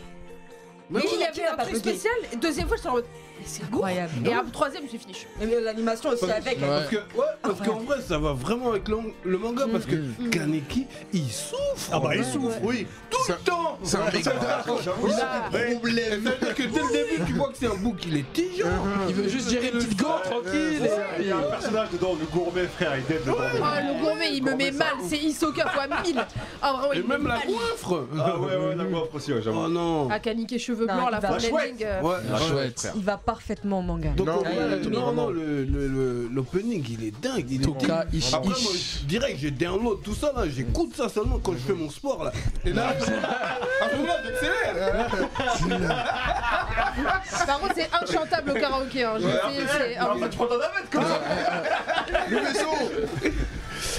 Speaker 3: Mais il y avait un truc spécial. Et Deuxième fois, j'étais en mode. Mais c'est
Speaker 7: Incroyable.
Speaker 3: Et après, troisième, j'ai fini.
Speaker 7: Et mais l'animation aussi avec.
Speaker 5: Ouais.
Speaker 2: Parce que, ouais, parce qu'en vrai, ça va vraiment avec l'ang- le manga. Parce que Kaneki, il souffre. hein.
Speaker 1: Ah bah il souffre, oui.
Speaker 2: tout le temps.
Speaker 6: C'est un rigolard.
Speaker 2: Il a
Speaker 1: Ouais.
Speaker 2: un problème. C'est-à-dire que dès le début, tu vois que c'est un bouc, il est tigeant.
Speaker 6: Uh-huh.
Speaker 5: Il veut juste gérer le petit go tranquille. et
Speaker 4: Il y
Speaker 5: puis,
Speaker 4: a un personnage dedans, le gourmet frère, il dead dedans.
Speaker 3: Ah, le gourmet, il me met mal. C'est Hisoka fois 1000. Ah, vraiment,
Speaker 2: Et
Speaker 3: il me
Speaker 2: même
Speaker 3: met
Speaker 2: la
Speaker 3: mal.
Speaker 2: coiffre.
Speaker 4: Ah ouais, ouais, la coiffe aussi, ouais, j'avoue.
Speaker 2: Oh non.
Speaker 3: Ah, caniquer cheveux
Speaker 7: Non,
Speaker 3: blancs, la
Speaker 7: il va-
Speaker 3: fin de
Speaker 4: La chouette.
Speaker 3: l'ending, euh,
Speaker 2: Ouais.
Speaker 5: Ah, chouette.
Speaker 4: frère.
Speaker 7: Il va parfaitement au manga.
Speaker 2: Donc,
Speaker 6: Non,
Speaker 2: en vrai,
Speaker 6: mais-
Speaker 2: non, non,
Speaker 6: vraiment.
Speaker 2: le- le- le- l'opening il est dingue, il est
Speaker 5: Toka
Speaker 2: dingue.
Speaker 5: Ishi
Speaker 2: Après, moi,
Speaker 5: Ishi.
Speaker 2: je dirais que j'ai download tout ça là, j'écoute ça seulement quand je fais mon sport là. Et là,
Speaker 6: Ah, mais là, j'accélère.
Speaker 3: Ah, Par contre, c'est inchantable au karaoké. Hein. J'ai essayé, c'est
Speaker 4: Ah, bah,
Speaker 3: horrible.
Speaker 4: tu prends ta navette, quoi.
Speaker 6: Le vaisseau.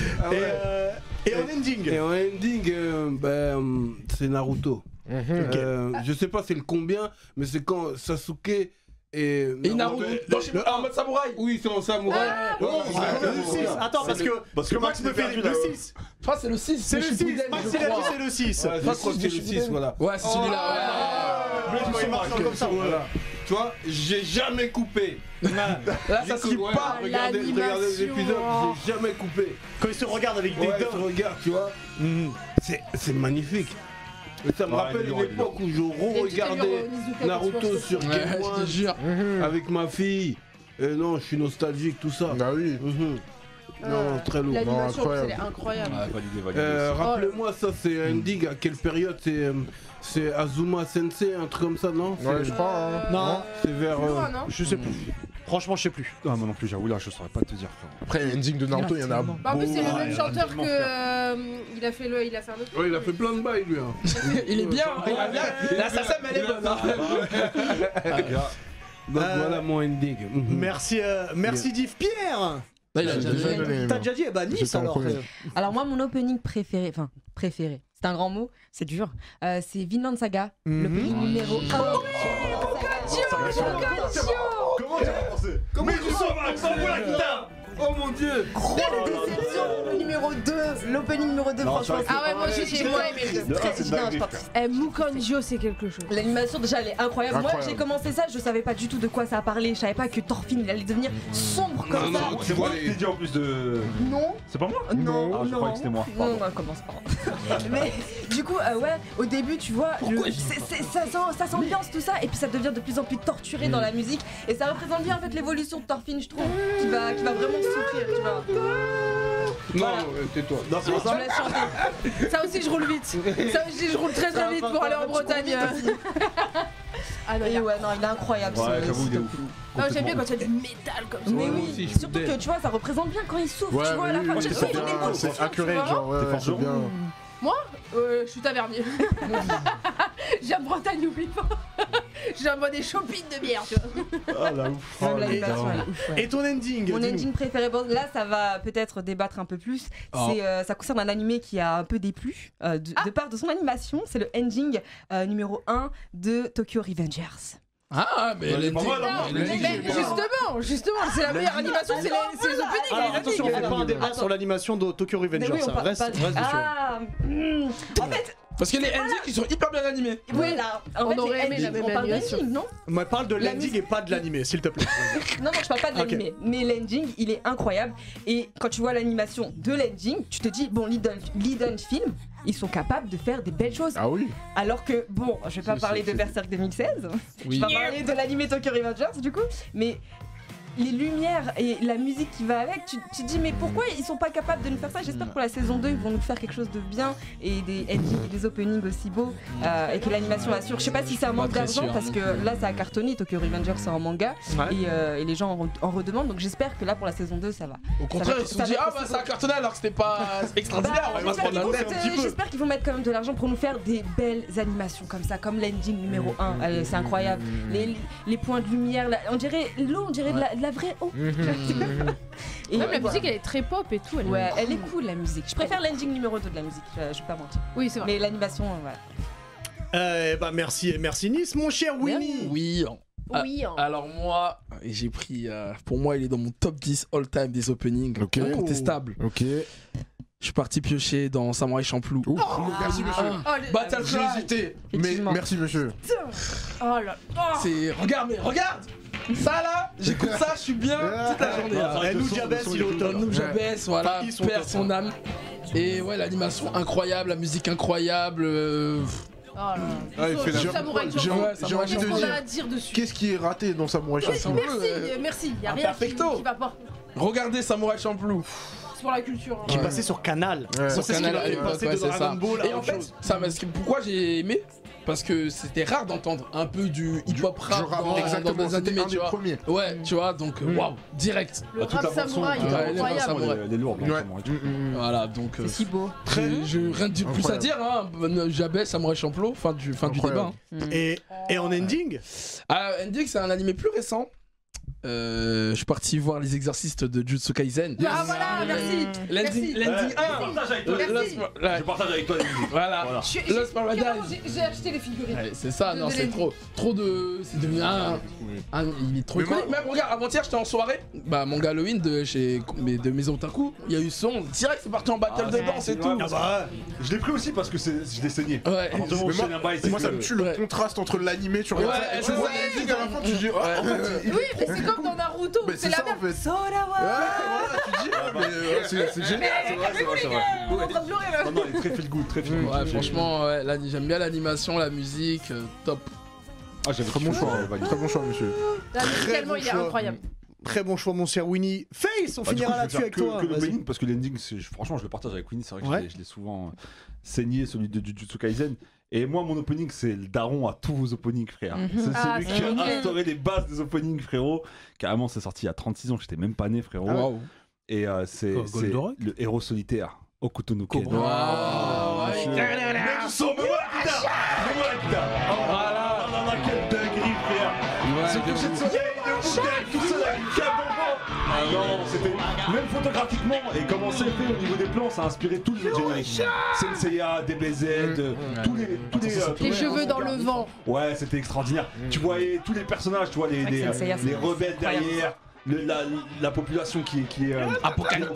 Speaker 1: Et, euh, et en ending.
Speaker 2: Ah Et en ending, euh, bah, euh, c'est Naruto. Euh, je sais pas c'est le combien, mais c'est quand Sasuke et,
Speaker 5: Et Naruto. Non, je sais pas, en mode samouraï.
Speaker 2: Oui, c'est en Ah, samouraï. Ouais,
Speaker 1: Oh,
Speaker 2: c'est
Speaker 1: ah, le
Speaker 2: vraiment-
Speaker 1: 6. Attends, parce que, parce que Max me fait
Speaker 4: perdu,
Speaker 1: le
Speaker 4: là-haut.
Speaker 1: 6.
Speaker 5: Je crois que c'est le Ah, 6.
Speaker 1: C'est le 6. Max, il a dit c'est le 6.
Speaker 2: Ouais, Ah, je crois que c'est le 6, voilà.
Speaker 5: Ouais, c'est celui-là.
Speaker 1: il marche comme ça.
Speaker 2: Voilà. Tu vois, j'ai jamais coupé.
Speaker 5: ouais. Là,
Speaker 2: Ça
Speaker 5: Ah, ça
Speaker 2: se
Speaker 5: se
Speaker 2: dit
Speaker 5: ouais.
Speaker 2: pas, regardez, regardez les
Speaker 3: l'animation.
Speaker 2: épisodes, j'ai jamais coupé.
Speaker 1: Quand il se regarde avec des
Speaker 2: Ouais, je
Speaker 1: dents.
Speaker 2: regarde, tu vois. C'est- C'est magnifique. Et ça me
Speaker 4: Ouais,
Speaker 2: rappelle
Speaker 4: il est
Speaker 2: une
Speaker 4: lourd, il est
Speaker 2: époque où je
Speaker 3: Et euh, tu t'es mis
Speaker 2: re-regardais
Speaker 3: au Nizuka
Speaker 2: Naruto
Speaker 3: Express.
Speaker 2: sur
Speaker 5: Ouais,
Speaker 2: Game
Speaker 5: je te
Speaker 2: One
Speaker 5: jure.
Speaker 2: avec ma fille. Et non, je suis nostalgique, tout ça.
Speaker 6: Bah oui.
Speaker 2: Mhm.
Speaker 3: Euh,
Speaker 2: Non, très lourd.
Speaker 3: L'animation,
Speaker 6: incroyable.
Speaker 3: elle est incroyable.
Speaker 4: Ah, validé, validé.
Speaker 2: Euh,
Speaker 4: aussi.
Speaker 2: Rappelez-moi, ça c'est Ending, à quelle période c'est euh, c'est Azuma Sensei, un truc comme ça, non
Speaker 6: Ouais, je
Speaker 2: C'est-
Speaker 6: crois. hein.
Speaker 3: Euh,
Speaker 1: Non,
Speaker 2: C'est vers.
Speaker 3: plus
Speaker 2: euh,
Speaker 3: loin, non
Speaker 1: je sais plus. Franchement, je sais plus.
Speaker 4: Ah, moi non plus, j'avoue, là, je saurais pas te dire, frère.
Speaker 6: Après, l'ending de Naruto, il y en a.
Speaker 3: Bah, en plus, c'est le
Speaker 4: Ouais,
Speaker 3: même
Speaker 4: il
Speaker 3: chanteur que.
Speaker 4: tellement
Speaker 3: euh, il a fait le. Il a fait un autre.
Speaker 2: Ouais, il a fait plein de bails, lui. hein.
Speaker 5: Il est bien. hein, il est bien. La Sassam, elle est bonne. hein.
Speaker 2: Ah, Donc
Speaker 1: Euh,
Speaker 2: voilà mon ending. Mhm.
Speaker 1: Merci, euh, merci Div Pierre.
Speaker 5: Là, il a
Speaker 6: J'ai
Speaker 5: déjà
Speaker 6: déjà bien aimé,
Speaker 1: T'as
Speaker 6: moi.
Speaker 1: déjà dit, eh bah Nice
Speaker 6: J'étais en
Speaker 1: alors.
Speaker 6: premier.
Speaker 7: Alors moi, mon opening préféré, enfin préféré, c'est un grand mot, c'est dur, euh, c'est Vinland Saga,
Speaker 1: Mhm.
Speaker 7: l'opening numéro 1.
Speaker 4: Comment tu as pensé Mais tu sors, Max, envoie la guitare
Speaker 2: Oh mon dieu
Speaker 7: numéro 2, l'opening numéro 2,
Speaker 4: Non,
Speaker 7: franchement,
Speaker 4: c'est vrai
Speaker 7: c'est
Speaker 3: Ah ouais, moi aussi, j'ai moi aimé le
Speaker 4: Non,
Speaker 7: très
Speaker 4: c'est
Speaker 7: bien,
Speaker 4: dingue,
Speaker 7: je
Speaker 4: frère.
Speaker 7: participe.
Speaker 3: Eh, Mukonjo, c'est quelque chose.
Speaker 7: L'animation déjà elle est incroyable. Moi
Speaker 6: Incroyable.
Speaker 7: j'ai commencé ça, je savais pas du tout de quoi ça parlait, je savais pas que Thorfinn il allait devenir sombre comme ça.
Speaker 6: non,
Speaker 4: C'est moi qui t'ai dit en plus de.
Speaker 7: Non,
Speaker 4: C'est pas moi
Speaker 7: non,
Speaker 4: Ah, je
Speaker 7: non.
Speaker 4: croyais que c'était moi.
Speaker 7: Non,
Speaker 4: Pardon.
Speaker 7: bah, commence pas. Mais du coup, euh, ouais, au début, tu vois, le- c'est- c'est- ça, s'en- ça s'ambiance tout ça, et puis ça devient de plus en plus torturé dans la musique, et ça représente bien en fait l'évolution de Thorfinn, je trouve, qui va, qui va vraiment souffrir, tu vois.
Speaker 2: Non, euh, tais-toi.
Speaker 4: Non, c'est pour
Speaker 3: Tu
Speaker 4: ça.
Speaker 3: l'as chanté. Ça aussi, je roule vite. Ça aussi, je roule très
Speaker 7: Ça
Speaker 3: très
Speaker 7: va
Speaker 3: vite
Speaker 7: pas
Speaker 3: pour aller en
Speaker 7: faire, tu
Speaker 3: Bretagne.
Speaker 7: roules vite
Speaker 3: Ah non, il y
Speaker 7: Et
Speaker 3: a-
Speaker 7: ouais, non, il est incroyable.
Speaker 4: Ouais,
Speaker 7: ce-
Speaker 4: j'avoue, il est ouf.
Speaker 3: Non, j'aime bien quand tu as du métal comme ça.
Speaker 7: Mais
Speaker 2: Ouais, moi
Speaker 7: oui,
Speaker 2: aussi, je
Speaker 7: surtout
Speaker 2: suis
Speaker 7: que
Speaker 2: dead.
Speaker 7: tu vois, ça représente bien quand il souffle,
Speaker 6: Ouais,
Speaker 7: tu vois, à la
Speaker 6: oui,
Speaker 7: fin,
Speaker 6: oui,
Speaker 7: tu
Speaker 6: oui,
Speaker 7: sais, il est
Speaker 6: bien,
Speaker 7: déconcentré,
Speaker 6: C'est
Speaker 7: tu
Speaker 6: accurate,
Speaker 7: vois.
Speaker 6: genre, ouais,
Speaker 4: T'es
Speaker 6: ouais,
Speaker 4: forgeron
Speaker 6: c'est bien.
Speaker 3: Euh, je suis tavernier. J'ai viens de Bretagne, n'oublie pas. J'ai un des chopines de bière, tu vois.
Speaker 4: Ah la ouf.
Speaker 7: Même la
Speaker 1: Oh,
Speaker 7: animation,
Speaker 4: putain.
Speaker 7: elle est ouf, ouais.
Speaker 1: Et ton ending
Speaker 7: Mon
Speaker 1: dis-nous.
Speaker 7: ending préféré, bon, là ça va peut-être débattre un peu plus.
Speaker 1: Ah.
Speaker 5: Oh.
Speaker 7: C'est, euh, ça concerne un animé qui a un peu déplu euh, de, de part de son animation. C'est le ending euh, numéro 1 de Tokyo Revengers.
Speaker 5: Ah, mais
Speaker 4: elle est pas mal, hein.
Speaker 5: elle est-
Speaker 4: Elle est-
Speaker 5: elle est-
Speaker 3: Mais justement, justement, c'est la meilleure animation, c'est les, c'est les openings.
Speaker 1: Alors attention, on fait pas un débat
Speaker 7: Attends.
Speaker 1: sur l'animation de Tokyo
Speaker 7: Mais
Speaker 1: Revengers.
Speaker 7: oui, on
Speaker 1: ça
Speaker 7: parle
Speaker 1: Reste
Speaker 7: pas
Speaker 1: reste
Speaker 7: de-
Speaker 1: dessus.
Speaker 7: Ah, hmm. En fait,
Speaker 5: Parce que les endings ils sont hyper bien animés.
Speaker 7: voilà. Hein. En
Speaker 3: On
Speaker 7: fait, les
Speaker 3: aurait aimé la
Speaker 7: endings,
Speaker 3: même
Speaker 7: on parle
Speaker 3: animation.
Speaker 7: d'ending, non
Speaker 1: Mais parle de
Speaker 7: La
Speaker 1: l'ending et
Speaker 7: musique-
Speaker 1: pas de l'animé, s'il te plaît.
Speaker 7: Non, non, je parle pas de
Speaker 1: Ok.
Speaker 7: l'animé, mais l'ending, il est incroyable. Et quand tu vois l'animation de l'ending, tu te dis, bon, Lidl, Lidl Film, ils sont capables de faire des belles choses.
Speaker 6: Ah oui
Speaker 7: Alors que, bon, je vais pas
Speaker 6: C'est-
Speaker 7: parler de
Speaker 6: c'est-
Speaker 7: Berserk 2016,
Speaker 5: Oui.
Speaker 7: je vais parler de l'animé Tokyo Revengers, du coup, mais les lumières et la musique qui va avec, tu, tu te dis, mais pourquoi ils sont pas capables de nous faire ça
Speaker 4: Mm.
Speaker 7: J'espère que pour la saison 2, ils vont nous faire quelque chose de bien et des eh, endings et des openings aussi beaux euh, et que l'animation assure. Je sais pas si c'est un
Speaker 5: Pas
Speaker 7: manque
Speaker 5: Bah, très
Speaker 7: d'argent
Speaker 5: sûr
Speaker 7: parce
Speaker 5: non
Speaker 7: que
Speaker 5: plus.
Speaker 7: là, ça a cartonné, Tokyo Revengers, c'est en manga. Et, euh, et les gens en, re- en redemandent. Donc j'espère que là pour la saison 2 ça va.
Speaker 5: Au contraire,
Speaker 7: va-
Speaker 5: ils se sont
Speaker 7: ça
Speaker 5: dit
Speaker 7: va
Speaker 5: ah
Speaker 7: être
Speaker 5: bah
Speaker 7: aussi
Speaker 5: ça a cartonné alors que c'était pas extraordinaire,
Speaker 7: Bah,
Speaker 5: on va pas se
Speaker 7: j'espère
Speaker 5: prendre la
Speaker 7: qu'ils vont
Speaker 5: tête.
Speaker 7: mettre- J'espère qu'ils vont mettre quand même de l'argent pour nous faire des belles animations comme ça, comme l'ending
Speaker 5: Mm,
Speaker 7: numéro 1. c'est incroyable. Les, les points de lumière, là, on dirait l'eau, on dirait de, la, de la vraie eau.
Speaker 5: Mm.
Speaker 7: et
Speaker 3: Même la
Speaker 7: voilà.
Speaker 3: musique, elle est très pop et tout. Elle est-
Speaker 7: Ouais, elle est cool la musique. Je préfère l'ending numéro 2 de la musique, je, je vais pas mentir.
Speaker 3: Oui, c'est vrai.
Speaker 7: Mais l'animation, euh, voilà.
Speaker 1: Euh, bah merci, merci Nice, mon cher Winnie.
Speaker 5: Oui, Ah,
Speaker 3: Oui, hein.
Speaker 5: alors moi, j'ai pris. euh, pour moi, il est dans mon top 10 all-time des openings.
Speaker 6: Ok.
Speaker 5: Incontestable.
Speaker 6: Ok.
Speaker 5: Je suis parti piocher dans Samurai Champloo.
Speaker 6: Ouf. Merci, monsieur.
Speaker 5: Ah,
Speaker 3: Oh, le-
Speaker 6: J'ai
Speaker 5: Battlefly.
Speaker 6: hésité. Mais
Speaker 7: Effectivement.
Speaker 6: merci, monsieur.
Speaker 3: oh là là.
Speaker 5: C'est. Regarde, mais regarde Ça là, j'écoute ça, je suis bien toute la journée. hein.
Speaker 4: Ah,
Speaker 5: là.
Speaker 4: vrai
Speaker 1: Eh,
Speaker 4: que
Speaker 1: nous,
Speaker 4: le son-
Speaker 1: Jabez,
Speaker 4: le son,
Speaker 1: il
Speaker 4: il
Speaker 1: est
Speaker 4: est
Speaker 1: au
Speaker 4: cool,
Speaker 1: top.
Speaker 5: Noob Jabez, voilà,
Speaker 1: Ils sont
Speaker 5: perd
Speaker 1: top,
Speaker 5: son âme. Et ouais, l'animation incroyable, la musique incroyable. euh,
Speaker 3: Oh là là.
Speaker 6: Ah, il fait la-
Speaker 3: Juste Samouraï
Speaker 6: J'ai
Speaker 3: Champloo.
Speaker 5: Ouais,
Speaker 6: en- j'ai
Speaker 5: Samurai
Speaker 6: envie
Speaker 3: Qu'est-ce
Speaker 6: de
Speaker 3: qu'on a
Speaker 6: dire.
Speaker 3: à dire dessus
Speaker 6: Qu'est-ce qui est raté dans Samurai
Speaker 3: Merci,
Speaker 6: Champloo
Speaker 5: Euh,
Speaker 3: merci, y a rien qui,
Speaker 5: imperfecto.
Speaker 3: qui va pas.
Speaker 5: Regardez Samurai Champloo.
Speaker 3: C'est pour la culture. hein.
Speaker 1: Qui
Speaker 5: Ouais.
Speaker 1: passait sur Canal.
Speaker 6: Ouais.
Speaker 1: Sur
Speaker 5: Sur Canal à l'époque,
Speaker 1: passé
Speaker 5: ouais,
Speaker 1: de
Speaker 5: c'est
Speaker 1: Dragon
Speaker 5: ça.
Speaker 1: Ball à
Speaker 5: Et en
Speaker 1: autre
Speaker 5: fait,
Speaker 1: chose.
Speaker 5: ça, m'a- ce qui- pourquoi j'ai aimé Parce que c'était rare d'entendre un peu du hip-hop
Speaker 6: Je
Speaker 5: rap dans,
Speaker 6: ramène
Speaker 5: dans
Speaker 6: exactement,
Speaker 5: des
Speaker 6: c'était
Speaker 5: animés,
Speaker 6: un
Speaker 5: tu
Speaker 6: des
Speaker 5: vois.
Speaker 6: premiers.
Speaker 5: Ouais, tu vois, donc euh, waouh, direct.
Speaker 3: Le
Speaker 4: toute la
Speaker 3: rap
Speaker 4: bande son,
Speaker 3: samouraï,
Speaker 4: toute
Speaker 3: il
Speaker 4: la
Speaker 3: est
Speaker 5: bande son,
Speaker 3: incroyable.
Speaker 5: samouraï.
Speaker 4: Elle est lourde. hein,
Speaker 6: Ouais.
Speaker 4: Samurai Champloo.
Speaker 6: Mm, mm, mm.
Speaker 5: Voilà, donc euh,
Speaker 7: c'est si beau.
Speaker 5: je, je- rien de plus à
Speaker 6: Incroyable.
Speaker 5: dire, hein. Bonne- Jabez, Samurai Champloo, fin du, fin du débat.
Speaker 6: Incroyable.
Speaker 5: hein.
Speaker 1: Et, et en ending
Speaker 5: Ah, Endix, c'est un animé plus récent. Euh, je suis parti voir les exercices de Jutsu Kaisen.
Speaker 3: Ah voilà, merci. Merci.
Speaker 5: L'ending l'ending
Speaker 4: Ouais,
Speaker 5: 1
Speaker 3: Merci.
Speaker 4: Je partage avec toi. Je
Speaker 5: Lost Par- là,
Speaker 4: partage avec toi. Olivier.
Speaker 5: Voilà.
Speaker 4: Voilà.
Speaker 3: Je suis-
Speaker 5: Lost
Speaker 3: j'ai- carrément,
Speaker 5: Paradise.
Speaker 3: j'ai- J'ai acheté les figurines.
Speaker 5: Ouais, c'est ça,
Speaker 3: De-
Speaker 5: non,
Speaker 3: de
Speaker 5: c'est
Speaker 3: l'ending.
Speaker 5: trop. Trop de. C'est devenu un. un- il est trop
Speaker 6: Ah, Mais
Speaker 5: iconique.
Speaker 6: moi-
Speaker 5: Même regarde, avant-hier, j'étais en soirée. Bah, manga Halloween de chez. mais de Maison Otaku. Il y a eu son. Direct, c'est parti en battle
Speaker 4: Ah,
Speaker 5: de
Speaker 4: c'est-
Speaker 5: danse et
Speaker 4: c'est
Speaker 5: tout.
Speaker 4: vrai,
Speaker 1: bah
Speaker 4: Je l'ai pris aussi parce que c'est- je l'ai saigné.
Speaker 5: Ouais.
Speaker 4: À partir du moment où
Speaker 6: Ah, Mais
Speaker 4: je
Speaker 6: moi-
Speaker 4: saigne un bail,
Speaker 6: Et
Speaker 4: c'est
Speaker 6: Moi, ça
Speaker 4: que-
Speaker 6: me tue le
Speaker 5: Ouais.
Speaker 6: contraste entre l'animé, tu regardes
Speaker 5: Ouais,
Speaker 6: ça, et
Speaker 5: c'est
Speaker 6: tu vois
Speaker 5: ça,
Speaker 6: l'ending
Speaker 5: c'est
Speaker 6: à la fin, tu dis, oh, en fait, il-
Speaker 3: Oui, mais c'est comme dans Naruto,
Speaker 6: Mais
Speaker 3: c'est
Speaker 6: c'est
Speaker 3: la
Speaker 6: ça, en
Speaker 3: même.
Speaker 6: fait. Ouais,
Speaker 3: Sorawa
Speaker 6: voilà, tu dis, ouais, mais, euh, c'est- c'est génial.
Speaker 4: C'est vrai, c'est vrai, c'est vrai.
Speaker 3: On est en train de pleurer là.
Speaker 4: Non, non, elle est très feel good, très feel good.
Speaker 5: Ouais, franchement, ouais, l'ani- j'aime bien l'animation, la musique, euh, top.
Speaker 4: Ah, j'avais
Speaker 6: Très bon choix, hein, Valérie. Très bon choix, monsieur.
Speaker 3: Là, musicalement,
Speaker 1: bon
Speaker 3: il est
Speaker 1: choix.
Speaker 3: incroyable.
Speaker 1: Très bon choix, mon cher Winnie. Face, on
Speaker 4: Bah, du coup,
Speaker 1: finira
Speaker 4: je vais
Speaker 1: là-dessus
Speaker 4: faire
Speaker 1: avec
Speaker 4: que-
Speaker 1: toi.
Speaker 4: que le
Speaker 1: Vas-y.
Speaker 4: opening, parce que l'ending, c'est- je- franchement, je le partage avec Winnie. C'est vrai que je
Speaker 1: Ouais.
Speaker 4: l'ai- je l'ai souvent euh, saigné, celui de Jujutsu Kaisen. Et moi, mon opening, c'est le daron à tous vos openings, frère.
Speaker 1: Mhm.
Speaker 4: C'est
Speaker 3: Ah,
Speaker 4: celui
Speaker 3: c'est
Speaker 4: qui a
Speaker 3: génial.
Speaker 4: instauré les bases des openings, frérot. Carrément, c'est sorti il y a 36 ans, j'étais même pas né,
Speaker 1: Ah,
Speaker 4: frérot.
Speaker 5: Waouh.
Speaker 4: Et euh, c'est
Speaker 2: Quoi,
Speaker 4: c'est
Speaker 2: Goldorak
Speaker 4: le héros solitaire, Okuto no Ken.
Speaker 5: Waouh.
Speaker 4: Monsieur. Mets du son, mets-moi la guitare Mets-moi la guitare Oh,
Speaker 5: Voilà.
Speaker 4: là là, quelle dinguerie, frère Ce coucher de soleil, le bouteille, tout seul avec un bonbon Ah non, c'était... Même photographiquement, et comment c'est fait au niveau des plans, ça a inspiré tous les autres génériques. Senseiya, DBZ, euh, tous les... Tous les, euh, tous
Speaker 3: Les cheveux dans le vent.
Speaker 4: Ouais, c'était extraordinaire. Tu
Speaker 6: Mm.
Speaker 4: voyais tous les personnages, tu vois, les,
Speaker 7: vrai Ah, que
Speaker 4: les,
Speaker 7: Senseiya,
Speaker 4: les
Speaker 7: c'est-
Speaker 4: rebelles
Speaker 7: c'est incroyable.
Speaker 4: derrière, le- la, la population qui est... Qui est euh, opprimée.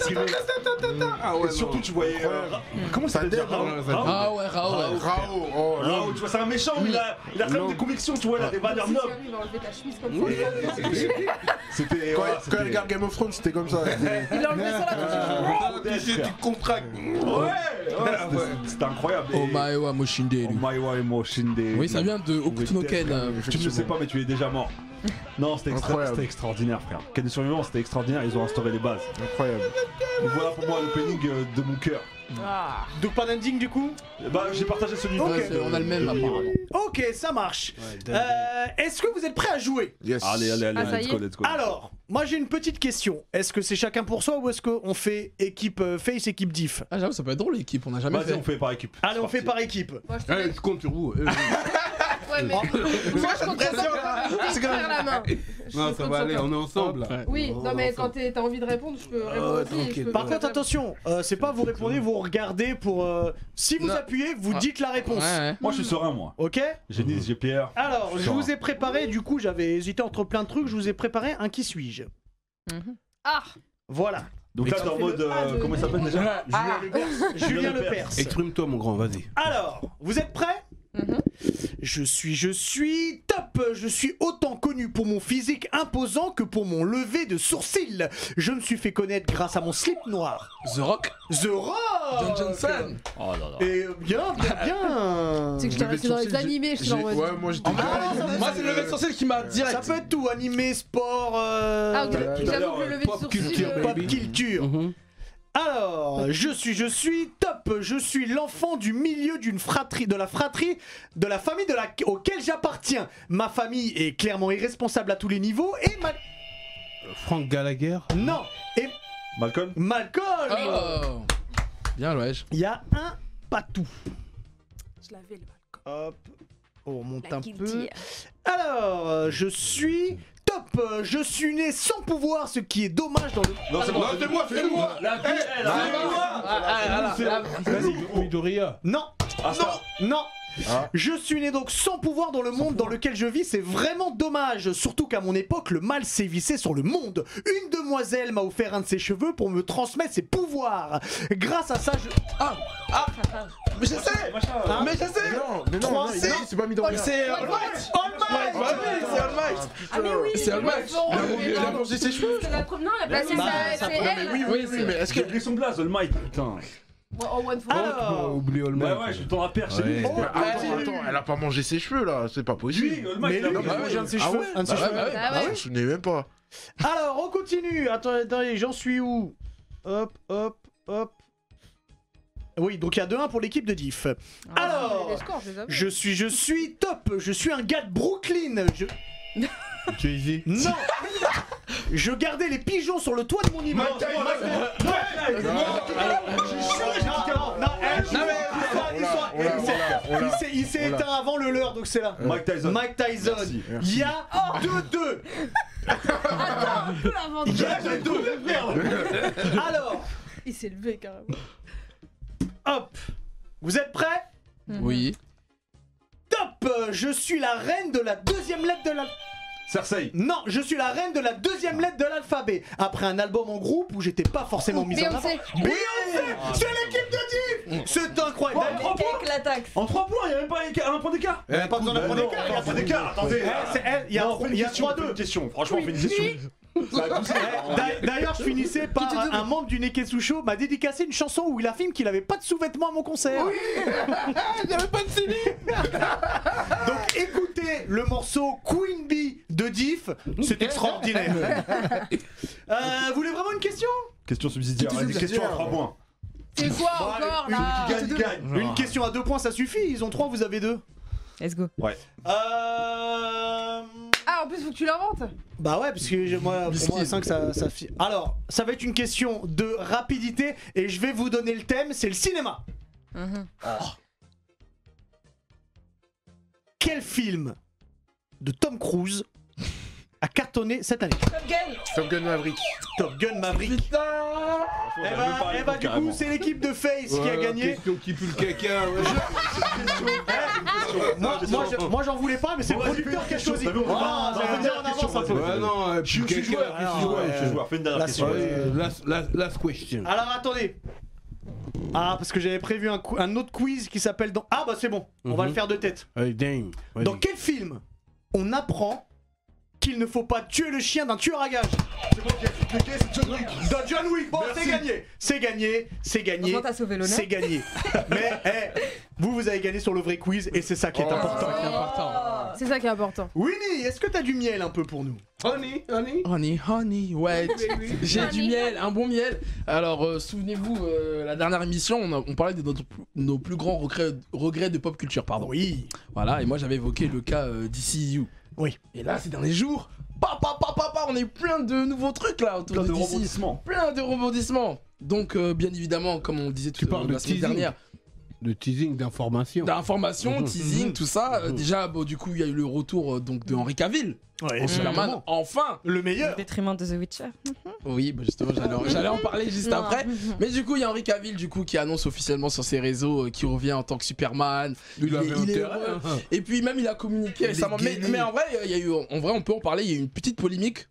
Speaker 6: Ah ouais,
Speaker 4: Et surtout,
Speaker 6: non.
Speaker 4: tu voyais... euh, Ra- Comment ça
Speaker 6: Ça
Speaker 4: s'appelle hein,
Speaker 6: dé-
Speaker 4: Raoul-
Speaker 6: ouais, ça dé-
Speaker 4: Raoul
Speaker 5: Ah ouais, Rao, ouais.
Speaker 6: Rao, oh,
Speaker 4: ah ouais,
Speaker 6: Rao.
Speaker 4: tu vois, c'est un méchant, mais il a, il a quand même des convictions, tu vois, il a des valeurs
Speaker 3: Si tu
Speaker 4: nobles.
Speaker 3: arrives à enlever ta chemise comme ça.
Speaker 4: C'était. voilà,
Speaker 6: Quand, quand elle
Speaker 4: Ah, c'était-
Speaker 6: regarde Game of Thrones, c'était comme ça.
Speaker 3: Il l'a enlevé sans la touche.
Speaker 4: Oh, des-
Speaker 6: tu contractes.
Speaker 4: Ouais,
Speaker 3: Oh.
Speaker 4: ouais, c'était- c'était incroyable.
Speaker 5: Oh
Speaker 4: Et- oh
Speaker 5: Omaewa Moshinde. lui.
Speaker 4: Omaiwa Emo Shinde.
Speaker 5: Oui, ça vient de Okuto no Ken. euh,
Speaker 4: Tu ne sais pas, mais tu es déjà mort. Non, c'était extra-
Speaker 6: Incroyable.
Speaker 4: c'était extraordinaire, frère. Quête des survivants, c'était extraordinaire. Ils ont instauré les bases.
Speaker 6: Incroyable.
Speaker 4: Donc voilà pour moi l'opening euh, de mon cœur.
Speaker 3: Ah.
Speaker 1: Donc pas d'ending du coup
Speaker 4: Bah, j'ai partagé celui
Speaker 1: Ok.
Speaker 4: de
Speaker 5: Ouais, c'est- on a le même apparemment.
Speaker 1: Ok, ça marche. Euh, Est-ce que vous êtes prêts à jouer
Speaker 6: Yes.
Speaker 4: Allez, allez, allez,
Speaker 3: Ah, ça
Speaker 4: let's
Speaker 3: y
Speaker 4: go,
Speaker 3: est.
Speaker 4: let's go.
Speaker 1: Alors, moi j'ai une petite question. Est-ce que c'est chacun pour soi ou est-ce qu'on fait équipe euh, face, équipe diff
Speaker 5: Ah, j'avoue, ça peut être drôle, l'équipe, on n'a jamais
Speaker 4: Vas-y, on
Speaker 5: fait.
Speaker 4: fait par équipe.
Speaker 1: Allez,
Speaker 4: C'est
Speaker 1: on fait
Speaker 4: parti.
Speaker 1: par équipe.
Speaker 3: Moi, je te
Speaker 2: Eh, je compte sur vous. eh, oui.
Speaker 3: Ouais, mais. Moi, je compte sur toi pour te faire la main. Je
Speaker 2: non,
Speaker 3: compte
Speaker 2: ça
Speaker 3: sur
Speaker 2: va aller,
Speaker 3: toi.
Speaker 2: on est Oh, ensemble. là.
Speaker 5: Ouais.
Speaker 3: Oui,
Speaker 2: On est
Speaker 3: non, mais quand
Speaker 2: ensemble.
Speaker 3: t'es- t'as envie de répondre, je peux répondre
Speaker 2: ouais,
Speaker 3: aussi. je
Speaker 2: t'inquiète.
Speaker 3: peux-
Speaker 1: Par contre, attention, euh, c'est pas vous répondez, vous regardez pour. euh, si vous
Speaker 5: Non.
Speaker 1: appuyez, vous
Speaker 5: Ah.
Speaker 1: dites la réponse.
Speaker 5: Ouais, ouais.
Speaker 4: Moi, je suis serein, moi.
Speaker 1: Ok
Speaker 4: J'ai Nice, j'ai Pierre.
Speaker 1: Alors, je
Speaker 4: Genre.
Speaker 1: vous ai préparé, du coup, j'avais hésité entre plein de trucs, je vous ai préparé un qui suis-je.
Speaker 3: Ah
Speaker 1: Voilà,
Speaker 4: Donc là, t'es en mode.
Speaker 3: Ah,
Speaker 4: euh,
Speaker 3: de-
Speaker 4: Comment il s'appelle déjà
Speaker 2: Ah,
Speaker 6: Julien Lepers.
Speaker 1: Julien
Speaker 4: Lepers.
Speaker 1: Lepers.
Speaker 2: Exprime-toi, mon grand, vas-y.
Speaker 1: Alors, vous êtes prêts
Speaker 7: Mhm.
Speaker 1: Je suis, je suis top. Je suis autant connu pour mon physique imposant que pour mon lever de sourcil. Je me suis fait connaître grâce à mon slip noir.
Speaker 5: The Rock,
Speaker 1: The Rock.
Speaker 5: John Johnson.
Speaker 4: Oh là là.
Speaker 1: Et bien, bien, bien.
Speaker 3: C'est que je t'ai resté dans les animés, je suis
Speaker 6: J'ai-
Speaker 3: en mode.
Speaker 6: Ouais, moi j'étais
Speaker 5: Ah, Moi, c'est le levé de sourcil qui m'a
Speaker 1: Ça
Speaker 5: direct.
Speaker 1: peut être tout, animé, sport, euh,
Speaker 3: Ah, ok,
Speaker 6: Tout à l'heure,
Speaker 3: j'avoue que le lever de
Speaker 2: pop
Speaker 3: sourcil.
Speaker 2: culture,
Speaker 3: euh,
Speaker 1: pop
Speaker 2: baby.
Speaker 1: culture.
Speaker 2: Mhm.
Speaker 1: Alors, je suis, je suis top. Je suis l'enfant du milieu d'une fratrie, de la fratrie, de la famille de la, auquel j'appartiens. Ma famille est clairement irresponsable à tous les niveaux et ma,
Speaker 2: Franck Gallagher
Speaker 1: non, et
Speaker 4: Malcolm
Speaker 1: Malcolm.
Speaker 5: Oh. Bien, ouais. je-
Speaker 1: Il y a un patou.
Speaker 7: Je l'avais le
Speaker 1: Hop, Oh, on remonte un peu. Alors, euh, je suis top. Euh, Je suis né sans pouvoir, ce qui est dommage dans le.
Speaker 4: Non, c'est moi, c'est moi, c'est moi
Speaker 5: Ah, ah, ah, ah,
Speaker 2: Midoriya
Speaker 1: Non,
Speaker 4: Ah, ça
Speaker 1: non.
Speaker 4: Ah.
Speaker 1: Je suis né donc sans pouvoir dans le monde dans lequel je vis, c'est vraiment dommage. Surtout qu'à mon époque, le mal sévissait sur le monde. Une demoiselle m'a offert un de ses cheveux pour me transmettre ses pouvoirs. Grâce à ça, je.
Speaker 5: Mais je sais
Speaker 4: Ah,
Speaker 1: Hein
Speaker 5: Mais je sais
Speaker 6: Non, mais non, non,
Speaker 1: Trois,
Speaker 6: il-
Speaker 1: c'est-
Speaker 6: non, c'est pas mis dans
Speaker 5: Mais C'est euh, All Might
Speaker 1: All Might
Speaker 5: Ouais, bah oui, c'est All Might
Speaker 7: Ah, mais oui
Speaker 5: C'est All Might
Speaker 6: Il a mangé ses cheveux
Speaker 7: C'est la pro- Non, la
Speaker 3: Bah,
Speaker 7: place
Speaker 3: c'est ça, c'est elle.
Speaker 6: Oui, oui, oui, mais est-ce que.
Speaker 4: J'ai pris son blaze, le mic, putain.
Speaker 3: Moi, en one Ah, for
Speaker 1: Ah,
Speaker 3: all.
Speaker 2: Oh,
Speaker 1: Alors,
Speaker 2: Oublie All
Speaker 4: Mais
Speaker 2: Might.
Speaker 4: Bah ouais, je suis dans la perche chez
Speaker 2: Ouais.
Speaker 4: lui.
Speaker 1: Oh,
Speaker 6: Attends, attends, elle a pas mangé ses cheveux là, c'est pas
Speaker 4: Lui,
Speaker 6: possible.
Speaker 4: le
Speaker 1: mais
Speaker 4: mic,
Speaker 1: lui,
Speaker 4: il a
Speaker 1: il
Speaker 4: pas-
Speaker 1: a mangé un de ses cheveux.
Speaker 5: Ah
Speaker 1: un de ses
Speaker 5: ouais,
Speaker 1: cheveux.
Speaker 5: bah ouais.
Speaker 3: Ah
Speaker 6: Ah, je
Speaker 3: ouais
Speaker 6: me souvenais même pas.
Speaker 1: Alors, on continue. Attendez, attendez, j'en suis où Hop, hop, hop. Oui, donc il y a 2-1 pour l'équipe de Diff. Alors,
Speaker 3: Les scores, je les avais.
Speaker 1: Je suis, je suis top. Je suis un gars de Brooklyn. Je...
Speaker 6: Jay-Z.
Speaker 1: Non Je gardais les pigeons sur le toit de mon immeuble.
Speaker 4: Mike Tyson.
Speaker 1: Ouais. Non, non, non, eh, ils sont- ils sont-
Speaker 6: on l'a,
Speaker 1: ils sont-
Speaker 6: on l'a, on l'a.
Speaker 1: il s'est- Il s'est
Speaker 6: On l'a.
Speaker 1: éteint avant le leur, donc c'est là.
Speaker 4: Mike Tyson.
Speaker 1: Euh, Mike Tyson.
Speaker 4: Merci,
Speaker 1: Il y a 2-2.
Speaker 3: Attends, on peut l'inventer.
Speaker 1: Il y a 2-2. Alors,
Speaker 3: Il s'est levé carrément.
Speaker 1: hop. Vous êtes prêts
Speaker 5: Oui.
Speaker 1: Top Euh, Je suis la reine de la deuxième lettre de la...
Speaker 4: Cersei.
Speaker 1: Non, je suis la reine de la deuxième lettre de l'alphabet. Après un album en groupe où j'étais pas
Speaker 3: Oh,
Speaker 1: forcément mise en avant.
Speaker 3: Beyoncé.
Speaker 1: Beyoncé C'est l'équipe de Div Ah, C'est incroyable
Speaker 7: Mais qu'avec la taxe
Speaker 4: En 3 points, il n'y a même pas éca- un point d'écart.
Speaker 2: Eh,
Speaker 1: Il a pas besoin
Speaker 2: bah,
Speaker 1: d'un point d'écart, il y a pas d'écart, attendez Eh, c'est- eh, Il y a
Speaker 4: Non, on fait une
Speaker 1: il y a
Speaker 4: question, on fait
Speaker 1: 3-2
Speaker 4: une question. Franchement, on fait une question. Ça va pousser.
Speaker 1: Eh, d'a- D'ailleurs, je finissais par un, un membre du Neketsu Show m'a dédicacé une chanson où il affirme qu'il avait pas de sous-vêtements à mon concert. Oui J'avais pas de CD Donc écoutez le morceau Queen Bee de Diff, c'est extraordinaire. Euh, vous voulez vraiment une question
Speaker 4: Question subsidiaire. Vas-y, question à 3 points.
Speaker 3: C'est quoi encore là
Speaker 4: Gagne, gagne.
Speaker 1: Une question à deux points, ça suffit. Ils ont trois, vous avez deux.
Speaker 7: Let's go.
Speaker 1: Euh...
Speaker 3: Ah, en plus, faut que tu l'inventes.
Speaker 1: Bah ouais, parce que j'ai- moi, pour
Speaker 5: Biscuit.
Speaker 1: moi, 5, ça, ça fi- Alors, ça va être une question de rapidité et je vais vous donner le thème, c'est le cinéma. Quel film de Tom Cruise a cartonné cette année
Speaker 7: Top Gun
Speaker 6: Top Gun Maverick.
Speaker 1: Top Gun Maverick.
Speaker 4: Franchement,
Speaker 1: Eh
Speaker 4: j'avais même pas
Speaker 1: bah, eh bah,
Speaker 4: répondu
Speaker 1: du
Speaker 4: carrément.
Speaker 1: coup, c'est l'équipe de Face qui a
Speaker 2: Ouais,
Speaker 1: gagné.
Speaker 2: Question qui pue le caca. ouais.
Speaker 1: Moi, moi, je- moi, j'en voulais pas, mais c'est le
Speaker 4: Bon, vas-y,
Speaker 1: producteur
Speaker 4: fais
Speaker 1: qui a
Speaker 4: une question.
Speaker 1: choisi.
Speaker 4: T'as vu, on peut pas-
Speaker 1: Ah,
Speaker 4: on peut
Speaker 1: j'allais
Speaker 4: pas
Speaker 1: dire,
Speaker 4: dire
Speaker 1: on avance
Speaker 4: question,
Speaker 1: un peu.
Speaker 4: ça, c'est-
Speaker 2: Ouais, non, euh,
Speaker 4: Je
Speaker 2: pue
Speaker 4: suis-
Speaker 2: le
Speaker 4: je suis joueur.
Speaker 2: caca.
Speaker 4: Je suis
Speaker 2: qu'est-ce que
Speaker 4: joueur,
Speaker 2: ouais,
Speaker 4: je suis joueur. Fais une dernière
Speaker 1: Là,
Speaker 4: question.
Speaker 1: c'est-
Speaker 2: Ouais, last- last- Last question.
Speaker 1: Alors attendez. Ah parce que j'avais prévu un, cou- un autre quiz qui s'appelle dans... Ah bah c'est bon, on va
Speaker 2: Mhm.
Speaker 1: le faire de tête.
Speaker 2: Allez, dame. vas-y.
Speaker 1: Dans quel film on apprend qu'il ne faut pas tuer le chien d'un tueur à gages
Speaker 4: C'est moi qui ai cliqué, c'est John Wick.
Speaker 1: Dans John Wick, bon c'est gagné C'est gagné, c'est gagné,
Speaker 7: Heureusement, t'as sauvé l'honneur.
Speaker 1: c'est gagné. Mais eh, Vous, vous avez gagné sur le vrai quiz et c'est ça
Speaker 4: Oh.
Speaker 1: qui est important.
Speaker 3: C'est ça qui est important.
Speaker 1: Winnie, est-ce que t'as du miel un peu pour nous
Speaker 2: Honey, honey.
Speaker 5: Honey, honey, ouais. J'ai du miel, un bon miel. Alors, euh, souvenez-vous, euh, la dernière émission, on, a- on parlait de notre- nos plus grands regrets, regrets de pop culture, pardon.
Speaker 1: Oui.
Speaker 5: Voilà, et moi j'avais évoqué le cas euh, d'ICU.
Speaker 1: Oui.
Speaker 5: Et là, ces derniers jours, pa, pa, pa, pa, pa, on a eu plein de nouveaux trucs là autour
Speaker 4: Plein de
Speaker 5: de DC.
Speaker 4: rebondissements.
Speaker 5: Plein de rebondissements. Donc, euh, bien évidemment, comme on le disait
Speaker 2: Tu
Speaker 5: tout-
Speaker 2: parles de
Speaker 5: la semaine
Speaker 2: teasing.
Speaker 5: dernière,
Speaker 2: Le teasing d'information.
Speaker 5: d'informations,
Speaker 2: Mhm.
Speaker 5: teasing, tout ça. Euh, déjà, bon, du coup, il y a eu le retour euh, donc de Henri Cavill
Speaker 1: Ouais,
Speaker 5: en Superman. Enfin.
Speaker 1: Oh, Le meilleur.
Speaker 7: détriment de The Witcher.
Speaker 5: Oui, bah justement, j'allais en- j'allais en parler juste
Speaker 7: Non.
Speaker 5: après. Mais du coup, il y a Henri Cavill du coup qui annonce officiellement sur ses réseaux euh, qu'il revient en tant que Superman.
Speaker 2: Il avait
Speaker 5: est- est
Speaker 2: intérêt,
Speaker 5: heureux.
Speaker 2: hein.
Speaker 5: Et puis même il a communiqué récemment. Mais, mais en vrai, euh, il y a eu, en vrai, on peut en parler. Il y a eu une petite polémique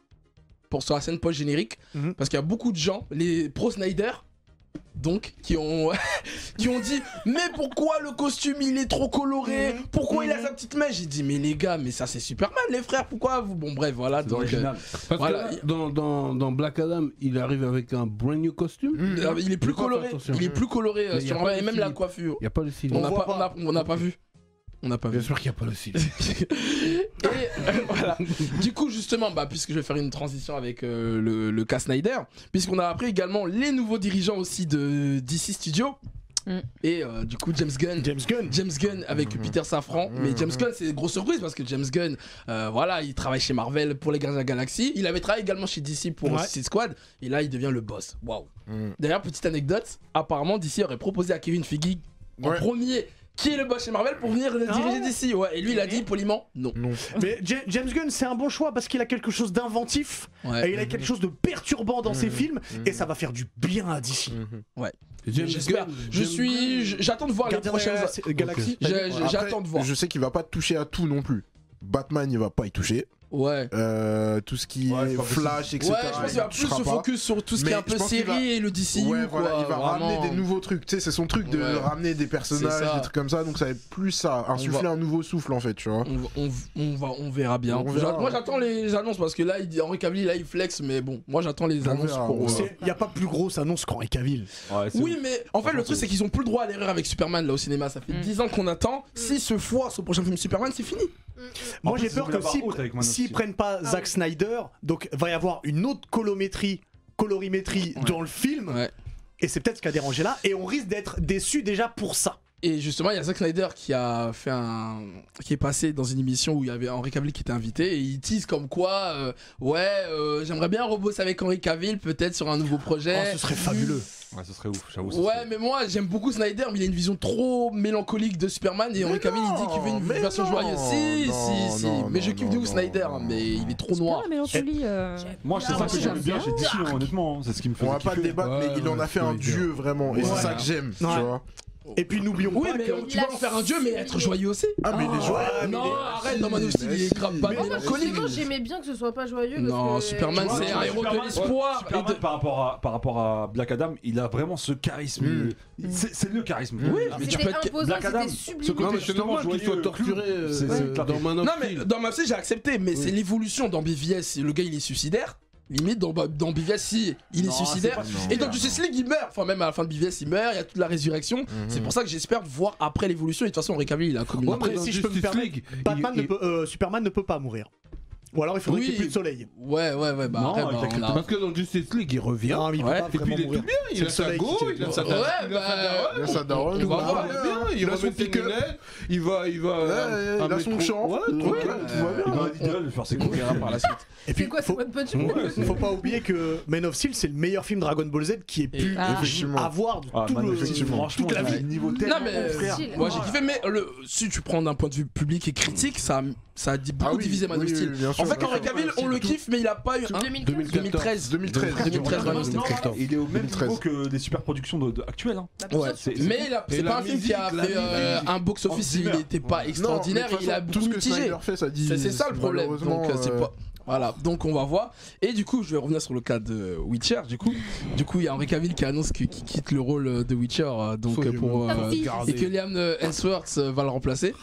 Speaker 5: pour sur la scène post générique
Speaker 1: Mhm.
Speaker 5: parce qu'il y a beaucoup de gens, les pro Snyder. Donc, qui ont, qui ont dit, mais pourquoi le costume il est trop coloré Pourquoi il a sa petite mèche J'ai dit, mais les gars, mais ça c'est Superman, les frères, pourquoi vous Bon, bref, voilà. donc, euh,
Speaker 4: original.
Speaker 2: euh, Parce
Speaker 5: Voilà.
Speaker 2: que là, dans, dans, dans Black Adam, il arrive avec un brand new
Speaker 6: Mm.
Speaker 2: costume.
Speaker 5: euh, euh, il est plus
Speaker 2: Faut faire
Speaker 5: coloré,
Speaker 2: attention.
Speaker 5: il est plus coloré, euh,
Speaker 2: Mais y a
Speaker 5: Superman,
Speaker 2: pas
Speaker 5: et
Speaker 2: de
Speaker 5: même la
Speaker 2: Philippe.
Speaker 5: coiffure.
Speaker 2: Il n'y a pas le style.
Speaker 5: On n'a
Speaker 1: voit
Speaker 5: pas, on
Speaker 1: pas.
Speaker 5: a- on n'a pas vu. On n'a pas
Speaker 2: Bien
Speaker 5: vu.
Speaker 2: sûr qu'il n'y a pas le style.
Speaker 5: Et euh, voilà. Du coup, justement, bah, puisque je vais faire une transition avec euh, le, le cas Snyder, puisqu'on a appris également les nouveaux dirigeants aussi de DC Studio.
Speaker 7: Mm.
Speaker 5: Et euh, du coup, James Gunn.
Speaker 1: James Gunn.
Speaker 5: James Gunn avec
Speaker 2: Mm.
Speaker 5: Peter Safran, mais James Gunn c'est une grosse surprise parce que James Gunn, euh, voilà, il travaille chez Marvel pour les Gardiens de la Galaxie, il avait travaillé également chez DC pour
Speaker 1: Ouais.
Speaker 5: Suicide Squad, et là il devient le boss. Waouh.
Speaker 6: Mm.
Speaker 5: D'ailleurs petite anecdote, apparemment DC aurait proposé à Kevin Feige en
Speaker 6: Ouais.
Speaker 5: premier qui est le boss chez Marvel pour venir le
Speaker 1: Ah
Speaker 5: diriger
Speaker 1: ouais.
Speaker 5: DC, ouais, et lui il a dit poliment non.
Speaker 6: Mm.
Speaker 1: Mais Ja- James Gunn, c'est un bon choix parce qu'il a quelque chose d'inventif
Speaker 5: Ouais.
Speaker 1: et il a quelque chose de perturbant dans ses films et ça va faire du bien à DC.
Speaker 6: Mm.
Speaker 2: James
Speaker 5: J'espère.
Speaker 2: Gunn,
Speaker 5: Je
Speaker 2: James
Speaker 5: suis, je- j'attends de
Speaker 3: Oh,
Speaker 5: voir les
Speaker 1: Gardien euh, de la
Speaker 5: prochaines.
Speaker 1: Galaxie- Galaxie.
Speaker 5: J'ai-
Speaker 1: t'as dit
Speaker 5: j'ai-
Speaker 6: Après,
Speaker 5: J'attends de voir.
Speaker 6: Je sais qu'il va pas toucher à tout non plus. Batman, il va pas y toucher.
Speaker 5: Ouais.
Speaker 6: Euh, tout ce qui
Speaker 4: Ouais,
Speaker 6: est
Speaker 4: c'est pas possible.
Speaker 6: Flash,
Speaker 5: Ouais, je
Speaker 6: etc.
Speaker 5: pense qu'il va
Speaker 6: il
Speaker 5: plus
Speaker 6: touchera
Speaker 5: se
Speaker 6: pas.
Speaker 5: focus sur tout ce qui est
Speaker 6: Mais
Speaker 5: un
Speaker 6: je
Speaker 5: peu
Speaker 6: pense qu'il
Speaker 5: série
Speaker 6: va-
Speaker 5: et le DCU.
Speaker 6: Ouais,
Speaker 5: quoi,
Speaker 6: voilà, il va ramener
Speaker 5: vraiment.
Speaker 6: des nouveaux trucs. Tu sais, c'est son truc de
Speaker 5: Ouais.
Speaker 6: ramener des
Speaker 5: C'est
Speaker 6: personnages,
Speaker 5: ça.
Speaker 6: des trucs comme ça. Donc ça va être plus ça, insuffler
Speaker 5: va-
Speaker 6: un nouveau souffle en fait, tu vois.
Speaker 5: On, va- on, on va, on verra bien.
Speaker 6: On verra.
Speaker 5: J'a- Moi j'attends les annonces parce que là il dit Henri Cavill là il flex mais bon moi j'attends les
Speaker 6: On
Speaker 5: annonces
Speaker 6: verra, on
Speaker 5: pour.
Speaker 6: verra.
Speaker 5: euh,
Speaker 1: Il n'y a pas plus grosse annonce qu'Henri Cavill.
Speaker 4: Ouais, c'est
Speaker 5: Oui mais en fait le
Speaker 4: Franchement,
Speaker 5: truc
Speaker 4: c'est-
Speaker 5: c'est qu'ils ont plus le droit à l'erreur avec Superman là au cinéma ça fait
Speaker 7: Mm.
Speaker 5: 10 ans qu'on attend. Si ce foire au prochain film Superman c'est fini.
Speaker 1: Moi
Speaker 4: En
Speaker 1: j'ai
Speaker 4: plus,
Speaker 1: peur
Speaker 4: ils
Speaker 1: que
Speaker 4: ont mis la barre
Speaker 1: si-
Speaker 4: haute avec Man of
Speaker 1: s'ils
Speaker 4: Steel.
Speaker 1: prennent pas
Speaker 3: Ah
Speaker 1: Zack
Speaker 3: oui.
Speaker 1: Snyder, donc va y avoir une autre colométrie, colorimétrie
Speaker 5: Ouais.
Speaker 1: dans le film.
Speaker 5: Ouais.
Speaker 1: Et c'est peut-être ce qui a dérangé là, et on risque d'être déçu déjà pour ça.
Speaker 5: Et justement, il y a Zack Snyder qui a fait un. qui est passé dans une émission où il y avait Henri Cavill qui était invité et il tease comme quoi, euh, ouais, euh, j'aimerais bien rebosser avec Henri Cavill, peut-être sur un nouveau projet.
Speaker 1: Oh, ce serait fabuleux.
Speaker 4: Ouais, ce serait ouf, j'avoue. ce
Speaker 5: Ouais,
Speaker 4: serait-
Speaker 5: mais moi j'aime beaucoup Snyder, mais il a une vision trop mélancolique de Superman et Henri Cavill il dit qu'il veut
Speaker 6: non,
Speaker 5: une
Speaker 6: mais
Speaker 5: version
Speaker 6: non,
Speaker 5: joyeuse. Si,
Speaker 6: non,
Speaker 5: si, si.
Speaker 6: non,
Speaker 5: mais
Speaker 6: non,
Speaker 5: je kiffe de
Speaker 6: non,
Speaker 5: ouf
Speaker 6: non,
Speaker 5: Snyder,
Speaker 6: non,
Speaker 5: mais il est trop noir.
Speaker 7: Ah, mélancolie. euh,
Speaker 4: Moi, c'est
Speaker 5: Ah,
Speaker 4: ça que
Speaker 5: ouais,
Speaker 4: j'aime bien
Speaker 5: c'est
Speaker 4: chez DC, hein, honnêtement. hein, C'est ce qui me fait.
Speaker 6: On va pas débattre, mais
Speaker 2: Ouais,
Speaker 6: il en a
Speaker 2: ouais,
Speaker 6: fait
Speaker 2: c'est
Speaker 6: un
Speaker 2: dur.
Speaker 6: dieu vraiment. Et
Speaker 5: Ouais.
Speaker 6: c'est ça que j'aime, tu
Speaker 1: Ouais.
Speaker 6: vois.
Speaker 1: Et puis n'oublions
Speaker 5: Oui,
Speaker 1: pas
Speaker 5: mais
Speaker 1: que.
Speaker 5: tu vas en faire un dieu, mais être joyeux aussi.
Speaker 6: Ah, mais les joueurs.
Speaker 5: non, arrête, dans Man of Steel, il est grave pas
Speaker 3: Moi,
Speaker 5: mélancolique.
Speaker 3: personnellement, j'aimais bien que ce soit pas joyeux. parce
Speaker 5: Non,
Speaker 3: que-
Speaker 5: Superman,
Speaker 4: vois,
Speaker 5: c'est
Speaker 4: tu
Speaker 5: un
Speaker 4: vois,
Speaker 5: héros de
Speaker 4: Superman,
Speaker 5: l'espoir. et de-
Speaker 4: Superman, par, rapport à, par rapport à Black Adam, il a vraiment ce charisme. Mm.
Speaker 6: Mm.
Speaker 4: Il- C'est c'est le charisme.
Speaker 5: Oui, mais tu
Speaker 3: C'était
Speaker 5: peux être.
Speaker 3: imposant,
Speaker 4: Black Adam,
Speaker 3: c'était
Speaker 4: ce
Speaker 3: sublime.
Speaker 4: côté
Speaker 2: Non, mais c'est
Speaker 4: justement
Speaker 2: normal qu'il
Speaker 4: joyeux,
Speaker 2: soit torturé euh,
Speaker 4: C'est- c'est clair.
Speaker 2: dans Man of
Speaker 5: Non mais
Speaker 2: Steel.
Speaker 5: dans ma psy j'ai accepté mais c'est l'évolution dans BVS le gars il est suicidaire limite dans, dans BVS si il est suicidaire et dans Justice League il meurt enfin même à la fin de BVS il meurt il y a toute la résurrection
Speaker 6: Mhm.
Speaker 5: c'est pour ça que j'espère voir après l'évolution et de toute façon Henry Cavill il a commis
Speaker 2: Ouais,
Speaker 5: après
Speaker 2: mais dans
Speaker 1: si je peux me
Speaker 2: Justice
Speaker 1: permettre,
Speaker 2: League, il-
Speaker 1: Batman
Speaker 2: il-
Speaker 1: ne peut, euh, Superman ne peut pas mourir. Ou alors il faudrait
Speaker 5: Oui.
Speaker 1: qu'il n'y ait plus de soleil.
Speaker 5: ouais ouais ouais bah
Speaker 4: Non,
Speaker 5: après, bah,
Speaker 4: avec la
Speaker 5: on a-
Speaker 2: Parce que dans Justice League, il revient.
Speaker 1: Non, mais Hein, il peut
Speaker 5: Ouais.
Speaker 1: pas
Speaker 2: Et puis
Speaker 1: vraiment
Speaker 2: il est
Speaker 1: mourir.
Speaker 2: tout bien,
Speaker 1: C'est
Speaker 2: il
Speaker 1: le
Speaker 2: a sa
Speaker 1: soleil
Speaker 2: go,
Speaker 1: qui-
Speaker 2: il a sa
Speaker 5: Ouais,
Speaker 2: il a sa
Speaker 5: bah,
Speaker 2: daronne,
Speaker 6: il a sa
Speaker 5: on
Speaker 6: daronne,
Speaker 5: va Ah,
Speaker 2: il va
Speaker 5: voir.
Speaker 2: bien, il
Speaker 6: Il a
Speaker 2: remet
Speaker 6: son
Speaker 2: ses
Speaker 6: pick-up.
Speaker 2: lunettes, il va, il
Speaker 6: Ouais,
Speaker 2: va.
Speaker 6: il a son champ.
Speaker 2: Ouais,
Speaker 6: Ouais,
Speaker 2: tranquille.
Speaker 6: tout va
Speaker 4: Il
Speaker 6: bien.
Speaker 4: va à Lidl faire ses
Speaker 5: on verra
Speaker 4: courses.
Speaker 5: par la suite
Speaker 1: Et
Speaker 3: C'est
Speaker 1: puis
Speaker 3: quoi, c'est
Speaker 1: faut,
Speaker 3: One Punch Man
Speaker 1: faut pas oublier que Man of Steel c'est le meilleur film Dragon Ball Z qui ait pu
Speaker 7: Ah.
Speaker 6: Effectivement.
Speaker 1: avoir de
Speaker 4: Ah,
Speaker 1: tout
Speaker 4: Man
Speaker 1: le,
Speaker 4: of Steel, franchement,
Speaker 1: toute la
Speaker 4: il a
Speaker 1: vie.
Speaker 4: un niveau tel.
Speaker 5: non mais
Speaker 4: frère.
Speaker 3: Style.
Speaker 5: moi j'ai kiffé mais le, si tu prends d'un point de vue public et critique ça a, ça a dit beaucoup
Speaker 6: Ah oui,
Speaker 5: divisé Man of
Speaker 6: oui,
Speaker 5: Steel
Speaker 6: oui, bien
Speaker 5: en
Speaker 6: sûr,
Speaker 5: fait
Speaker 6: bien
Speaker 5: Henry
Speaker 6: sûr.
Speaker 5: Cavill on le kiffe mais il a pas eu hein
Speaker 3: 2015.
Speaker 5: 2013
Speaker 6: 2013.
Speaker 5: 2013
Speaker 4: Non, non, Il est au même
Speaker 6: 2013.
Speaker 4: niveau que des super productions de- de- actuelles. hein.
Speaker 3: Bah, bien
Speaker 5: Ouais,
Speaker 3: sûr,
Speaker 4: C'est- c'est-
Speaker 5: Mais la-
Speaker 2: Et
Speaker 5: c'est
Speaker 2: la
Speaker 5: pas un film qui a
Speaker 2: musique,
Speaker 5: fait
Speaker 2: la
Speaker 5: euh,
Speaker 2: musique.
Speaker 5: un box-office, il
Speaker 4: Zimmer.
Speaker 5: n'était pas extraordinaire,
Speaker 6: Non, mais de toute
Speaker 5: il a
Speaker 6: façon, tout
Speaker 5: beaucoup
Speaker 6: ce que
Speaker 5: mitigé.
Speaker 6: Snyder fait, ça dit.
Speaker 5: C'est c'est ça le problème.
Speaker 6: malheureusement,
Speaker 5: Donc euh, c'est
Speaker 6: euh,
Speaker 5: pas. Voilà, donc on va voir. Et du coup, je vais revenir sur le cas de Witcher. Du coup, du coup, il y a Henry Cavill qui annonce qu'il qu'il quitte le rôle de Witcher, euh, donc euh, pour euh, et que Liam euh, Hemsworth euh, va le remplacer.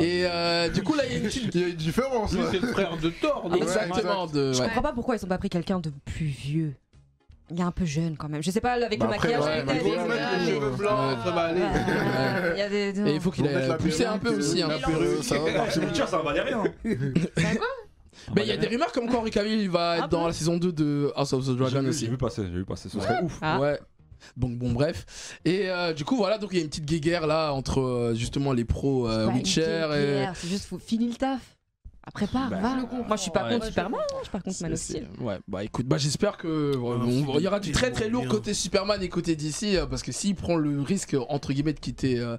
Speaker 5: Et euh, du coup, là, il y a une petite
Speaker 6: Ah, Il y a une différence.
Speaker 2: Lui,
Speaker 6: là.
Speaker 2: c'est le frère de Thor. donc.
Speaker 5: exactement de.
Speaker 7: Je
Speaker 5: ouais.
Speaker 7: comprends pas pourquoi ils ont pas pris quelqu'un de plus vieux. Il est un peu jeune quand même. Je sais pas, avec
Speaker 6: Bah
Speaker 7: le
Speaker 6: après,
Speaker 7: maquillage,
Speaker 5: ouais,
Speaker 7: avec
Speaker 5: mais
Speaker 7: la-
Speaker 5: il faut
Speaker 7: avec
Speaker 5: lui mettre
Speaker 7: la-
Speaker 5: les cheveux
Speaker 2: blancs, ça va aller.
Speaker 7: Ouais, ouais, ouais. Il y a des- des-
Speaker 5: Et il faut qu'il
Speaker 6: Faut mettre
Speaker 5: ait
Speaker 6: la
Speaker 5: poussé un peu
Speaker 6: perruque,
Speaker 5: aussi. hein.
Speaker 6: la perruque.
Speaker 5: Ça va.
Speaker 4: Chez
Speaker 1: euh,
Speaker 4: Witcher, ça va rien.
Speaker 5: Mais Ah bah, il y a des Ah rumeurs comme quoi Henry Cavill il va être dans la saison 2 de House of the
Speaker 4: J'ai
Speaker 5: Dragon
Speaker 4: vu-
Speaker 5: aussi.
Speaker 4: J'ai vu passer, j'ai vu passer. Ce serait ouf.
Speaker 7: Ah.
Speaker 5: Ouais. Donc bon bref. Et euh, du coup voilà, donc il y a une petite guéguerre là entre euh, justement les pros euh,
Speaker 7: Bah, une
Speaker 5: Witcher
Speaker 7: petite
Speaker 5: et...
Speaker 7: pierre, C'est juste, faut filer le taf. Après, pars,
Speaker 5: Bah,
Speaker 7: va.
Speaker 5: je
Speaker 7: Moi, je suis pas
Speaker 5: Ouais,
Speaker 7: contre
Speaker 5: je-
Speaker 7: Superman, hein, je suis pas contre Man of
Speaker 5: C'est-
Speaker 7: Steel.
Speaker 5: c'est- Ouais, bah écoute, bah j'espère que ouais, on- il y aura du très très lourd
Speaker 2: bien.
Speaker 5: côté Superman et côté DC euh, parce que s'il prend le risque entre guillemets de quitter euh,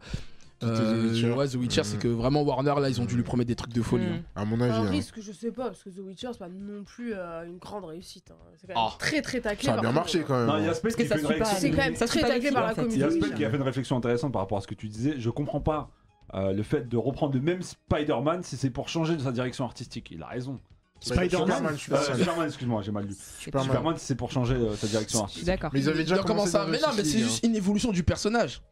Speaker 5: euh,
Speaker 6: Witcher.
Speaker 5: ouais, The Witcher,
Speaker 6: Mm.
Speaker 5: c'est que vraiment Warner là ils ont dû lui promettre des trucs de folie. hein.
Speaker 7: Mm.
Speaker 6: À mon
Speaker 3: Un
Speaker 6: avis, hein.
Speaker 3: risque, je sais pas, parce que The Witcher, c'est pas non plus euh, une grande réussite. hein. C'est quand même
Speaker 5: Ah.
Speaker 3: très très taclé.
Speaker 6: ça a
Speaker 3: par
Speaker 6: bien
Speaker 3: contre.
Speaker 6: marché quand
Speaker 4: Non, il y
Speaker 6: même.
Speaker 4: a Spade
Speaker 7: Parce que
Speaker 4: qui
Speaker 7: ça
Speaker 4: fait
Speaker 7: se
Speaker 4: une
Speaker 7: fait pas,
Speaker 4: réaction-
Speaker 3: C'est quand même
Speaker 7: Ça,
Speaker 3: très
Speaker 7: c'est pas
Speaker 3: taclé
Speaker 7: les
Speaker 3: par la
Speaker 7: filles, en fait.
Speaker 4: Il y a
Speaker 3: communauté.
Speaker 4: Spade qui a fait une réflexion intéressante par rapport à ce que tu disais. Je comprends pas euh, le fait de reprendre le même Spider-Man si c'est pour changer de sa direction artistique. Il a raison.
Speaker 1: Spider-Man.
Speaker 6: Superman,
Speaker 4: Euh,
Speaker 6: Superman.
Speaker 4: Superman, excuse-moi, j'ai
Speaker 7: Mm.
Speaker 4: mal lu.
Speaker 6: Superman.
Speaker 4: Superman, si c'est pour changer euh, sa direction
Speaker 7: Je
Speaker 4: artistique.
Speaker 7: suis d'accord.
Speaker 6: Mais ils avaient déjà
Speaker 5: Ils ont commencé à-
Speaker 6: dans hein.
Speaker 5: Mais non, mais c'est
Speaker 6: Justice League,
Speaker 5: juste une évolution du personnage.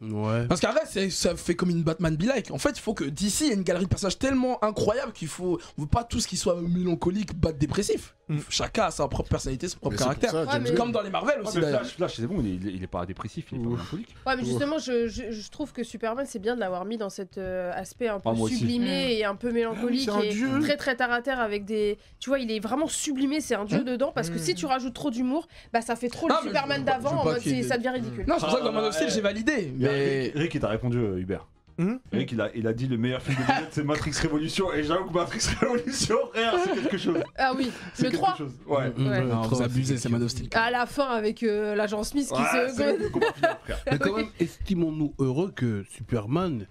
Speaker 2: Ouais.
Speaker 5: Parce qu'arrête, c'est- ça fait comme une Batman be like. En fait, il faut que DC ait une galerie de personnages tellement incroyable qu'il faut, on veut pas tous qu'ils soient mélancoliques, bat dépressifs.
Speaker 1: Mm.
Speaker 5: Chacun a sa propre personnalité, son
Speaker 6: hein.
Speaker 5: propre
Speaker 6: Mais c'est pour
Speaker 5: caractère.
Speaker 6: ça,
Speaker 3: Ouais,
Speaker 6: James
Speaker 3: mais-
Speaker 6: Gunn.
Speaker 5: Comme dans les Marvel
Speaker 4: Ouais,
Speaker 5: aussi
Speaker 4: mais
Speaker 5: d'ailleurs.
Speaker 4: Flash, Flash, c'est bon, il est, il est pas dépressif, il est pas
Speaker 6: Ouf.
Speaker 4: mélancolique.
Speaker 3: Ouais, mais justement, je, je- je trouve que Superman, c'est bien de l'avoir mis dans cet euh, aspect un peu
Speaker 4: Ah, moi aussi.
Speaker 3: sublimé et un peu mélancolique.
Speaker 6: C'est un
Speaker 3: et
Speaker 6: dieu.
Speaker 3: très très terre à terre avec des. Tu vois, il est vraiment sublimé, c'est un dieu
Speaker 5: Mmh.
Speaker 3: dedans. Parce que si tu rajoutes trop d'humour, bah ça fait trop
Speaker 5: Ah,
Speaker 3: le
Speaker 5: mais
Speaker 3: Superman
Speaker 5: je- je veux
Speaker 3: d'avant. En
Speaker 5: pas
Speaker 3: mode,
Speaker 5: qu'il y ait
Speaker 3: c'est-
Speaker 5: des-
Speaker 3: ça devient ridicule.
Speaker 5: Non, c'est pour ça que dans
Speaker 4: Ah,
Speaker 5: Man of Steel,
Speaker 4: ouais.
Speaker 5: j'ai validé.
Speaker 4: Il y a
Speaker 5: Mais.
Speaker 4: Rick, Rick, il t'a répondu, euh, Hubert.
Speaker 1: Hmm
Speaker 4: Rick, il a, il a dit le meilleur film de l'année, c'est Matrix Révolution. Et j'avoue que Matrix Révolution, frère, c'est quelque chose.
Speaker 3: Ah oui,
Speaker 4: C'est
Speaker 3: le
Speaker 4: quelque
Speaker 3: 3
Speaker 4: chose. Ouais.
Speaker 5: Mm, mm,
Speaker 3: Ouais.
Speaker 5: non, vous abusez, c'est Man of Steel.
Speaker 3: à la fin avec euh, l'agent Smith qui
Speaker 4: Ouais, c'est
Speaker 3: se.
Speaker 4: le combat final, frère.
Speaker 2: Mais quand même, estimons-nous heureux que Superman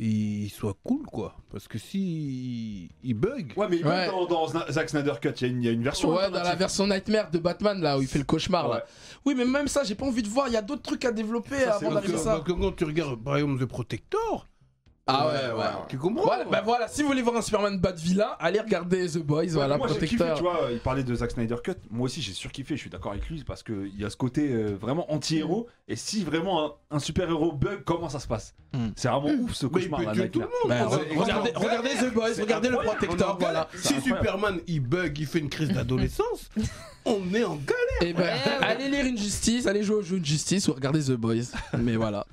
Speaker 2: il soit cool quoi. Parce que si il bug,
Speaker 4: Ouais, mais il
Speaker 5: Ouais.
Speaker 4: dans, dans Zna- Zack Snyder Cut, il y a une, il y a une version. hein,
Speaker 5: Ouais, dans la
Speaker 4: alternative.
Speaker 5: version Nightmare de Batman, là, où il fait le cauchemar,
Speaker 4: Ouais.
Speaker 5: là. Oui, mais même ça, j'ai pas envie de voir, il y a d'autres trucs à développer
Speaker 4: Ça, c'est
Speaker 5: avant
Speaker 2: parce que,
Speaker 5: d'arriver à
Speaker 2: parce
Speaker 5: ça.
Speaker 2: que quand tu regardes par exemple The Protector, euh,
Speaker 5: Ah ouais, ouais.
Speaker 2: tu comprends
Speaker 5: Voilà, bah voilà, si vous voulez voir un Superman Bad Villa, allez regarder The Boys,
Speaker 4: Ouais,
Speaker 5: voilà,
Speaker 4: moi j'ai kiffé, tu
Speaker 5: Protecteur.
Speaker 4: vois, euh, il parlait de Zack Snyder Cut, moi aussi j'ai surkiffé, je suis d'accord avec lui, parce qu'il y a ce côté euh, vraiment anti-héros, et si vraiment un, un super-héros bug, comment ça se passe
Speaker 5: Mm.
Speaker 4: C'est vraiment ouf ce
Speaker 2: Mais il
Speaker 4: cauchemar
Speaker 2: peut
Speaker 4: là,
Speaker 2: tuer
Speaker 4: Nightmare.
Speaker 2: tout le monde.
Speaker 5: Bah,
Speaker 2: on
Speaker 5: re-
Speaker 2: en
Speaker 5: regardez,
Speaker 2: galère.
Speaker 5: regardez The
Speaker 2: C'est
Speaker 5: Boys, regardez le
Speaker 2: incroyable, on est en galère.
Speaker 5: Protecteur, voilà.
Speaker 4: C'est
Speaker 2: Si
Speaker 4: incroyable.
Speaker 2: Superman il bug, il fait une crise d'adolescence, on est en galère.
Speaker 5: Et ben,
Speaker 2: Eh
Speaker 5: allez lire une justice, allez jouer au jeu une justice ou regardez The Boys. Mais voilà.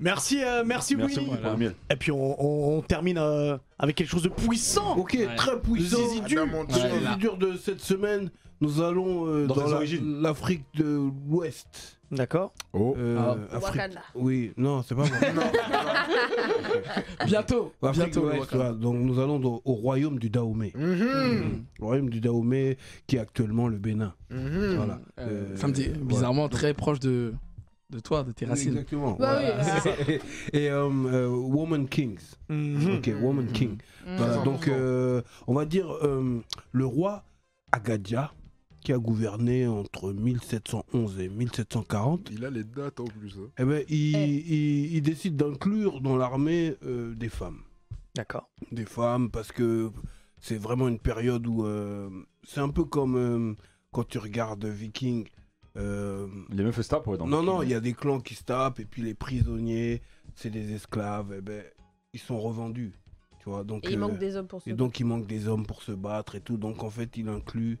Speaker 1: Merci, euh, merci,
Speaker 4: Merci
Speaker 1: Winnie.
Speaker 4: beaucoup pour le miel.
Speaker 1: Et puis on, on- on termine euh, avec quelque chose de puissant.
Speaker 2: Ok, très puissant.
Speaker 1: Zizi dur.
Speaker 6: Adam Antu-
Speaker 2: Dans
Speaker 5: Ouais,
Speaker 2: les
Speaker 5: là.
Speaker 2: figures de cette semaine, nous allons euh,
Speaker 4: Dans
Speaker 2: dans,
Speaker 4: les
Speaker 2: la-
Speaker 4: origines.
Speaker 2: l'Afrique de l'Ouest.
Speaker 1: D'accord.
Speaker 6: Oh.
Speaker 2: Euh, Afrique-
Speaker 3: Wakanda.
Speaker 2: Oui, non, c'est pas moi.
Speaker 6: Non,
Speaker 5: Bientôt,
Speaker 2: Afrique de
Speaker 5: bientôt. le
Speaker 2: l'Ouest,
Speaker 5: Wakanda.
Speaker 2: voilà. Donc nous allons dans- au royaume du Dahomey.
Speaker 6: Mhm.
Speaker 2: Le royaume du Dahomey qui est actuellement le Bénin.
Speaker 6: Mhm.
Speaker 2: Voilà.
Speaker 5: Euh,
Speaker 2: Euh,
Speaker 5: ça me dit
Speaker 2: voilà.
Speaker 5: bizarrement très proche de, de toi, de tes racines.
Speaker 2: Exactement.
Speaker 3: Bah
Speaker 2: voilà.
Speaker 3: oui,
Speaker 2: Et euh, euh, Woman Kings.
Speaker 1: Mhm.
Speaker 2: Ok, Woman King. Voilà,
Speaker 6: Très
Speaker 2: donc,
Speaker 6: important.
Speaker 2: euh, on va dire euh, le roi Agadia, qui a gouverné entre 1711 et 1740,
Speaker 6: Il a les dates en plus. hein.
Speaker 2: eh ben, il,
Speaker 7: Eh.
Speaker 2: il- il décide d'inclure dans l'armée euh, des femmes.
Speaker 1: D'accord.
Speaker 2: Des femmes, parce que c'est vraiment une période où. euh, c'est un peu comme euh, quand tu regardes Viking. euh,
Speaker 4: Les meufs stop, ouais, dans
Speaker 2: non,
Speaker 4: le-
Speaker 2: non, il y a des clans qui se tapent, et puis les prisonniers, c'est des esclaves, eh ben, ils sont revendus. Tu vois, donc,
Speaker 3: Et il
Speaker 2: euh,
Speaker 3: manque des hommes pour ce.
Speaker 2: et donc il manque des hommes pour se battre et tout. Donc en fait, il inclut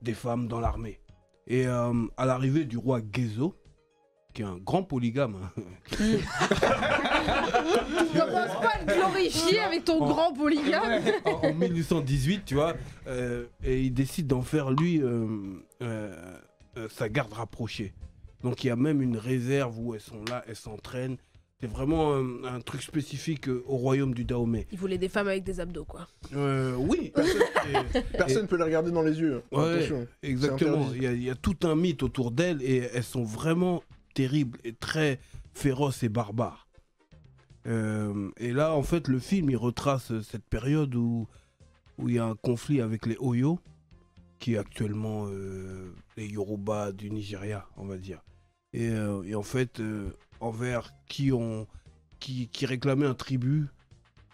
Speaker 2: des femmes dans l'armée. Et euh, à l'arrivée du roi Gezo, qui est un grand polygame, hein,
Speaker 3: Commence pas à le glorifier avec ton grand polygame.
Speaker 2: en, en 1818, tu vois, euh, et il décide d'en faire lui euh, euh, euh, sa garde rapprochée. Donc il y a même une réserve où elles sont là, elles s'entraînent. C'est vraiment euh, un, truc spécifique euh, au royaume du Dahomey.
Speaker 3: Il voulait des femmes avec des abdos, quoi.
Speaker 2: Euh, oui, euh,
Speaker 6: Personne peut les regarder dans les yeux. hein.
Speaker 2: Ouais.
Speaker 6: Attention.
Speaker 2: Exactement.
Speaker 6: C'est interdit.
Speaker 2: Il y, a, il y a tout un mythe autour d'elles et elles sont vraiment terribles et très féroces et barbares. Euh, et là, en fait, le film il retrace cette période où où il y a un conflit avec les Oyo, qui est actuellement euh, les Yoruba du Nigeria, on va dire. Et, euh, et en fait, euh, envers qui on qui, qui réclamait un tribut.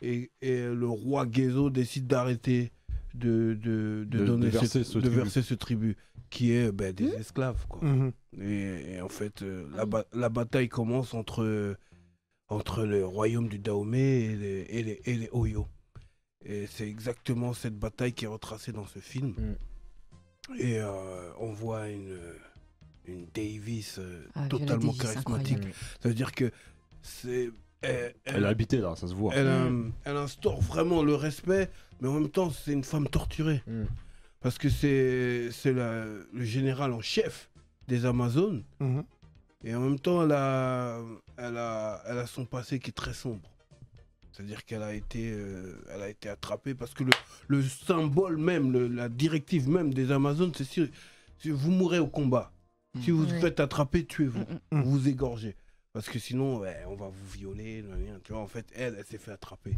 Speaker 2: Et, et le roi Gezo décide d'arrêter de, de, de
Speaker 4: De-
Speaker 2: donner
Speaker 4: de verser ce
Speaker 2: de
Speaker 4: tribut. Mmh.
Speaker 2: verser ce tribut, qui est ben, des esclaves. Quoi.
Speaker 1: Mhm.
Speaker 2: Et, et en fait, euh, la, ba- la bataille commence entre, entre le royaume du Dahomey et les, et les, et les Oyo. Et c'est exactement cette bataille qui est retracée dans ce film.
Speaker 6: Mm.
Speaker 2: Et euh, on voit une, une Davis euh,
Speaker 11: Ah, Viola
Speaker 2: totalement
Speaker 11: Davis,
Speaker 2: charismatique.
Speaker 11: incroyable.
Speaker 2: C'est-à-dire que c'est. Elle, elle-
Speaker 4: Elle a habité là, ça se voit.
Speaker 2: elle, euh, elle instaure vraiment le respect, mais en même temps, c'est une femme torturée. Parce que c'est c'est la- le général en chef des Amazones.
Speaker 1: Mhm.
Speaker 2: Et en même temps, elle a, elle, a, elle a son passé qui est très sombre. C'est-à-dire qu'elle a, été, euh, elle a été attrapée parce que le, le symbole même, le- la directive même des Amazones, c'est si, si vous mourrez au combat.
Speaker 5: Mm.
Speaker 2: Si vous vous
Speaker 11: Ouais.
Speaker 2: faites attraper, tuez-vous. Vous vous égorgez. Parce que sinon, ouais, on va vous violer. nan, nan, nan. Tu vois, en fait, elle, elle s'est fait attraper.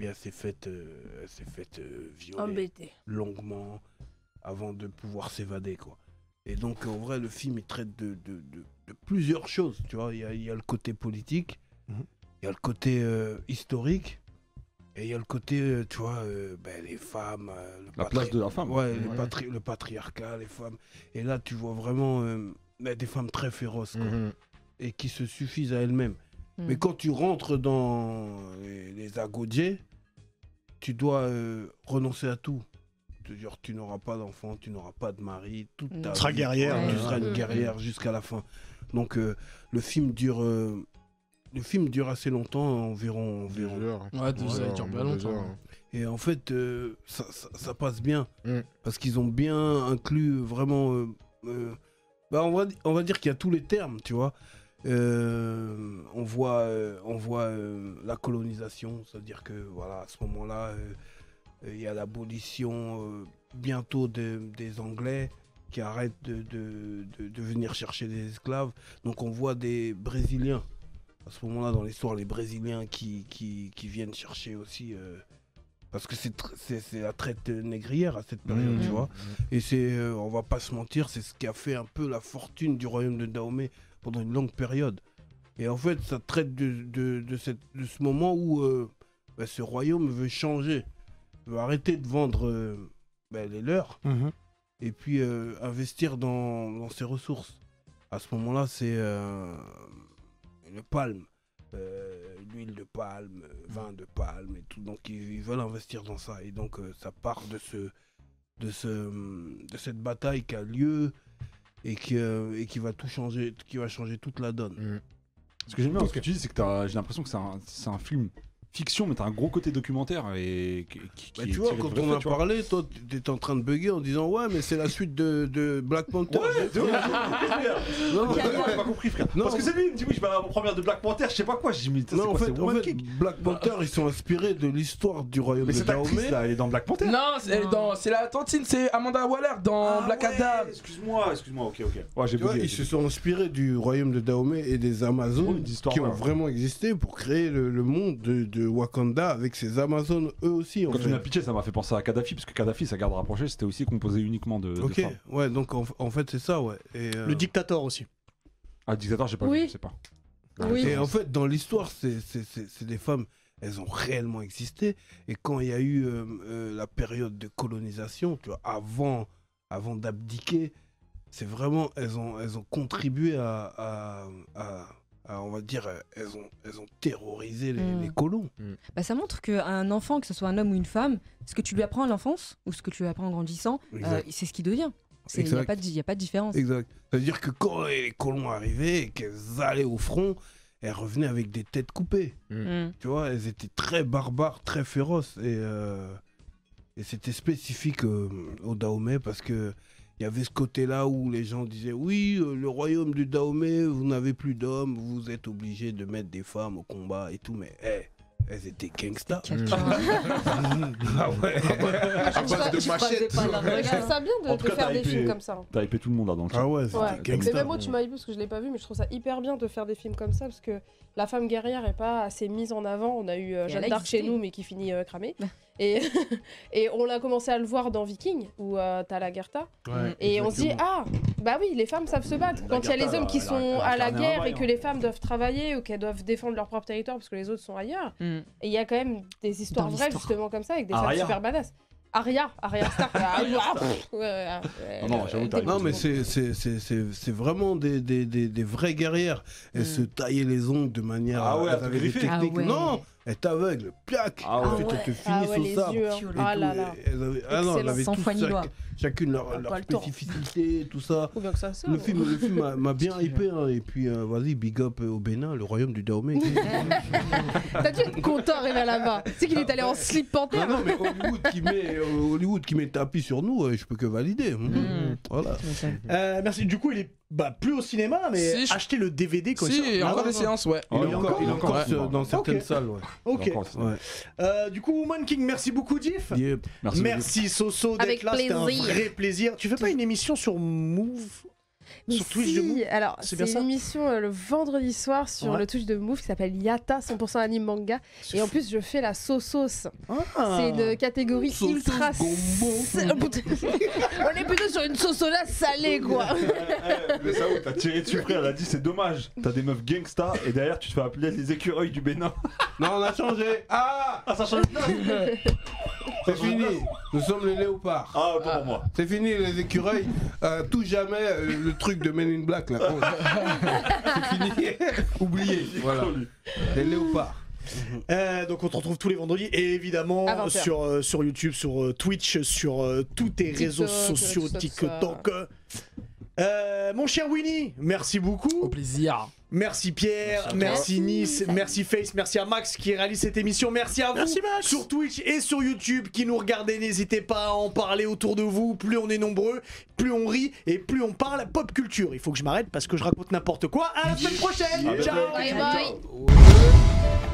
Speaker 2: Et elle s'est faite, euh, elle s'est faite euh, violer
Speaker 3: Embêtée.
Speaker 2: longuement avant de pouvoir s'évader, quoi. Et donc, en vrai, le film, il traite de, de- de- de plusieurs choses, tu vois. Il y a, il y a le côté politique, il y a le côté euh, historique, et il y a le côté, euh, tu vois, euh, ben, les femmes... euh, le
Speaker 4: La place de la femme.
Speaker 2: Ouais,
Speaker 4: Ouais.
Speaker 2: Le, patri- le patriarcat, les femmes. Et là, tu vois vraiment euh, ben, des femmes très féroces, quoi,
Speaker 6: Mhm.
Speaker 2: et qui se suffisent à elles-mêmes. Mais quand tu rentres dans les, les agodjés, tu dois euh, renoncer à tout. C'est-à-dire, tu n'auras pas d'enfant, tu n'auras pas de mari, toute
Speaker 1: Mm.
Speaker 2: ta
Speaker 1: Tu seras
Speaker 2: vie,
Speaker 1: guerrière,
Speaker 2: Tu
Speaker 1: ouais.
Speaker 2: seras une
Speaker 1: Mm.
Speaker 2: guerrière jusqu'à la fin. Donc, euh, le film dure. euh, le film dure assez longtemps, environ. environ.
Speaker 1: Hmm.
Speaker 5: Ouais, deux heures, il dure bien longtemps.
Speaker 2: Et en fait, euh, ça, ça- ça passe bien.
Speaker 1: Hmm.
Speaker 2: Parce qu'ils ont bien inclus vraiment. euh, euh, bah, on, va, on va dire qu'il y a tous les termes, tu vois. Euh, on voit, euh, on voit euh, la colonisation, c'est-à-dire que voilà, à ce moment-là, euh, euh, il y a l'abolition euh, bientôt de- des Anglais qui arrêtent de, de- de- de venir chercher des esclaves. Donc on voit des Brésiliens à ce moment-là dans l'histoire, les Brésiliens qui, qui, qui viennent chercher aussi. euh, parce que c'est tr- c'est c'est la traite euh, négrière à cette
Speaker 4: Hmm.
Speaker 2: période,
Speaker 11: Mmh.
Speaker 2: tu vois. Et c'est, euh, on va pas se mentir, c'est ce qui a fait un peu la fortune du royaume de Dahomey pendant une longue période. Et en fait, ça traite de, de, de cette, de ce moment où euh, bah, ce royaume veut changer, veut arrêter de vendre euh, bah, les leurs et puis euh, investir dans, dans ses ressources. À ce moment-là, c'est euh, le palme, euh, l'huile de palme, euh, vin de palme et tout. Donc ils, ils veulent investir dans ça. Et donc euh, ça part de ce, de ce, de cette bataille qui a lieu et qui, euh, et qui va tout changer, qui va changer toute la donne.
Speaker 4: Ce que j'aime bien dans ce que tu dis, c'est que t'as- j'ai l'impression que c'est un, c'est un film fiction, mais t'as un gros côté documentaire et qui, qui-
Speaker 2: Bah,
Speaker 4: qui
Speaker 2: tu
Speaker 4: est
Speaker 2: vois,
Speaker 4: tiré de
Speaker 2: quand
Speaker 4: vrai
Speaker 2: on
Speaker 4: fait,
Speaker 2: en
Speaker 4: tu vois.
Speaker 2: parlait, toi, t'étais en train de bugger en disant Ouais, mais c'est la suite de, de Black Panther.
Speaker 4: de ouf, de
Speaker 2: Non,
Speaker 4: ouf. J'ai pas compris, frère.
Speaker 2: Non.
Speaker 4: Parce que c'est lui, il me dit oui, je vais à la première de Black Panther, je sais pas quoi. Je dis, mais c'est
Speaker 2: Non, en
Speaker 4: quoi, c'est
Speaker 2: fait, en
Speaker 4: Woman
Speaker 2: fait,
Speaker 4: King
Speaker 2: Black Panther, ils sont inspirés de l'histoire du royaume
Speaker 4: Mais
Speaker 2: de
Speaker 4: cette actrice
Speaker 2: Dahomey.
Speaker 4: là, elle est dans Black
Speaker 2: hein.
Speaker 4: Panther.
Speaker 5: Non, c'est elle dans- c'est la tantine, c'est Amanda Waller dans
Speaker 4: Ah
Speaker 5: Black
Speaker 4: ouais,
Speaker 5: Adam.
Speaker 4: Excuse-moi, excuse-moi, ok, ok. Ouais, j'ai
Speaker 2: Tu vois,
Speaker 4: bugué,
Speaker 2: ils
Speaker 4: j'ai
Speaker 2: se sont inspirés du royaume de Dahomey et des
Speaker 4: Oh,
Speaker 2: Amazones
Speaker 4: une histoire
Speaker 2: qui ont
Speaker 4: vraie.
Speaker 2: vraiment existé pour créer le, le monde de, de Wakanda avec ces Amazones eux aussi. En
Speaker 4: Quand tu
Speaker 2: fait.
Speaker 4: m'as pitché, ça m'a fait penser à Kadhafi, parce que Kadhafi, sa garde rapprochée, c'était aussi composé uniquement de, de
Speaker 2: Ok,
Speaker 4: femmes.
Speaker 2: ouais, donc en, en fait, c'est ça, ouais. Et, euh,
Speaker 1: Le dictateur aussi.
Speaker 4: Ah, dictateur, j'ai pas
Speaker 3: Oui.
Speaker 4: vu, je sais pas. Ah,
Speaker 3: Oui.
Speaker 2: Et en fait, dans l'histoire, c'est- c'est c'est- c'est des femmes, elles ont réellement existé. Et quand il y a eu euh, euh, la période de colonisation, tu vois, avant, avant d'abdiquer, c'est vraiment, elles ont, elles ont contribué à, à- à- à, on va dire, euh, elles ont, elles ont terrorisé les,
Speaker 7: Mm.
Speaker 2: les colons.
Speaker 7: Bah, ça montre qu'un enfant, que ce soit un homme ou une femme, ce que tu lui apprends à l'enfance ou ce que tu lui apprends en grandissant,
Speaker 2: Exact.
Speaker 7: euh, c'est ce qu'il devient. Il n'y a,
Speaker 2: Exact.
Speaker 7: pas de- y a pas de différence.
Speaker 2: Exact. C'est-à-dire que quand les colons arrivaient et qu'elles allaient au front, elles revenaient avec des têtes coupées.
Speaker 7: Mm.
Speaker 2: Tu vois, elles étaient très barbares, très féroces. Et, euh, et c'était spécifique euh, au Dahomey parce que il y avait ce côté-là où les gens disaient Oui, euh, le royaume du Dahomey, vous n'avez plus d'hommes, vous êtes obligés de mettre des femmes au combat et tout. Mais hey, elles étaient gangsters.
Speaker 5: Mhm.
Speaker 2: ah ouais.
Speaker 6: À base de machettes.
Speaker 3: Je trouve ça bien de,
Speaker 4: En tout
Speaker 3: de
Speaker 4: cas,
Speaker 3: faire
Speaker 4: t'as
Speaker 3: des
Speaker 4: hypé-
Speaker 3: films comme ça. hein.
Speaker 4: T'as hypé tout le monde là dans le chat.
Speaker 2: Ah ouais, c'était
Speaker 3: Ouais. Mais
Speaker 2: gangsters.
Speaker 3: même moi, tu m'as hypé parce que je l'ai pas vu, mais je trouve ça hyper bien de faire des films comme ça parce que la femme guerrière est pas assez mise en avant. On a eu euh,
Speaker 7: Et elle
Speaker 3: Jeanne
Speaker 7: a
Speaker 3: d'Arc chez
Speaker 7: existé.
Speaker 3: nous, mais qui finit euh, cramée. et, et on l'a commencé à le voir dans Viking, où euh, t'as la Gerta. Et on se dit, ah, bah oui, les femmes savent se battre. Quand il y a
Speaker 4: Gerta,
Speaker 3: les hommes qui
Speaker 4: elle a-
Speaker 3: sont
Speaker 4: elle a
Speaker 3: à la
Speaker 4: incarné un
Speaker 3: guerre
Speaker 4: vrai,
Speaker 3: et que
Speaker 4: hein.
Speaker 3: les femmes doivent travailler ou qu'elles doivent défendre leur propre territoire parce que les autres sont ailleurs,
Speaker 11: Mm.
Speaker 3: et il y a quand même des histoires
Speaker 11: Dans
Speaker 3: vraies
Speaker 11: l'histoire.
Speaker 3: justement comme ça avec des
Speaker 4: Arya.
Speaker 3: femmes super badass. Aria, Aria Stark. ah, ouah, pff, ouais, ouais,
Speaker 4: Non, non,
Speaker 3: elle-
Speaker 4: j'avoue,
Speaker 3: elle
Speaker 4: t'as-
Speaker 2: Non, mais
Speaker 3: dégoûte tout le monde.
Speaker 2: c'est- c'est c'est- c'est- c'est vraiment des, des, des, des vraies guerrières. Elles
Speaker 11: Mm.
Speaker 2: se taillaient les ongles de manière.
Speaker 4: Ah
Speaker 2: elles
Speaker 4: ouais, à
Speaker 2: avaient des
Speaker 4: griffer.
Speaker 2: techniques.
Speaker 11: Ah ouais.
Speaker 2: Non, Elle t'aveugle, plaque
Speaker 4: Ah ouais.
Speaker 2: Ensuite,
Speaker 11: Ah
Speaker 2: elle te
Speaker 11: ouais.
Speaker 2: finit
Speaker 11: Ah ouais,
Speaker 2: son
Speaker 11: les
Speaker 2: sabre.
Speaker 11: yeux, hein.
Speaker 2: et
Speaker 11: Ah
Speaker 2: tout,
Speaker 11: là là.
Speaker 2: et elles avaient- ah non, elles
Speaker 11: Excellent,
Speaker 2: avaient
Speaker 11: sans
Speaker 2: tous
Speaker 11: foi ni
Speaker 2: chac-
Speaker 11: loi.
Speaker 2: chacune
Speaker 11: On
Speaker 2: leur,
Speaker 11: a
Speaker 2: leur
Speaker 11: pas le temps.
Speaker 2: spécificité, tout ça.
Speaker 3: Ou bien que ça sort. hein.
Speaker 2: Le film, le film m'a- m'a bien hypé, hein. et puis euh, vas-y, big up euh, au Bénin, le royaume du Dahomey.
Speaker 3: T'as dû être content arriver là-bas. Tu sais qu'il est allé en slip panthère.
Speaker 2: non, non, mais Hollywood qui met, euh, Hollywood qui met tapis sur nous, euh, je peux que valider. Mhm.
Speaker 11: Mm.
Speaker 2: Voilà.
Speaker 1: Euh, merci. Du coup, il est bah, plus au cinéma, mais
Speaker 5: Si, je-
Speaker 1: achetez le DVD quand il
Speaker 5: Si,
Speaker 1: sort.
Speaker 5: il y a
Speaker 1: Ah
Speaker 5: encore
Speaker 1: ouais.
Speaker 5: des séances, ouais.
Speaker 2: Oh, Il
Speaker 4: Ouais,
Speaker 2: est encore, il est
Speaker 4: il
Speaker 2: encore sur- dans certaines
Speaker 1: Ok.
Speaker 2: salles. Ouais.
Speaker 1: Ah Ok.
Speaker 4: Encore, c'est-
Speaker 2: Ouais.
Speaker 1: Euh, du coup, Woman King, merci beaucoup, Diff.
Speaker 2: Il est-
Speaker 4: Merci.
Speaker 1: Merci Soso d'être
Speaker 11: Avec
Speaker 1: là, c'était un
Speaker 11: plaisir.
Speaker 1: vrai plaisir. Tu fais pas une émission sur Move
Speaker 3: Mais
Speaker 1: Sur Twitch
Speaker 3: si,
Speaker 1: de Move
Speaker 3: Alors,
Speaker 1: C'est
Speaker 3: c'est
Speaker 1: bien
Speaker 3: une
Speaker 1: ça
Speaker 3: émission euh, le vendredi soir sur
Speaker 1: Ouais.
Speaker 3: le Twitch de Move qui s'appelle Yata 100% anime manga. Et en plus, je fais la sauce-sauce.
Speaker 1: Ah.
Speaker 3: C'est une catégorie ultra. On est plutôt sur une sauce-sauce salée, quoi.
Speaker 4: Eh, Mais ça, où t'as tiré dessus, frère. Elle a dit c'est dommage. T'as des meufs gangsta et derrière tu te fais appeler les écureuils du Bénin.
Speaker 2: Non, on a changé. Ah,
Speaker 4: Ah, ça change de place.
Speaker 2: c'est fini. Nous sommes les léopards.
Speaker 4: Ah, autant pour moi.
Speaker 2: C'est fini les écureuils. Euh, tout jamais euh, le truc de Men in Black là. Oh. c'est fini. Oublié. Voilà. Les léopards.
Speaker 1: Euh, donc on te retrouve tous les vendredis et évidemment
Speaker 3: À 20 heures.
Speaker 1: sur, euh, sur YouTube, sur euh, Twitch, sur euh, tous tes réseaux sociaux,
Speaker 3: tout ça, tout
Speaker 1: TikTok. Euh, mon cher Winnie, merci
Speaker 5: Au
Speaker 1: beaucoup.
Speaker 5: plaisir.
Speaker 1: Merci Pierre, merci, Nice, merci Face, merci à Max qui réalise cette émission, merci à vous sur Twitch et sur YouTube qui nous regardez. N'hésitez pas à en parler autour de vous. Plus on est nombreux, plus on rit et plus on parle pop culture. Il faut que je m'arrête parce que je raconte n'importe quoi. À la semaine prochaine. Ciao.
Speaker 11: Bye bye.